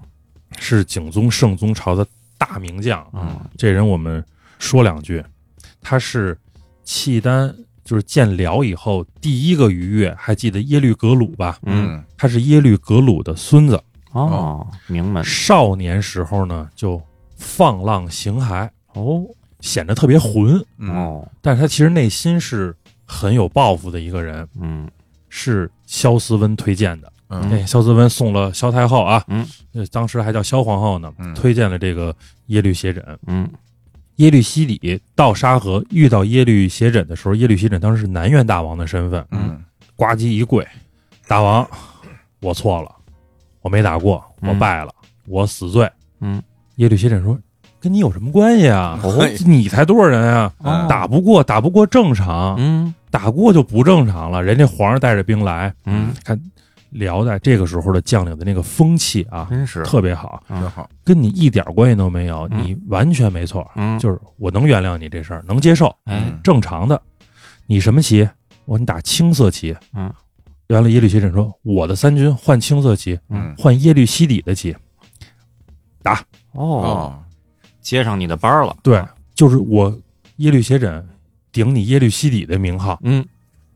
[SPEAKER 3] 是景宗圣宗朝的大名将。
[SPEAKER 2] 嗯
[SPEAKER 3] 这人我们说两句，他是契丹，就是建辽以后第一个逾越，还记得耶律格鲁吧？
[SPEAKER 2] 嗯
[SPEAKER 3] 他是耶律格鲁的孙子，
[SPEAKER 2] 哦明白
[SPEAKER 3] 少年时候呢就放浪形骸，哦，显得特别浑，
[SPEAKER 1] 嗯
[SPEAKER 2] 哦
[SPEAKER 3] 但是他其实内心是很有抱负的一个人，
[SPEAKER 2] 嗯
[SPEAKER 3] 是萧思温推荐的。
[SPEAKER 1] 嗯
[SPEAKER 3] 哎，萧思温送了萧太后啊，
[SPEAKER 2] 嗯
[SPEAKER 3] 呃，当时还叫萧皇后呢，
[SPEAKER 1] 嗯
[SPEAKER 3] 推荐了这个耶律斜轸。
[SPEAKER 2] 嗯
[SPEAKER 3] 耶律西底到沙河遇到耶律斜轸的时候，耶律斜轸当时是南院大王的身份，
[SPEAKER 1] 嗯
[SPEAKER 3] 呱唧一跪，大王，我错了，我没打过，我
[SPEAKER 2] 嗯
[SPEAKER 3] 败了，我死罪。
[SPEAKER 2] 嗯哎
[SPEAKER 3] 耶律斜轸说：“跟你有什么关系啊？
[SPEAKER 1] 哦
[SPEAKER 3] 你才多少人啊？
[SPEAKER 1] 哦
[SPEAKER 3] 打不过，打不过正常，
[SPEAKER 2] 嗯
[SPEAKER 3] 打过就不正常了。人家皇上带着兵来，
[SPEAKER 2] 嗯
[SPEAKER 3] 看辽代这个时候的将领的那个风气啊，
[SPEAKER 2] 真是
[SPEAKER 3] 特别好，
[SPEAKER 1] 真好，
[SPEAKER 3] 跟你一点关系都没有，
[SPEAKER 2] 嗯
[SPEAKER 3] 你完全没错，
[SPEAKER 2] 嗯
[SPEAKER 3] 就是我能原谅你这事儿，能接受，
[SPEAKER 2] 哎
[SPEAKER 3] 正常的。你什么旗？我说你打青色旗。
[SPEAKER 2] 嗯，
[SPEAKER 3] 原来耶律斜轸说，我的三军换青色旗，
[SPEAKER 1] 嗯
[SPEAKER 3] 换耶律西底的旗。
[SPEAKER 2] 哦
[SPEAKER 1] 哦，
[SPEAKER 2] 接上你的班儿了
[SPEAKER 3] 对，就是我耶律斜轸顶你耶律西底的名号，
[SPEAKER 2] 嗯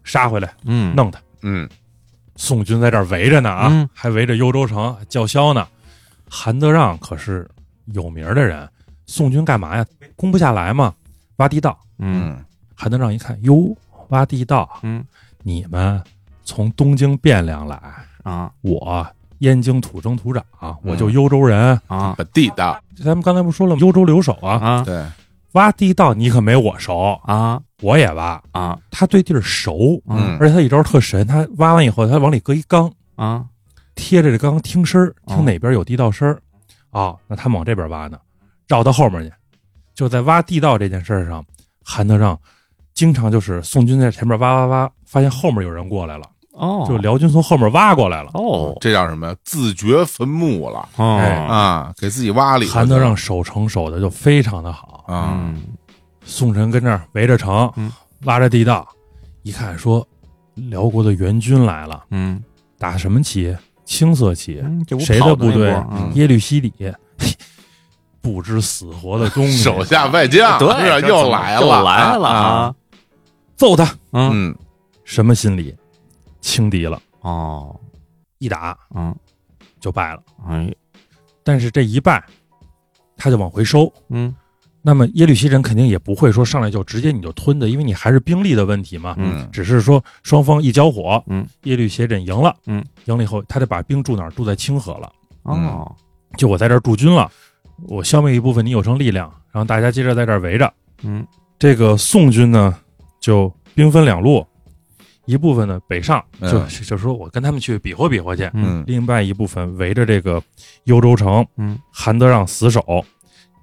[SPEAKER 3] 杀回来
[SPEAKER 2] 嗯
[SPEAKER 3] 弄他。
[SPEAKER 1] 嗯
[SPEAKER 3] 宋军在这儿围着呢啊，
[SPEAKER 2] 嗯
[SPEAKER 3] 还围着幽州城叫嚣呢。韩德让可是有名儿的人，宋军干嘛呀？攻不下来嘛，挖地道。
[SPEAKER 2] 嗯
[SPEAKER 1] 嗯
[SPEAKER 3] 韩德让一看，哟，挖地道，
[SPEAKER 2] 嗯
[SPEAKER 3] 你们从东京汴梁来，
[SPEAKER 2] 啊
[SPEAKER 3] 我燕京土生土长，我就
[SPEAKER 1] 嗯
[SPEAKER 3] 幽州人。
[SPEAKER 2] 啊
[SPEAKER 1] 本地的，
[SPEAKER 3] 咱们刚才不说了吗？幽州留守啊，
[SPEAKER 2] 啊
[SPEAKER 1] 对，
[SPEAKER 3] 挖地道你可没我熟，
[SPEAKER 2] 啊
[SPEAKER 3] 我也挖。
[SPEAKER 2] 啊
[SPEAKER 3] 他对地儿熟，
[SPEAKER 1] 嗯
[SPEAKER 3] 而且他一招特神，他挖完以后，他往里搁一缸，
[SPEAKER 2] 啊
[SPEAKER 3] 贴着这缸听声儿，
[SPEAKER 2] 哦
[SPEAKER 3] 听哪边有地道声儿。啊，那他们往这边挖呢，绕到后面去。就在挖地道这件事儿上，韩德让经常就是宋军在前面挖挖挖，发现后面有人过来了，
[SPEAKER 2] 哦
[SPEAKER 3] 就辽军从后面挖过来了。
[SPEAKER 2] 哦
[SPEAKER 1] 这叫什么？自掘坟墓了
[SPEAKER 2] 哦
[SPEAKER 1] 啊，给自己挖里头去了，
[SPEAKER 3] 韩德让守城守的就非常的好，
[SPEAKER 1] 啊，
[SPEAKER 2] 嗯
[SPEAKER 3] 宋臣跟这儿围着城
[SPEAKER 2] 嗯，
[SPEAKER 3] 挖着地道，一看说辽国的援军来了，
[SPEAKER 2] 嗯
[SPEAKER 3] 打什么旗？青色旗。
[SPEAKER 2] 嗯这不
[SPEAKER 3] 谁
[SPEAKER 2] 跑的
[SPEAKER 3] 的部队
[SPEAKER 2] 那波嗯
[SPEAKER 3] 耶律西里，嘿不知死活的东西，
[SPEAKER 1] 手下败将，
[SPEAKER 2] 嗯对
[SPEAKER 1] 是吧，
[SPEAKER 2] 这
[SPEAKER 1] 又
[SPEAKER 2] 怎么
[SPEAKER 1] 来了，
[SPEAKER 2] 又来了
[SPEAKER 1] 啊，！
[SPEAKER 3] 揍他，
[SPEAKER 2] 嗯
[SPEAKER 1] 嗯
[SPEAKER 3] 什么心理？轻敌了，
[SPEAKER 2] 哦
[SPEAKER 3] 一打
[SPEAKER 2] 嗯
[SPEAKER 3] 就败了。
[SPEAKER 2] 哎
[SPEAKER 3] 但是这一败，他就往回收。
[SPEAKER 2] 嗯
[SPEAKER 3] 那么耶律西人肯定也不会说上来就直接你就吞的，因为你还是兵力的问题嘛。
[SPEAKER 1] 嗯
[SPEAKER 3] 只是说双方一交火，
[SPEAKER 2] 嗯，
[SPEAKER 3] 耶律斜轸赢了，
[SPEAKER 2] 嗯，
[SPEAKER 3] 赢了以后，他得把兵驻哪儿？驻在清河了。
[SPEAKER 2] 哦
[SPEAKER 3] 就我在这儿驻军了，我消灭一部分你有生力量，然后大家接着在这儿围着。
[SPEAKER 2] 嗯
[SPEAKER 3] 这个宋军呢，就兵分两路，一部分呢北上，
[SPEAKER 1] 嗯
[SPEAKER 3] 就就说我跟他们去比划比划去；
[SPEAKER 2] 嗯
[SPEAKER 1] 嗯
[SPEAKER 3] 另外一部分围着这个幽州城，
[SPEAKER 2] 嗯
[SPEAKER 3] 韩德让死守。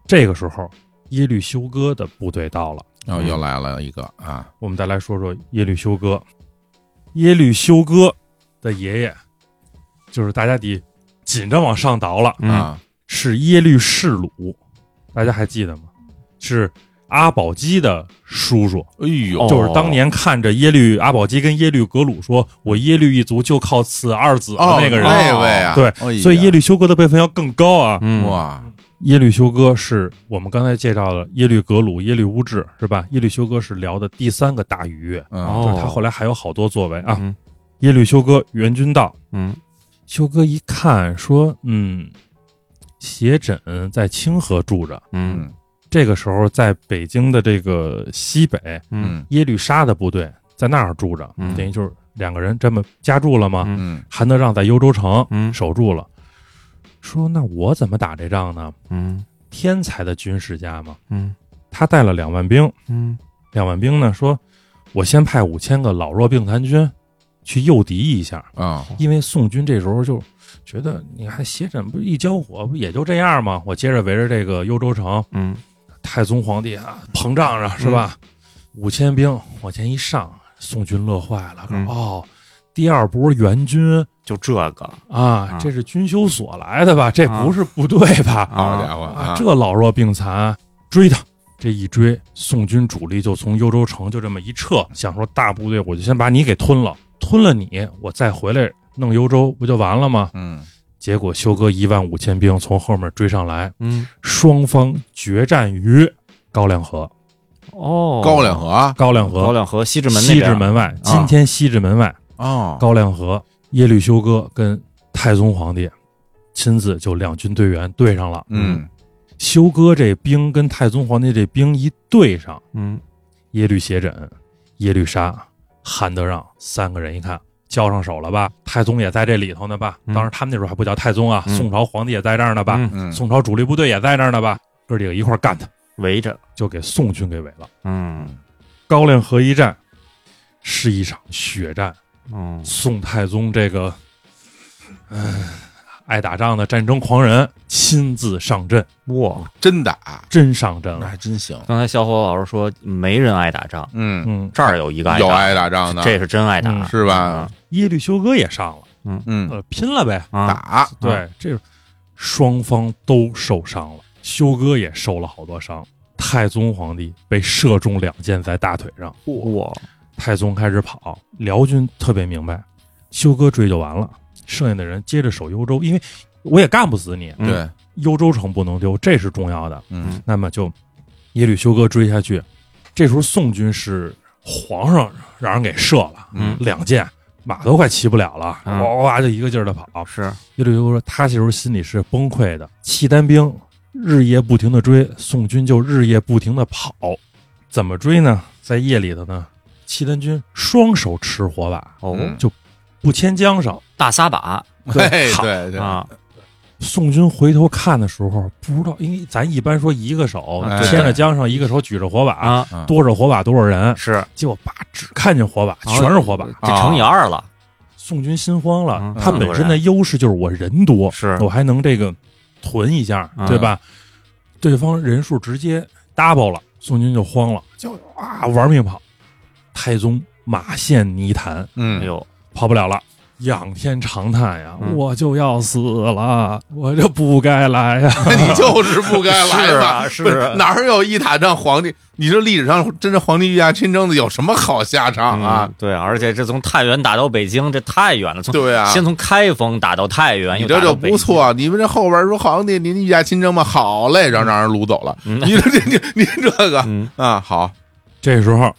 [SPEAKER 3] 这个时候，耶律休哥的部队到了。
[SPEAKER 1] 然后又来了一个啊，
[SPEAKER 3] 我们再来说说耶律休哥。耶律休哥的爷爷，就是大家得紧着往上倒了，
[SPEAKER 2] 嗯
[SPEAKER 1] 啊，
[SPEAKER 3] 是耶律世鲁，大家还记得吗？是阿保机的叔叔，
[SPEAKER 1] 哎呦，
[SPEAKER 2] 哦
[SPEAKER 3] 就是当年看着耶律阿保机跟耶律格鲁说：“我耶律一族就靠此二子的
[SPEAKER 1] 哦，
[SPEAKER 3] 那个人。
[SPEAKER 1] 那位啊，
[SPEAKER 3] 对
[SPEAKER 1] 哎呀
[SPEAKER 3] 所以耶律休哥的辈分要更高啊！
[SPEAKER 2] 嗯，
[SPEAKER 1] 哇，
[SPEAKER 3] 耶律休哥是我们刚才介绍了耶律格鲁、耶律乌质，是吧？耶律休哥是辽的第三个大鱼，
[SPEAKER 1] 嗯
[SPEAKER 2] 哦
[SPEAKER 3] 就是他后来还有好多作为啊。
[SPEAKER 2] 嗯
[SPEAKER 3] 耶律休哥援军到，
[SPEAKER 2] 嗯
[SPEAKER 3] 休哥一看说：“嗯，斜轸在清河住着。
[SPEAKER 2] 嗯
[SPEAKER 3] 这个时候，在北京的这个西北，
[SPEAKER 2] 嗯
[SPEAKER 1] 嗯
[SPEAKER 3] 耶律沙的部队在那儿住着，
[SPEAKER 2] 嗯
[SPEAKER 3] 等于就是两个人这么夹住了吗？
[SPEAKER 2] 嗯
[SPEAKER 1] 嗯
[SPEAKER 3] 韩德让在幽州城
[SPEAKER 2] 嗯
[SPEAKER 3] 守住了，说：“那我怎么打这仗呢？
[SPEAKER 2] 嗯
[SPEAKER 3] 天才的军事家嘛，
[SPEAKER 2] 嗯
[SPEAKER 3] 他带了两万兵，
[SPEAKER 2] 嗯
[SPEAKER 3] 两万兵呢说，我先派五千个老弱病残军去诱敌一下，
[SPEAKER 1] 啊，
[SPEAKER 3] 因为宋军这时候就觉得，你看斜轸不是一交火，不也就这样吗？我接着围着这个幽州城，
[SPEAKER 2] 嗯
[SPEAKER 3] 太宗皇帝啊，膨胀着是吧？五千兵往前一上，宋军乐坏了，
[SPEAKER 2] 嗯
[SPEAKER 3] 说哦，第二波援军
[SPEAKER 2] 就这个
[SPEAKER 3] 啊，这是军修所来的吧？这不是部队吧？
[SPEAKER 1] 好
[SPEAKER 2] 啊
[SPEAKER 1] 家伙
[SPEAKER 3] 啊，这老弱病残，追他！这一追，宋军主力就从幽州城就这么一撤，想说大部队我就先把你给吞了，吞了你，我再回来弄幽州，不就完了吗？
[SPEAKER 1] 嗯
[SPEAKER 2] 哦
[SPEAKER 3] 结果休哥一万五千兵从后面追上来，
[SPEAKER 2] 嗯
[SPEAKER 3] 双方决战于高粱河。
[SPEAKER 2] 哦，
[SPEAKER 1] 高粱河
[SPEAKER 3] 高粱
[SPEAKER 2] 高
[SPEAKER 3] 河，
[SPEAKER 2] 粱河西直门那
[SPEAKER 3] 西
[SPEAKER 2] 边啊
[SPEAKER 3] 直门外，今天西直门外，
[SPEAKER 1] 哦，
[SPEAKER 3] 高粱河，耶律休哥跟太宗皇帝亲自就两军队员对上了。
[SPEAKER 1] 嗯
[SPEAKER 3] 休哥这兵跟太宗皇帝这兵一对上，
[SPEAKER 2] 嗯
[SPEAKER 3] 耶律斜轸、耶律沙、韩德让三个人一看交上手了吧？太宗也在这里头呢吧？
[SPEAKER 2] 嗯
[SPEAKER 3] 当然他们那时候还不叫太宗啊，
[SPEAKER 2] 嗯
[SPEAKER 3] 宋朝皇帝也在这儿呢吧？
[SPEAKER 2] 嗯
[SPEAKER 1] 嗯，
[SPEAKER 3] 宋朝主力部队也在这儿呢吧？哥几个一块儿干他，
[SPEAKER 2] 围着
[SPEAKER 3] 就给宋军给围了。
[SPEAKER 2] 嗯
[SPEAKER 3] 高粱河一战是一场血战，
[SPEAKER 2] 嗯
[SPEAKER 3] 宋太宗这个，嗯、爱打仗的战争狂人亲自上阵，
[SPEAKER 2] 哇，
[SPEAKER 1] 真打，
[SPEAKER 3] 真上
[SPEAKER 2] 嗯
[SPEAKER 3] 阵
[SPEAKER 1] 那
[SPEAKER 3] 了。
[SPEAKER 1] 还真行，
[SPEAKER 2] 刚才小伙老师说没人爱打仗，
[SPEAKER 1] 嗯，
[SPEAKER 3] 嗯，
[SPEAKER 2] 这儿有一个爱
[SPEAKER 1] 有
[SPEAKER 2] 打，
[SPEAKER 1] 爱打仗的，
[SPEAKER 2] 这是真爱打
[SPEAKER 3] 嗯
[SPEAKER 1] 是吧？
[SPEAKER 3] 耶律休哥也上了，
[SPEAKER 1] 嗯，
[SPEAKER 3] 呃，拼了呗。
[SPEAKER 2] 啊啊
[SPEAKER 1] 打，
[SPEAKER 3] 对，这双方都受伤了，休哥也受了好多伤。太宗皇帝被射中两箭在大腿上，
[SPEAKER 2] 哇，
[SPEAKER 3] 太宗开始跑，辽军特别明白，休哥追就完了，剩下的人接着守幽州，因为我也干不死你，
[SPEAKER 2] 嗯
[SPEAKER 1] 对，
[SPEAKER 3] 幽州城不能丢，这是重要的。
[SPEAKER 1] 嗯
[SPEAKER 3] 那么就耶律休哥追下去，这时候宋军是皇上让人给射了，
[SPEAKER 1] 嗯
[SPEAKER 3] 两箭，马都快骑不了了，
[SPEAKER 2] 嗯
[SPEAKER 3] 哇哇哇就一个劲儿的跑。
[SPEAKER 2] 是
[SPEAKER 3] 耶律休哥说他这时候心里是崩溃的，契丹兵日夜不停的追，宋军就日夜不停的跑，怎么追呢？在夜里头呢，契丹军双手持火把，
[SPEAKER 2] 哦，
[SPEAKER 1] 嗯
[SPEAKER 3] 不牵缰上。
[SPEAKER 2] 大撒把
[SPEAKER 1] 对
[SPEAKER 3] 好
[SPEAKER 1] 对对，
[SPEAKER 2] 啊，
[SPEAKER 3] 宋军回头看的时候，不知道，因为咱一般说一个手
[SPEAKER 1] 哎
[SPEAKER 3] 牵着缰上，一个手举着火把，
[SPEAKER 2] 啊，
[SPEAKER 1] 啊
[SPEAKER 3] 多少火把多少人，
[SPEAKER 2] 是
[SPEAKER 3] 结果叭只看见
[SPEAKER 2] 啊
[SPEAKER 3] 火把，全是火把。
[SPEAKER 2] 这乘以二了，
[SPEAKER 3] 宋军心慌了，
[SPEAKER 2] 嗯
[SPEAKER 3] 他本身的优势就是我人多，
[SPEAKER 2] 是
[SPEAKER 3] 我还能这个囤一下，
[SPEAKER 2] 嗯
[SPEAKER 3] 对吧？对方人数直接 double 了，宋军就慌了，就啊玩命跑。太宗马陷泥潭，
[SPEAKER 1] 嗯
[SPEAKER 2] 哎，呦，
[SPEAKER 3] 跑不了了。仰天长叹呀，
[SPEAKER 2] 嗯
[SPEAKER 3] 我就要死了，我就不该来呀！
[SPEAKER 1] 你就是不该来嘛，
[SPEAKER 2] 是啊是啊
[SPEAKER 1] 不哪儿有一打仗皇帝？你说历史上真是皇帝御驾亲征的，有什么好下场啊
[SPEAKER 2] 嗯？对，而且这从太原打到北京，这太远了，从
[SPEAKER 1] 对啊，
[SPEAKER 2] 先从开封打到太原，
[SPEAKER 1] 你
[SPEAKER 2] 又
[SPEAKER 1] 这
[SPEAKER 2] 打
[SPEAKER 1] 就
[SPEAKER 2] 到北
[SPEAKER 1] 不
[SPEAKER 2] 京，
[SPEAKER 1] 错，啊你们这后边说皇帝您御驾亲征嘛，好嘞，让让人掳走了。
[SPEAKER 2] 嗯
[SPEAKER 1] 你这这你你这个
[SPEAKER 2] 嗯
[SPEAKER 1] 啊，好，
[SPEAKER 3] 这时候，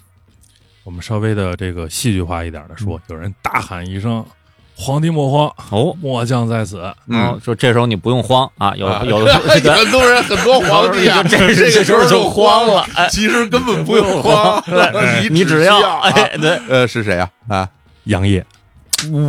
[SPEAKER 3] 我们稍微的这个戏剧化一点的说，有人大喊一声：“皇帝莫慌，
[SPEAKER 2] 哦。
[SPEAKER 3] 末将在此。”
[SPEAKER 2] 然后
[SPEAKER 1] 嗯，
[SPEAKER 2] 说这时候你不用慌啊，有
[SPEAKER 1] 啊
[SPEAKER 2] 有的
[SPEAKER 1] 很多人很多皇帝啊，
[SPEAKER 2] 有时候就这
[SPEAKER 1] 个
[SPEAKER 2] 这时候就
[SPEAKER 1] 慌
[SPEAKER 2] 慌了哎
[SPEAKER 1] 其实根本不 用慌，
[SPEAKER 2] 对
[SPEAKER 1] 你
[SPEAKER 2] 你只
[SPEAKER 1] 要
[SPEAKER 2] 要
[SPEAKER 1] 啊
[SPEAKER 2] 哎对，
[SPEAKER 1] 呃是谁啊啊？
[SPEAKER 3] 杨业，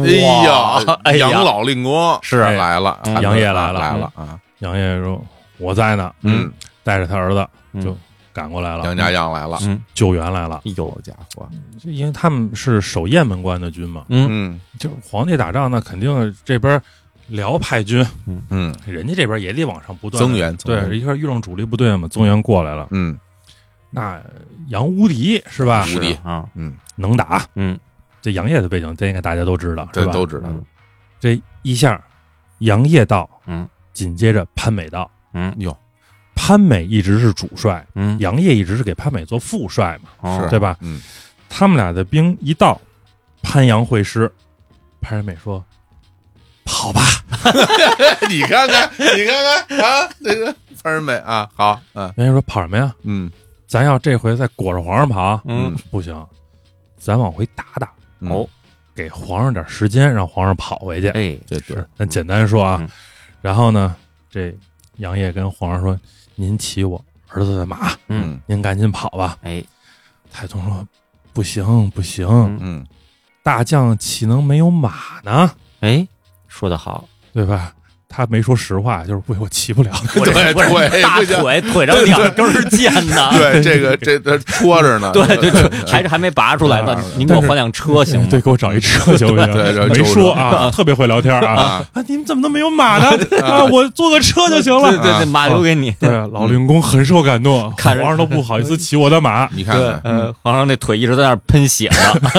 [SPEAKER 1] 哎呀
[SPEAKER 2] 哇，哎呀
[SPEAKER 1] 杨老令公
[SPEAKER 2] 是
[SPEAKER 1] 来了，
[SPEAKER 2] 嗯
[SPEAKER 1] 啊
[SPEAKER 3] 杨业
[SPEAKER 1] 来
[SPEAKER 3] 来了
[SPEAKER 1] 了啊，
[SPEAKER 3] 杨业说：“我在呢。”
[SPEAKER 1] 嗯，
[SPEAKER 3] 带着他儿子
[SPEAKER 2] 嗯
[SPEAKER 3] 就赶过来了，
[SPEAKER 1] 杨家将来了，
[SPEAKER 2] 嗯，
[SPEAKER 3] 救援来了。
[SPEAKER 2] 有
[SPEAKER 1] 家伙，
[SPEAKER 3] 就因为他们是守雁门关的军嘛，
[SPEAKER 2] 嗯
[SPEAKER 1] 嗯
[SPEAKER 3] 就是皇帝打仗那肯定这边辽派军，
[SPEAKER 1] 嗯，
[SPEAKER 3] 人家这边也得往上不断地
[SPEAKER 1] 增，援，增
[SPEAKER 3] 对，
[SPEAKER 1] 援
[SPEAKER 3] 一块遇上主力部队嘛，增援过来了。
[SPEAKER 1] 嗯，
[SPEAKER 3] 那杨无敌是吧？
[SPEAKER 1] 无敌
[SPEAKER 2] 啊，
[SPEAKER 3] 能打。
[SPEAKER 2] 嗯
[SPEAKER 3] 这杨业的背景，这应该大家都知道，
[SPEAKER 1] 这
[SPEAKER 3] 是吧？
[SPEAKER 1] 都知道，
[SPEAKER 2] 嗯
[SPEAKER 3] 这一下，杨业到，
[SPEAKER 2] 嗯，
[SPEAKER 3] 紧接着潘美到，
[SPEAKER 2] 嗯
[SPEAKER 1] 哟，
[SPEAKER 3] 潘美一直是主帅，
[SPEAKER 2] 嗯，
[SPEAKER 3] 杨业一直是给潘美做副帅嘛，
[SPEAKER 2] 哦
[SPEAKER 3] 对吧？
[SPEAKER 1] 嗯，
[SPEAKER 3] 他们俩的兵一到，潘阳会师，潘仁美说：“跑吧，
[SPEAKER 1] 你看看，你看看啊，那个分儿没啊？好，嗯
[SPEAKER 3] 人家说跑什么呀？
[SPEAKER 1] 嗯
[SPEAKER 3] 咱要这回再裹着皇上跑，啊
[SPEAKER 2] 嗯，
[SPEAKER 3] 不行，咱往回打打，
[SPEAKER 1] 嗯
[SPEAKER 2] 哦，
[SPEAKER 3] 给皇上点时间，让皇上跑回去。
[SPEAKER 2] 哎，
[SPEAKER 1] 对对，
[SPEAKER 3] 咱简单说啊，
[SPEAKER 2] 嗯
[SPEAKER 3] 然后呢，这杨业跟皇上说：“您骑我儿子的马，
[SPEAKER 2] 嗯，
[SPEAKER 3] 您赶紧跑吧。
[SPEAKER 2] 哎，”
[SPEAKER 3] 太宗说：“不行，不行，
[SPEAKER 1] 嗯
[SPEAKER 3] 大将岂能没有马呢？
[SPEAKER 2] 哎，说的 好，
[SPEAKER 3] 对吧？”他没说实话，就是我我骑不了。
[SPEAKER 2] 我这
[SPEAKER 1] 对
[SPEAKER 2] 不是
[SPEAKER 1] 对
[SPEAKER 2] 大
[SPEAKER 1] 不行
[SPEAKER 2] 腿腿上两根儿剑呢，
[SPEAKER 1] 对，这个这这戳着呢，
[SPEAKER 2] 啊 对对对，还是还没拔出来呢
[SPEAKER 1] 拔出来，
[SPEAKER 2] 您给我换辆车行吗？
[SPEAKER 3] 哎对，给我找一车行不行？
[SPEAKER 1] 对对
[SPEAKER 3] 没说啊，
[SPEAKER 2] 对
[SPEAKER 3] 特别会聊天啊
[SPEAKER 1] 啊。
[SPEAKER 3] 啊，你们怎么都没有马呢？啊，我坐个车 就行
[SPEAKER 2] 对
[SPEAKER 3] 了。
[SPEAKER 2] 对
[SPEAKER 1] 啊
[SPEAKER 2] 对，马留给
[SPEAKER 1] 嗯
[SPEAKER 2] 你。
[SPEAKER 3] 对，啊老令公很受感动，
[SPEAKER 2] 看着
[SPEAKER 3] 皇上都不好意思骑我的马。
[SPEAKER 1] 你看
[SPEAKER 2] 对，
[SPEAKER 1] 看，
[SPEAKER 2] 呃，皇上那腿一直在那儿喷血 呢，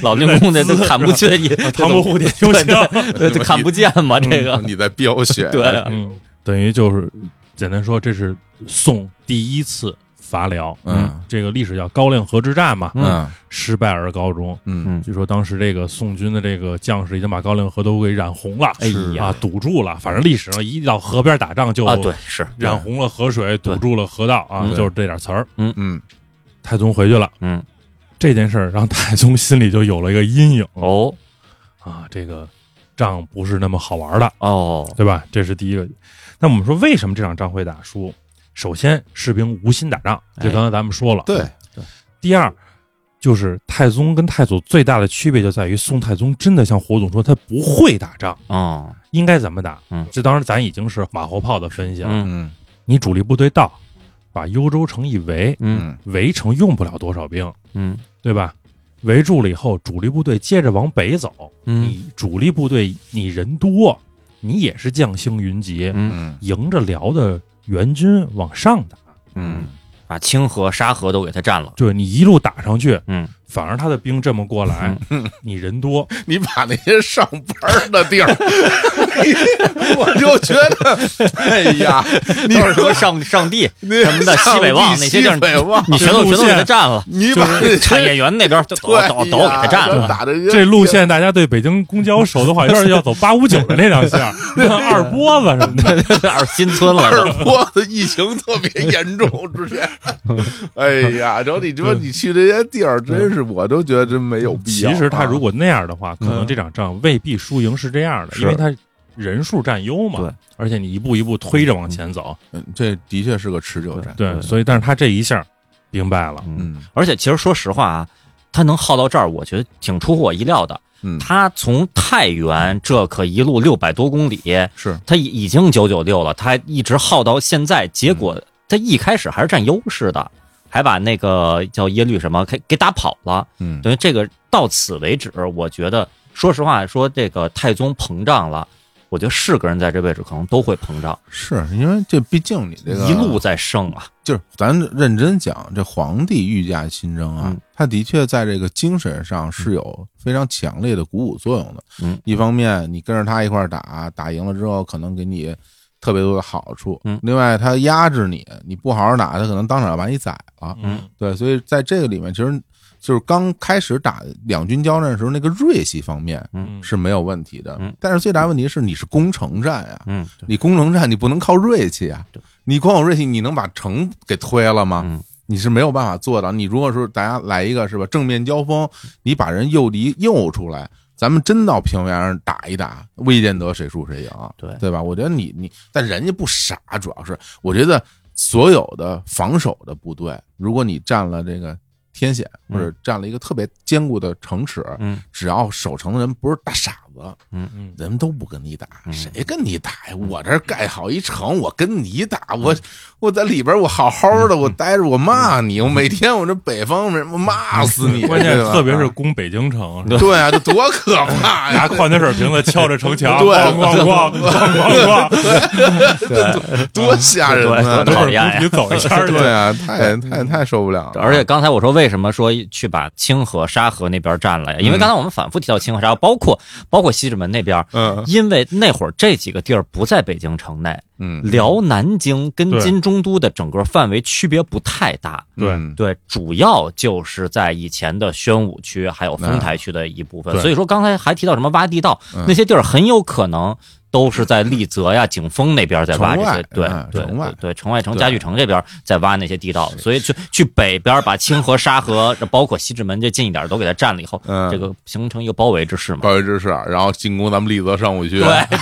[SPEAKER 2] 老令公这都看不见，也
[SPEAKER 3] 唐伯虎点秋
[SPEAKER 2] 对
[SPEAKER 3] 香，
[SPEAKER 2] 对 对，就看不见嘛，这个
[SPEAKER 1] 嗯你在飙血，
[SPEAKER 2] 对，
[SPEAKER 3] 嗯，等于就是简单说，这是宋第一次伐辽，
[SPEAKER 1] 嗯，
[SPEAKER 3] 这个历史叫高令河之战嘛，
[SPEAKER 1] 嗯
[SPEAKER 3] 失败而告终。
[SPEAKER 1] 嗯
[SPEAKER 3] 据说当时这个宋军的这个将士已经把高令河都给染红了，
[SPEAKER 2] 哎呀
[SPEAKER 3] 啊，堵住了。反正历史上一到河边打仗就
[SPEAKER 2] 啊，对，是
[SPEAKER 3] 染红了河水，
[SPEAKER 2] 对
[SPEAKER 3] 堵住了河道啊
[SPEAKER 1] 嗯，
[SPEAKER 3] 就是这点词儿。
[SPEAKER 1] 嗯
[SPEAKER 3] 太宗回去了，
[SPEAKER 2] 嗯，
[SPEAKER 3] 这件事儿让太宗心里就有了一个阴影
[SPEAKER 2] 哦
[SPEAKER 3] 啊，这个仗不是那么好玩的，
[SPEAKER 2] 哦，
[SPEAKER 3] 对吧？这是第一个。那我们说，为什么这场仗会打输？首先，士兵无心打仗，这
[SPEAKER 2] 哎
[SPEAKER 3] 刚才咱们说了。
[SPEAKER 1] 对。
[SPEAKER 3] 第二，就是太宗跟太祖最大的区别就在于，宋太宗真的像火总说，他不会打仗，
[SPEAKER 2] 哦，
[SPEAKER 3] 应该怎么打？
[SPEAKER 2] 嗯
[SPEAKER 3] 这当然咱已经是马后炮的分析了。
[SPEAKER 2] 嗯
[SPEAKER 1] 嗯
[SPEAKER 3] 你主力部队到，把幽州城一围，
[SPEAKER 2] 嗯
[SPEAKER 3] 围城用不了多少兵，
[SPEAKER 2] 嗯
[SPEAKER 3] 对吧？围住了以后，主力部队接着往北走。
[SPEAKER 2] 嗯
[SPEAKER 3] 你主力部队你人多，你也是将星云集，
[SPEAKER 2] 嗯
[SPEAKER 1] 嗯
[SPEAKER 3] 迎着辽的援军往上打。
[SPEAKER 2] 嗯，把清河、沙河都给他占了，
[SPEAKER 3] 对你一路打上去，
[SPEAKER 2] 嗯，
[SPEAKER 3] 反而他的兵这么过来， 你 人多，
[SPEAKER 1] 你把那些上班的地儿，我就觉得，哎呀，
[SPEAKER 2] 你是说上上地
[SPEAKER 1] 那
[SPEAKER 2] 什么的西北
[SPEAKER 1] 望
[SPEAKER 2] 望那些地儿
[SPEAKER 1] 西北望，
[SPEAKER 2] 你全都全都给他占了，
[SPEAKER 1] 你把那些
[SPEAKER 2] 产业园那边都都
[SPEAKER 1] 对
[SPEAKER 2] 都都给他占了，
[SPEAKER 1] 打的
[SPEAKER 3] 这路线大家对北京公交熟的话， 有点要走八五九的那条线儿，像二波子什么的。
[SPEAKER 2] 二新村了
[SPEAKER 1] 二
[SPEAKER 2] 都，
[SPEAKER 1] 波的疫情特别严 重，之前，哎呀，然后你说你去这些地儿，真是我都觉得真没有必要啊。
[SPEAKER 3] 其实他如果那样的话，可
[SPEAKER 1] 嗯
[SPEAKER 3] 能这场仗未必输赢是这样的，
[SPEAKER 1] 是
[SPEAKER 3] 因为他人数占优嘛
[SPEAKER 2] 对。
[SPEAKER 3] 而且你一步一步推着往前走，
[SPEAKER 1] 嗯，这的确是个持久战，
[SPEAKER 3] 对，
[SPEAKER 2] 对
[SPEAKER 3] 所以但是他这一下明白了，
[SPEAKER 2] 嗯，
[SPEAKER 1] 嗯
[SPEAKER 2] 而且其实说实话啊，他能耗到这儿，我觉得挺出乎我意料的。
[SPEAKER 1] 嗯，
[SPEAKER 2] 他从太原这可一路六百多公里，
[SPEAKER 1] 是
[SPEAKER 2] 他已已经九九六了，他一直耗到现在，
[SPEAKER 1] 嗯
[SPEAKER 2] 结果他一开始还是占优势的，还把那个叫耶律什么给给打跑了。
[SPEAKER 1] 嗯
[SPEAKER 2] 等于这个到此为止，我觉得说实话，说这个太宗膨胀了，我觉得是个人在这位置可能都会膨胀，
[SPEAKER 1] 是因为这毕竟你这个
[SPEAKER 2] 一路在升啊。
[SPEAKER 1] 就是咱认真讲，这皇帝御驾亲征啊
[SPEAKER 2] 嗯，
[SPEAKER 1] 他的确在这个精神上是有非常强烈的鼓舞作用的。
[SPEAKER 2] 嗯，
[SPEAKER 1] 一方面你跟着他一块儿打，打赢了之后可能给你特别多的好处。
[SPEAKER 2] 嗯
[SPEAKER 1] 另外他压制你，你不好好打，他可能当场把你宰了。
[SPEAKER 2] 嗯
[SPEAKER 1] 对，所以在这个里面，其实就是刚开始打两军交战的时候，那个锐气方面
[SPEAKER 3] 嗯，
[SPEAKER 1] 是没有问题的。
[SPEAKER 2] 嗯
[SPEAKER 1] 但是最大问题是你是攻城战啊呀、
[SPEAKER 2] 嗯，
[SPEAKER 1] 你攻城战你不能靠锐气啊
[SPEAKER 2] 对，
[SPEAKER 1] 你光有锐气你能把城给推了吗？
[SPEAKER 2] 嗯
[SPEAKER 1] 你是没有办法做到。你如果说大家来一个是吧正面交锋，你把人诱敌诱出来，咱们真到平原上打一打，未见得谁输谁赢，
[SPEAKER 2] 对
[SPEAKER 1] 对吧？我觉得你你，但人家不傻，主要是我觉得所有的防守的部队，如果你占了这个天险
[SPEAKER 2] 嗯
[SPEAKER 1] 或者占了一个特别坚固的城池，
[SPEAKER 2] 嗯
[SPEAKER 1] 只要守城的人不是大傻子，
[SPEAKER 3] 嗯
[SPEAKER 1] 人都不跟你打，
[SPEAKER 2] 嗯
[SPEAKER 1] 谁跟你打呀？我这儿盖好一城，我跟你打，我我在里边我好好的，我待着，我骂你，我每天我这北方人我骂死你，
[SPEAKER 3] 嗯关键
[SPEAKER 1] 对吧
[SPEAKER 3] 特别是攻北京城，
[SPEAKER 1] 对啊，这多可怕
[SPEAKER 3] 拿
[SPEAKER 1] 呀！
[SPEAKER 3] 矿泉水瓶子敲着城墙，
[SPEAKER 1] 对
[SPEAKER 3] 咣咣咣咣咣咣，
[SPEAKER 1] 多吓人啊！
[SPEAKER 2] 对
[SPEAKER 1] 这
[SPEAKER 2] 讨厌呀
[SPEAKER 3] 你走一圈儿去。
[SPEAKER 1] 对啊，太太太受不了了，
[SPEAKER 2] 而且刚才我说为什么说去把清河、沙河那边占了呀？因
[SPEAKER 1] 嗯
[SPEAKER 2] 为刚才我们反复提到清河、沙河，包括包括西直门那边，
[SPEAKER 1] 嗯
[SPEAKER 2] 因为那会儿这几个地儿不在北京城内，
[SPEAKER 1] 嗯，
[SPEAKER 2] 辽南京跟
[SPEAKER 3] 对
[SPEAKER 2] 今中都的整个范围区别不太大。
[SPEAKER 3] 对
[SPEAKER 1] 嗯
[SPEAKER 2] 对，主要就是在以前的宣武区还有丰台区的一部分
[SPEAKER 1] 对。
[SPEAKER 2] 所以说刚才还提到什么挖地道
[SPEAKER 1] 嗯，
[SPEAKER 2] 那些地儿很有可能都是在丽泽呀、景峰那边在挖这
[SPEAKER 1] 城
[SPEAKER 2] 些
[SPEAKER 1] 外，
[SPEAKER 2] 对
[SPEAKER 1] 嗯
[SPEAKER 2] 对
[SPEAKER 1] 城外
[SPEAKER 2] 对对，城外城、
[SPEAKER 1] 对
[SPEAKER 2] 嘉峪城这边在挖那些地道，所以去去北边把清河、沙河，包括西直门这近一点都给它占了以后，
[SPEAKER 1] 嗯
[SPEAKER 2] 这个形成一个包围之势嘛。
[SPEAKER 1] 高级知识，然后进攻咱们丽泽商务区，
[SPEAKER 2] 对对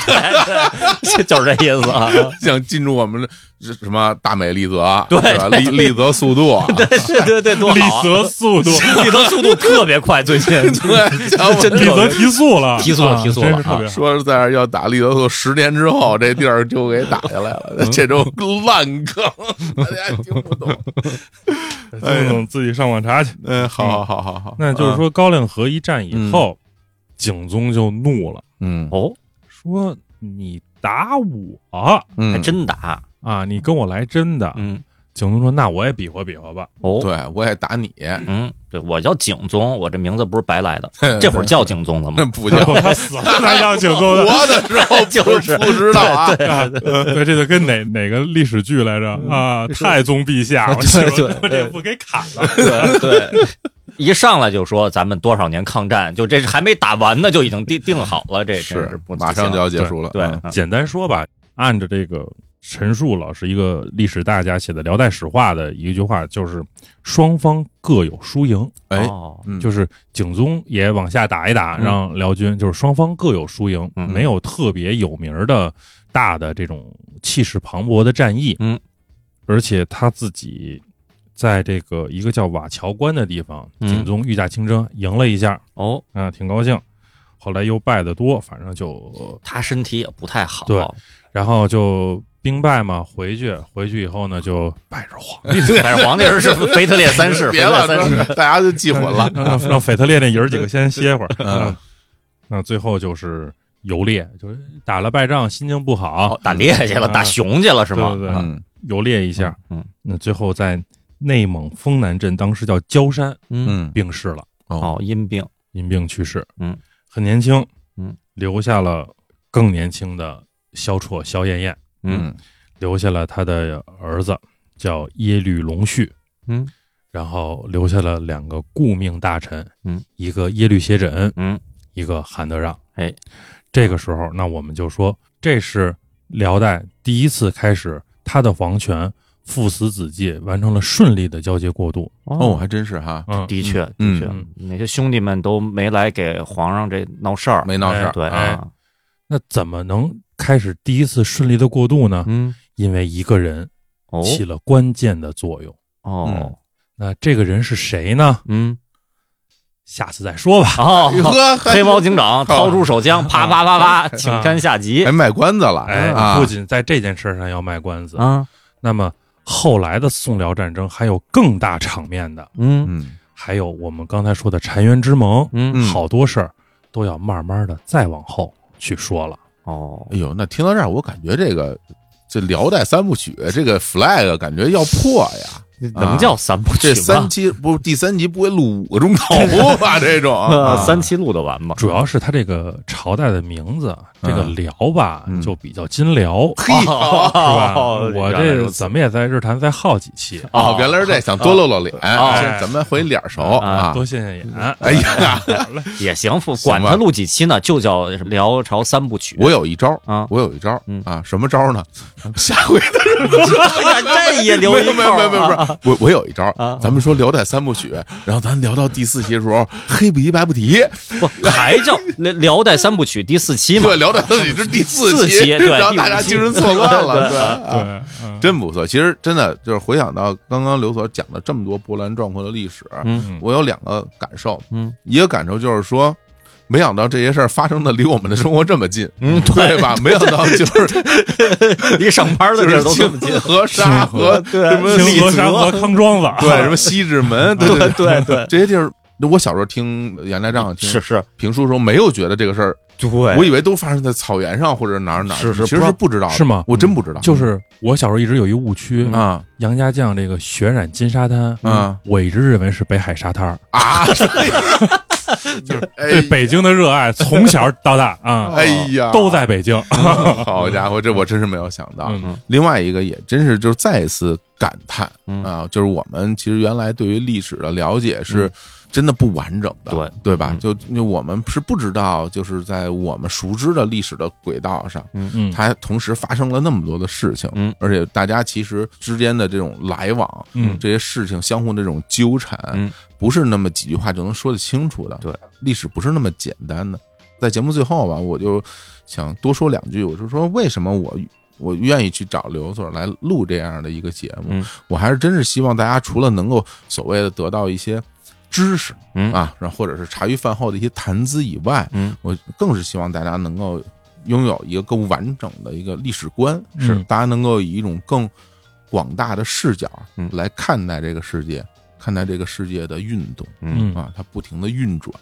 [SPEAKER 2] 对， 就是这意思啊。
[SPEAKER 1] 想进驻我们的是什么大美丽泽，
[SPEAKER 2] 对
[SPEAKER 1] 是吧丽丽泽速度，啊
[SPEAKER 2] 对是，对对，多
[SPEAKER 3] 李
[SPEAKER 2] 好啊！
[SPEAKER 3] 泽速度，
[SPEAKER 2] 里头速度特别快，最近
[SPEAKER 1] 对，想我
[SPEAKER 2] 真
[SPEAKER 3] 李
[SPEAKER 2] 的
[SPEAKER 3] 泽提速了，
[SPEAKER 2] 提速了
[SPEAKER 3] 啊
[SPEAKER 2] 提速了
[SPEAKER 3] 真是特 别好。
[SPEAKER 1] 说是在这儿要打利德特，十年之 后这地儿就给打下来 了，这种烂梗大家听不懂。哎呀
[SPEAKER 3] 嗯，自己上网查去。
[SPEAKER 1] 嗯，好好好好好，
[SPEAKER 3] 那就是说，高令河一战以后，景宗就怒了，
[SPEAKER 1] 嗯，
[SPEAKER 2] 哦，
[SPEAKER 3] 说你打我
[SPEAKER 1] 嗯
[SPEAKER 2] 还真打，
[SPEAKER 3] 啊，你跟我来真
[SPEAKER 1] 啊
[SPEAKER 3] 的。
[SPEAKER 2] 嗯，
[SPEAKER 3] 景宗说，那我也比划比划吧。
[SPEAKER 2] 哦，
[SPEAKER 1] 对，我也打你，
[SPEAKER 2] 嗯，对我叫景宗，我这名字不是白来的， 这会儿叫景宗了吗
[SPEAKER 1] 那？ 不叫
[SPEAKER 3] 他死了才叫景宗的，
[SPEAKER 1] 活的时候
[SPEAKER 2] 就
[SPEAKER 1] 不
[SPEAKER 2] 是
[SPEAKER 1] 不知道啊，
[SPEAKER 3] 啊对，这就跟哪哪个历史剧来着啊？太宗陛 下，我
[SPEAKER 2] 对
[SPEAKER 3] 去
[SPEAKER 2] 对
[SPEAKER 3] 我这不给砍了。
[SPEAKER 2] 对对，一上来就说咱们多少年抗战，就这还没打完呢，就已经定定好了，这真
[SPEAKER 1] 是
[SPEAKER 2] 不
[SPEAKER 1] 马上就要结束了，
[SPEAKER 2] 对，
[SPEAKER 1] 嗯
[SPEAKER 2] 嗯
[SPEAKER 3] 简单说吧，按照这个陈述老师一个历史大家写的《辽代史话》的一句话，就是双方各有输赢，
[SPEAKER 1] 哎，
[SPEAKER 2] 哦
[SPEAKER 1] 嗯
[SPEAKER 3] 就是景宗也往下打一打，
[SPEAKER 2] 嗯
[SPEAKER 3] 让辽军就是双方各有输赢，
[SPEAKER 2] 嗯
[SPEAKER 3] 没有特别有名儿的大的这种气势磅礴的战役。
[SPEAKER 2] 嗯，
[SPEAKER 3] 而且他自己。在这个一个叫瓦桥关的地方，
[SPEAKER 2] 嗯
[SPEAKER 3] 景宗御驾亲征，赢了一下，
[SPEAKER 2] 哦，
[SPEAKER 3] 啊，挺高兴。后来又败得多，反正就
[SPEAKER 2] 他身体也不太好，
[SPEAKER 3] 对然后就兵败嘛，回去回去以后呢，就拜着皇帝，
[SPEAKER 2] 但是皇帝 是腓特烈三世，腓
[SPEAKER 1] 别
[SPEAKER 2] 特
[SPEAKER 1] 了
[SPEAKER 2] 烈，三世，
[SPEAKER 1] 大家就记混 了，
[SPEAKER 3] 让让腓特烈那爷儿几个先歇会儿。
[SPEAKER 1] 嗯
[SPEAKER 3] 啊那最后就是游猎，就是打了败仗，心情不好
[SPEAKER 2] 哦，打猎去了，
[SPEAKER 3] 啊
[SPEAKER 2] 打熊去了是吗？
[SPEAKER 3] 对对对
[SPEAKER 1] 嗯
[SPEAKER 3] 游猎一下。
[SPEAKER 2] 嗯嗯，
[SPEAKER 3] 那最后在内蒙丰南镇，当时叫焦山，
[SPEAKER 2] 嗯，
[SPEAKER 1] 嗯，
[SPEAKER 3] 病逝了，
[SPEAKER 2] 哦，因病，
[SPEAKER 3] 因病去世。
[SPEAKER 2] 嗯，
[SPEAKER 3] 很年轻。
[SPEAKER 2] 嗯，
[SPEAKER 3] 留下了更年轻的萧绰、萧燕燕。
[SPEAKER 2] 嗯，
[SPEAKER 3] 留下了他的儿子叫耶律隆绪，
[SPEAKER 2] 嗯，
[SPEAKER 3] 然后留下了两个顾命大臣，
[SPEAKER 2] 嗯，
[SPEAKER 3] 一个耶律协枕，
[SPEAKER 2] 嗯，
[SPEAKER 3] 一个韩德让。
[SPEAKER 2] 哎，
[SPEAKER 3] 这个时候，那我们就说，这是辽代第一次开始他的皇权父死子继完成了顺利的交接过渡。
[SPEAKER 1] 哦，，还真是哈，
[SPEAKER 3] 嗯，
[SPEAKER 2] 的确，
[SPEAKER 1] 嗯
[SPEAKER 2] 的确
[SPEAKER 3] 嗯，
[SPEAKER 2] 那些兄弟们都没来给皇上这闹事儿，
[SPEAKER 1] 没闹事儿，
[SPEAKER 2] 对
[SPEAKER 3] 哎
[SPEAKER 2] 啊，
[SPEAKER 3] 那怎么能开始第一次顺利的过渡呢？
[SPEAKER 2] 嗯，
[SPEAKER 3] 因为一个人
[SPEAKER 2] 哦
[SPEAKER 3] 起了关键的作用。
[SPEAKER 2] 哦，
[SPEAKER 3] 那这个人是谁呢？
[SPEAKER 2] 嗯，
[SPEAKER 3] 下次再说吧。
[SPEAKER 2] 哦，
[SPEAKER 1] 呵，
[SPEAKER 2] 黑猫警长掏出手枪，啪啪啪啪，请山下级
[SPEAKER 1] 还卖关子了，
[SPEAKER 3] 哎，
[SPEAKER 1] 啊
[SPEAKER 3] 不，仅在这件事上要卖关子，
[SPEAKER 2] 啊，
[SPEAKER 3] 那么后来的宋辽战争还有更大场面的，
[SPEAKER 2] 嗯
[SPEAKER 1] 嗯
[SPEAKER 3] 还有我们刚才说的澶渊之盟，
[SPEAKER 2] 嗯，
[SPEAKER 1] 嗯，
[SPEAKER 3] 好多事儿都要慢慢的再往后去说了。
[SPEAKER 2] 哦
[SPEAKER 1] 哎，呦，那听到这儿，我感觉这个这辽代三部曲这个 flag 感觉要破呀。
[SPEAKER 2] 能叫三部曲
[SPEAKER 1] 啊这三
[SPEAKER 2] 吗？
[SPEAKER 1] 期不是第三集不会录五个钟头 吧？这种
[SPEAKER 2] 呃，三期录得完吗？
[SPEAKER 3] 主要是他这个朝代的名字，这个
[SPEAKER 1] 嗯
[SPEAKER 3] 辽吧，
[SPEAKER 1] 嗯
[SPEAKER 3] 就比较金辽，
[SPEAKER 1] 嘿
[SPEAKER 2] 哦
[SPEAKER 3] 是吧？
[SPEAKER 2] 哦
[SPEAKER 3] 我
[SPEAKER 2] 原来
[SPEAKER 3] 这
[SPEAKER 2] 如此
[SPEAKER 3] 怎么也在日坛再耗几期，
[SPEAKER 1] 哦，原来是这，想多露露脸，
[SPEAKER 2] 哎
[SPEAKER 1] 咱们回脸熟
[SPEAKER 2] 啊
[SPEAKER 1] 啊。
[SPEAKER 3] 多现现眼。
[SPEAKER 1] 哎呀，
[SPEAKER 2] 也行，不管他录几期呢，就叫辽朝三部曲。
[SPEAKER 1] 我有一招
[SPEAKER 2] 啊
[SPEAKER 1] 我有一招
[SPEAKER 2] 嗯
[SPEAKER 1] 啊，什么招呢？下回的
[SPEAKER 2] 这也留
[SPEAKER 1] 没
[SPEAKER 2] 一
[SPEAKER 1] 有
[SPEAKER 2] 口
[SPEAKER 1] 没有没有没有，没
[SPEAKER 2] 啊
[SPEAKER 1] 有我我有一招
[SPEAKER 2] 啊，
[SPEAKER 1] 咱们说辽代三部曲，然后咱聊到第四期的时候，黑不提白不提，
[SPEAKER 2] 不还叫辽辽代三部曲第四期嘛
[SPEAKER 1] 对，？聊到自己是第四
[SPEAKER 2] 四期对
[SPEAKER 1] 然后大家
[SPEAKER 2] 第五期
[SPEAKER 1] 精神错乱了，
[SPEAKER 2] 对对
[SPEAKER 1] 对啊
[SPEAKER 3] 对，嗯
[SPEAKER 1] 真不错。其实真的就是回想到刚刚刘所讲了这么多波澜壮阔的历史，
[SPEAKER 2] 嗯
[SPEAKER 1] 我有两个感受，
[SPEAKER 2] 嗯，
[SPEAKER 1] 一个感受就是说。没想到这些事儿发生的离我们的生活这么近，
[SPEAKER 2] 嗯
[SPEAKER 1] 对吧？没想到就是
[SPEAKER 2] 离上班的
[SPEAKER 1] 就
[SPEAKER 2] 地
[SPEAKER 1] 是
[SPEAKER 2] 儿都这么近
[SPEAKER 1] 清河沙河什么
[SPEAKER 3] 清河
[SPEAKER 1] 丽
[SPEAKER 3] 沙
[SPEAKER 1] 泽
[SPEAKER 3] 河，康庄 子，
[SPEAKER 1] 对什么西直门，对对
[SPEAKER 2] 对对，
[SPEAKER 1] 这些地儿，我小时候听杨家丈听
[SPEAKER 2] 是是，
[SPEAKER 1] 评书的时候，没有觉得这个事儿，
[SPEAKER 2] 对，
[SPEAKER 1] 我以为都发生在草原上或者哪儿哪儿，
[SPEAKER 2] 是是
[SPEAKER 1] 其实是不知道的，
[SPEAKER 3] 是吗
[SPEAKER 1] 我真不知道，
[SPEAKER 3] 就是我小时候一直有一误区
[SPEAKER 2] 嗯
[SPEAKER 1] 啊
[SPEAKER 3] 杨家将这个血染金沙滩，
[SPEAKER 1] 嗯
[SPEAKER 3] 我一直认为是北海沙滩儿，
[SPEAKER 1] 啊，就是
[SPEAKER 3] 对北京的热爱从小到大 啊，
[SPEAKER 1] 哎呀，
[SPEAKER 3] 都在北京。
[SPEAKER 1] 啊 好家伙，这我真是没有想到。
[SPEAKER 3] 嗯
[SPEAKER 1] 另外一个也真是就是再一次感叹、
[SPEAKER 2] 嗯
[SPEAKER 1] 啊，就是我们其实原来对于历史的了解
[SPEAKER 3] 嗯
[SPEAKER 1] 是真的不完整的，
[SPEAKER 2] 对
[SPEAKER 1] 对吧？
[SPEAKER 2] 嗯
[SPEAKER 1] 就就我们是不知道，就是在我们熟知的历史的轨道上，
[SPEAKER 3] 嗯，
[SPEAKER 1] 它同时发生了那么多的事情，
[SPEAKER 2] 嗯，
[SPEAKER 1] 而且大家其实之间的这种来往，
[SPEAKER 3] 嗯
[SPEAKER 1] 这些事情相互这种纠缠，
[SPEAKER 2] 嗯
[SPEAKER 1] 不是那么几句话就能说得清楚的，
[SPEAKER 2] 对，
[SPEAKER 1] 历史不是那么简单的。在节目最后吧，我就想多说两句，我就说为什么我。我愿意去找刘总来录这样的一个节目，
[SPEAKER 2] 嗯
[SPEAKER 1] 我还是真是希望大家除了能够所谓的得到一些知识，
[SPEAKER 2] 嗯
[SPEAKER 1] 啊，然后或者是茶余饭后的一些谈资以外，
[SPEAKER 2] 嗯，
[SPEAKER 1] 我更是希望大家能够拥有一个更完整的一个历史观，
[SPEAKER 2] 嗯
[SPEAKER 3] 是
[SPEAKER 1] 大家能够以一种更广大的视角
[SPEAKER 2] 嗯
[SPEAKER 1] 来看待这个世界，看待这个世界的运动
[SPEAKER 2] 嗯
[SPEAKER 1] 啊，它不停的运转，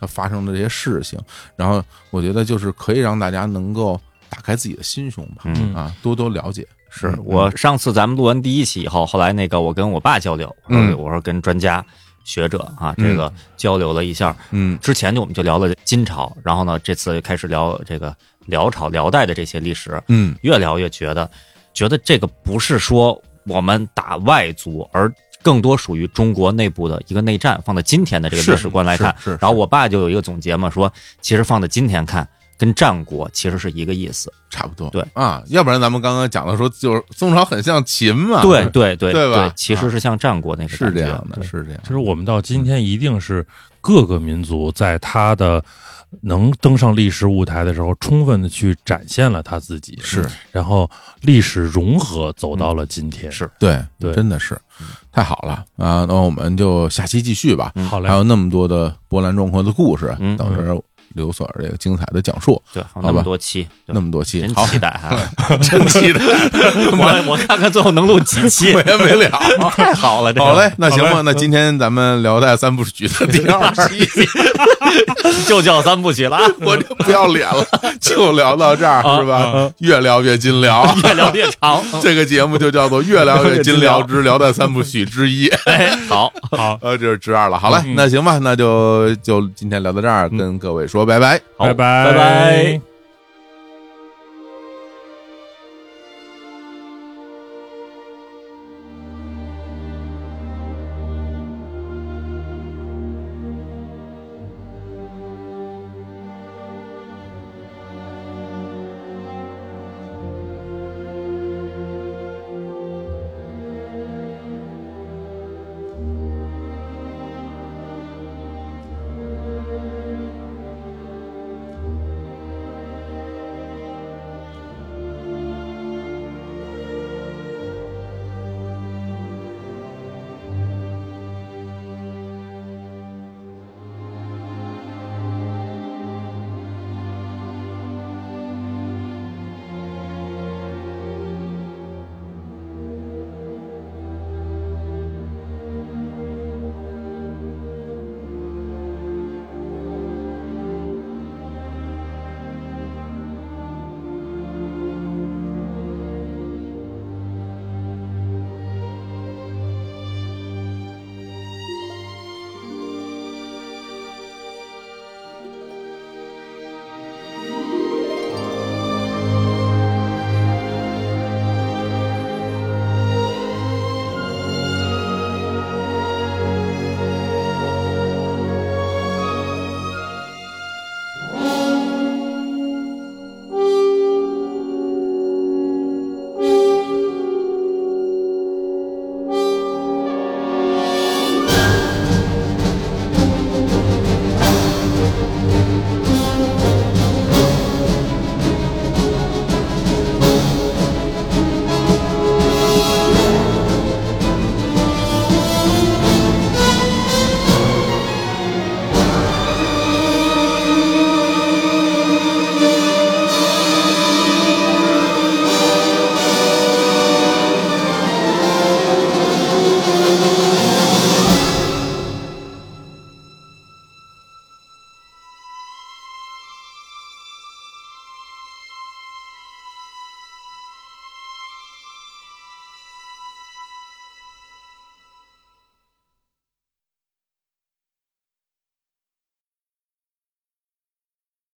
[SPEAKER 1] 它发生的这些事情，然后我觉得就是可以让大家能够打开自己的心胸吧，
[SPEAKER 2] 嗯
[SPEAKER 1] 啊，多多了解。
[SPEAKER 2] 是我
[SPEAKER 1] 嗯
[SPEAKER 2] 上次咱们录完第一期以后，后来那个我跟我爸交流，我
[SPEAKER 1] 嗯
[SPEAKER 2] 说我说跟专家学者啊这个交流了一下，
[SPEAKER 1] 嗯
[SPEAKER 2] 之前就我们就聊了金朝，然后呢这次开始聊这个辽朝、辽代的这些历史，
[SPEAKER 1] 嗯
[SPEAKER 2] 越聊越觉得，觉得这个不是说我们打外族，而更多属于中国内部的一个内战。放到今天的这个历史观来看，
[SPEAKER 1] 是是是
[SPEAKER 2] 然后我爸就有一个总结嘛，说其实放到今天看，跟战国其实是一个意思。
[SPEAKER 1] 差不多
[SPEAKER 2] 对
[SPEAKER 1] 啊，要不然咱们刚刚讲的说就是宋朝很像秦嘛，
[SPEAKER 2] 对对对
[SPEAKER 1] 啊对吧啊
[SPEAKER 2] 其实是像战国那个
[SPEAKER 1] 是
[SPEAKER 2] 感觉
[SPEAKER 1] 这样的，
[SPEAKER 2] 对
[SPEAKER 1] 是这样
[SPEAKER 3] 其。实我们到今天一定是各个民族在他的能登上历史舞台的时候，充分的去展现了他自己，嗯
[SPEAKER 1] 是，
[SPEAKER 3] 然后历史融合走到了今天，
[SPEAKER 2] 是
[SPEAKER 1] 对
[SPEAKER 3] 对
[SPEAKER 1] 真的是太好了啊！那我们就下期继续吧。
[SPEAKER 2] 嗯
[SPEAKER 3] 好嘞
[SPEAKER 1] 还，有那么多的波澜壮阔的故事，
[SPEAKER 2] 嗯
[SPEAKER 1] 到时候刘所儿这个精彩的讲述，
[SPEAKER 2] 对，还有那
[SPEAKER 1] 好吧
[SPEAKER 2] 么多期，对
[SPEAKER 1] 那么多期，
[SPEAKER 2] 真
[SPEAKER 1] 好，
[SPEAKER 2] 期待哈！
[SPEAKER 1] 真期待，
[SPEAKER 2] 我 我看看最后能录几 期
[SPEAKER 1] 没，完没了。
[SPEAKER 2] 太好了，这个
[SPEAKER 1] 好嘞，那行吧
[SPEAKER 3] 好嘞，
[SPEAKER 1] 那今天咱们聊在三部曲的第二 期，
[SPEAKER 2] 就叫三部曲了啊，
[SPEAKER 1] 我就不要脸了， 就聊到这儿是吧？越聊越金聊，
[SPEAKER 2] 越聊越长。
[SPEAKER 1] 这个节目就叫做《越聊越金聊之聊在三部曲之一》。
[SPEAKER 2] 哎，好，
[SPEAKER 3] 好，
[SPEAKER 1] 呃，这是之二了。好嘞，那行吧，那就就今天聊到这儿，跟各位说拜拜。
[SPEAKER 2] 好
[SPEAKER 3] 拜
[SPEAKER 2] 拜拜。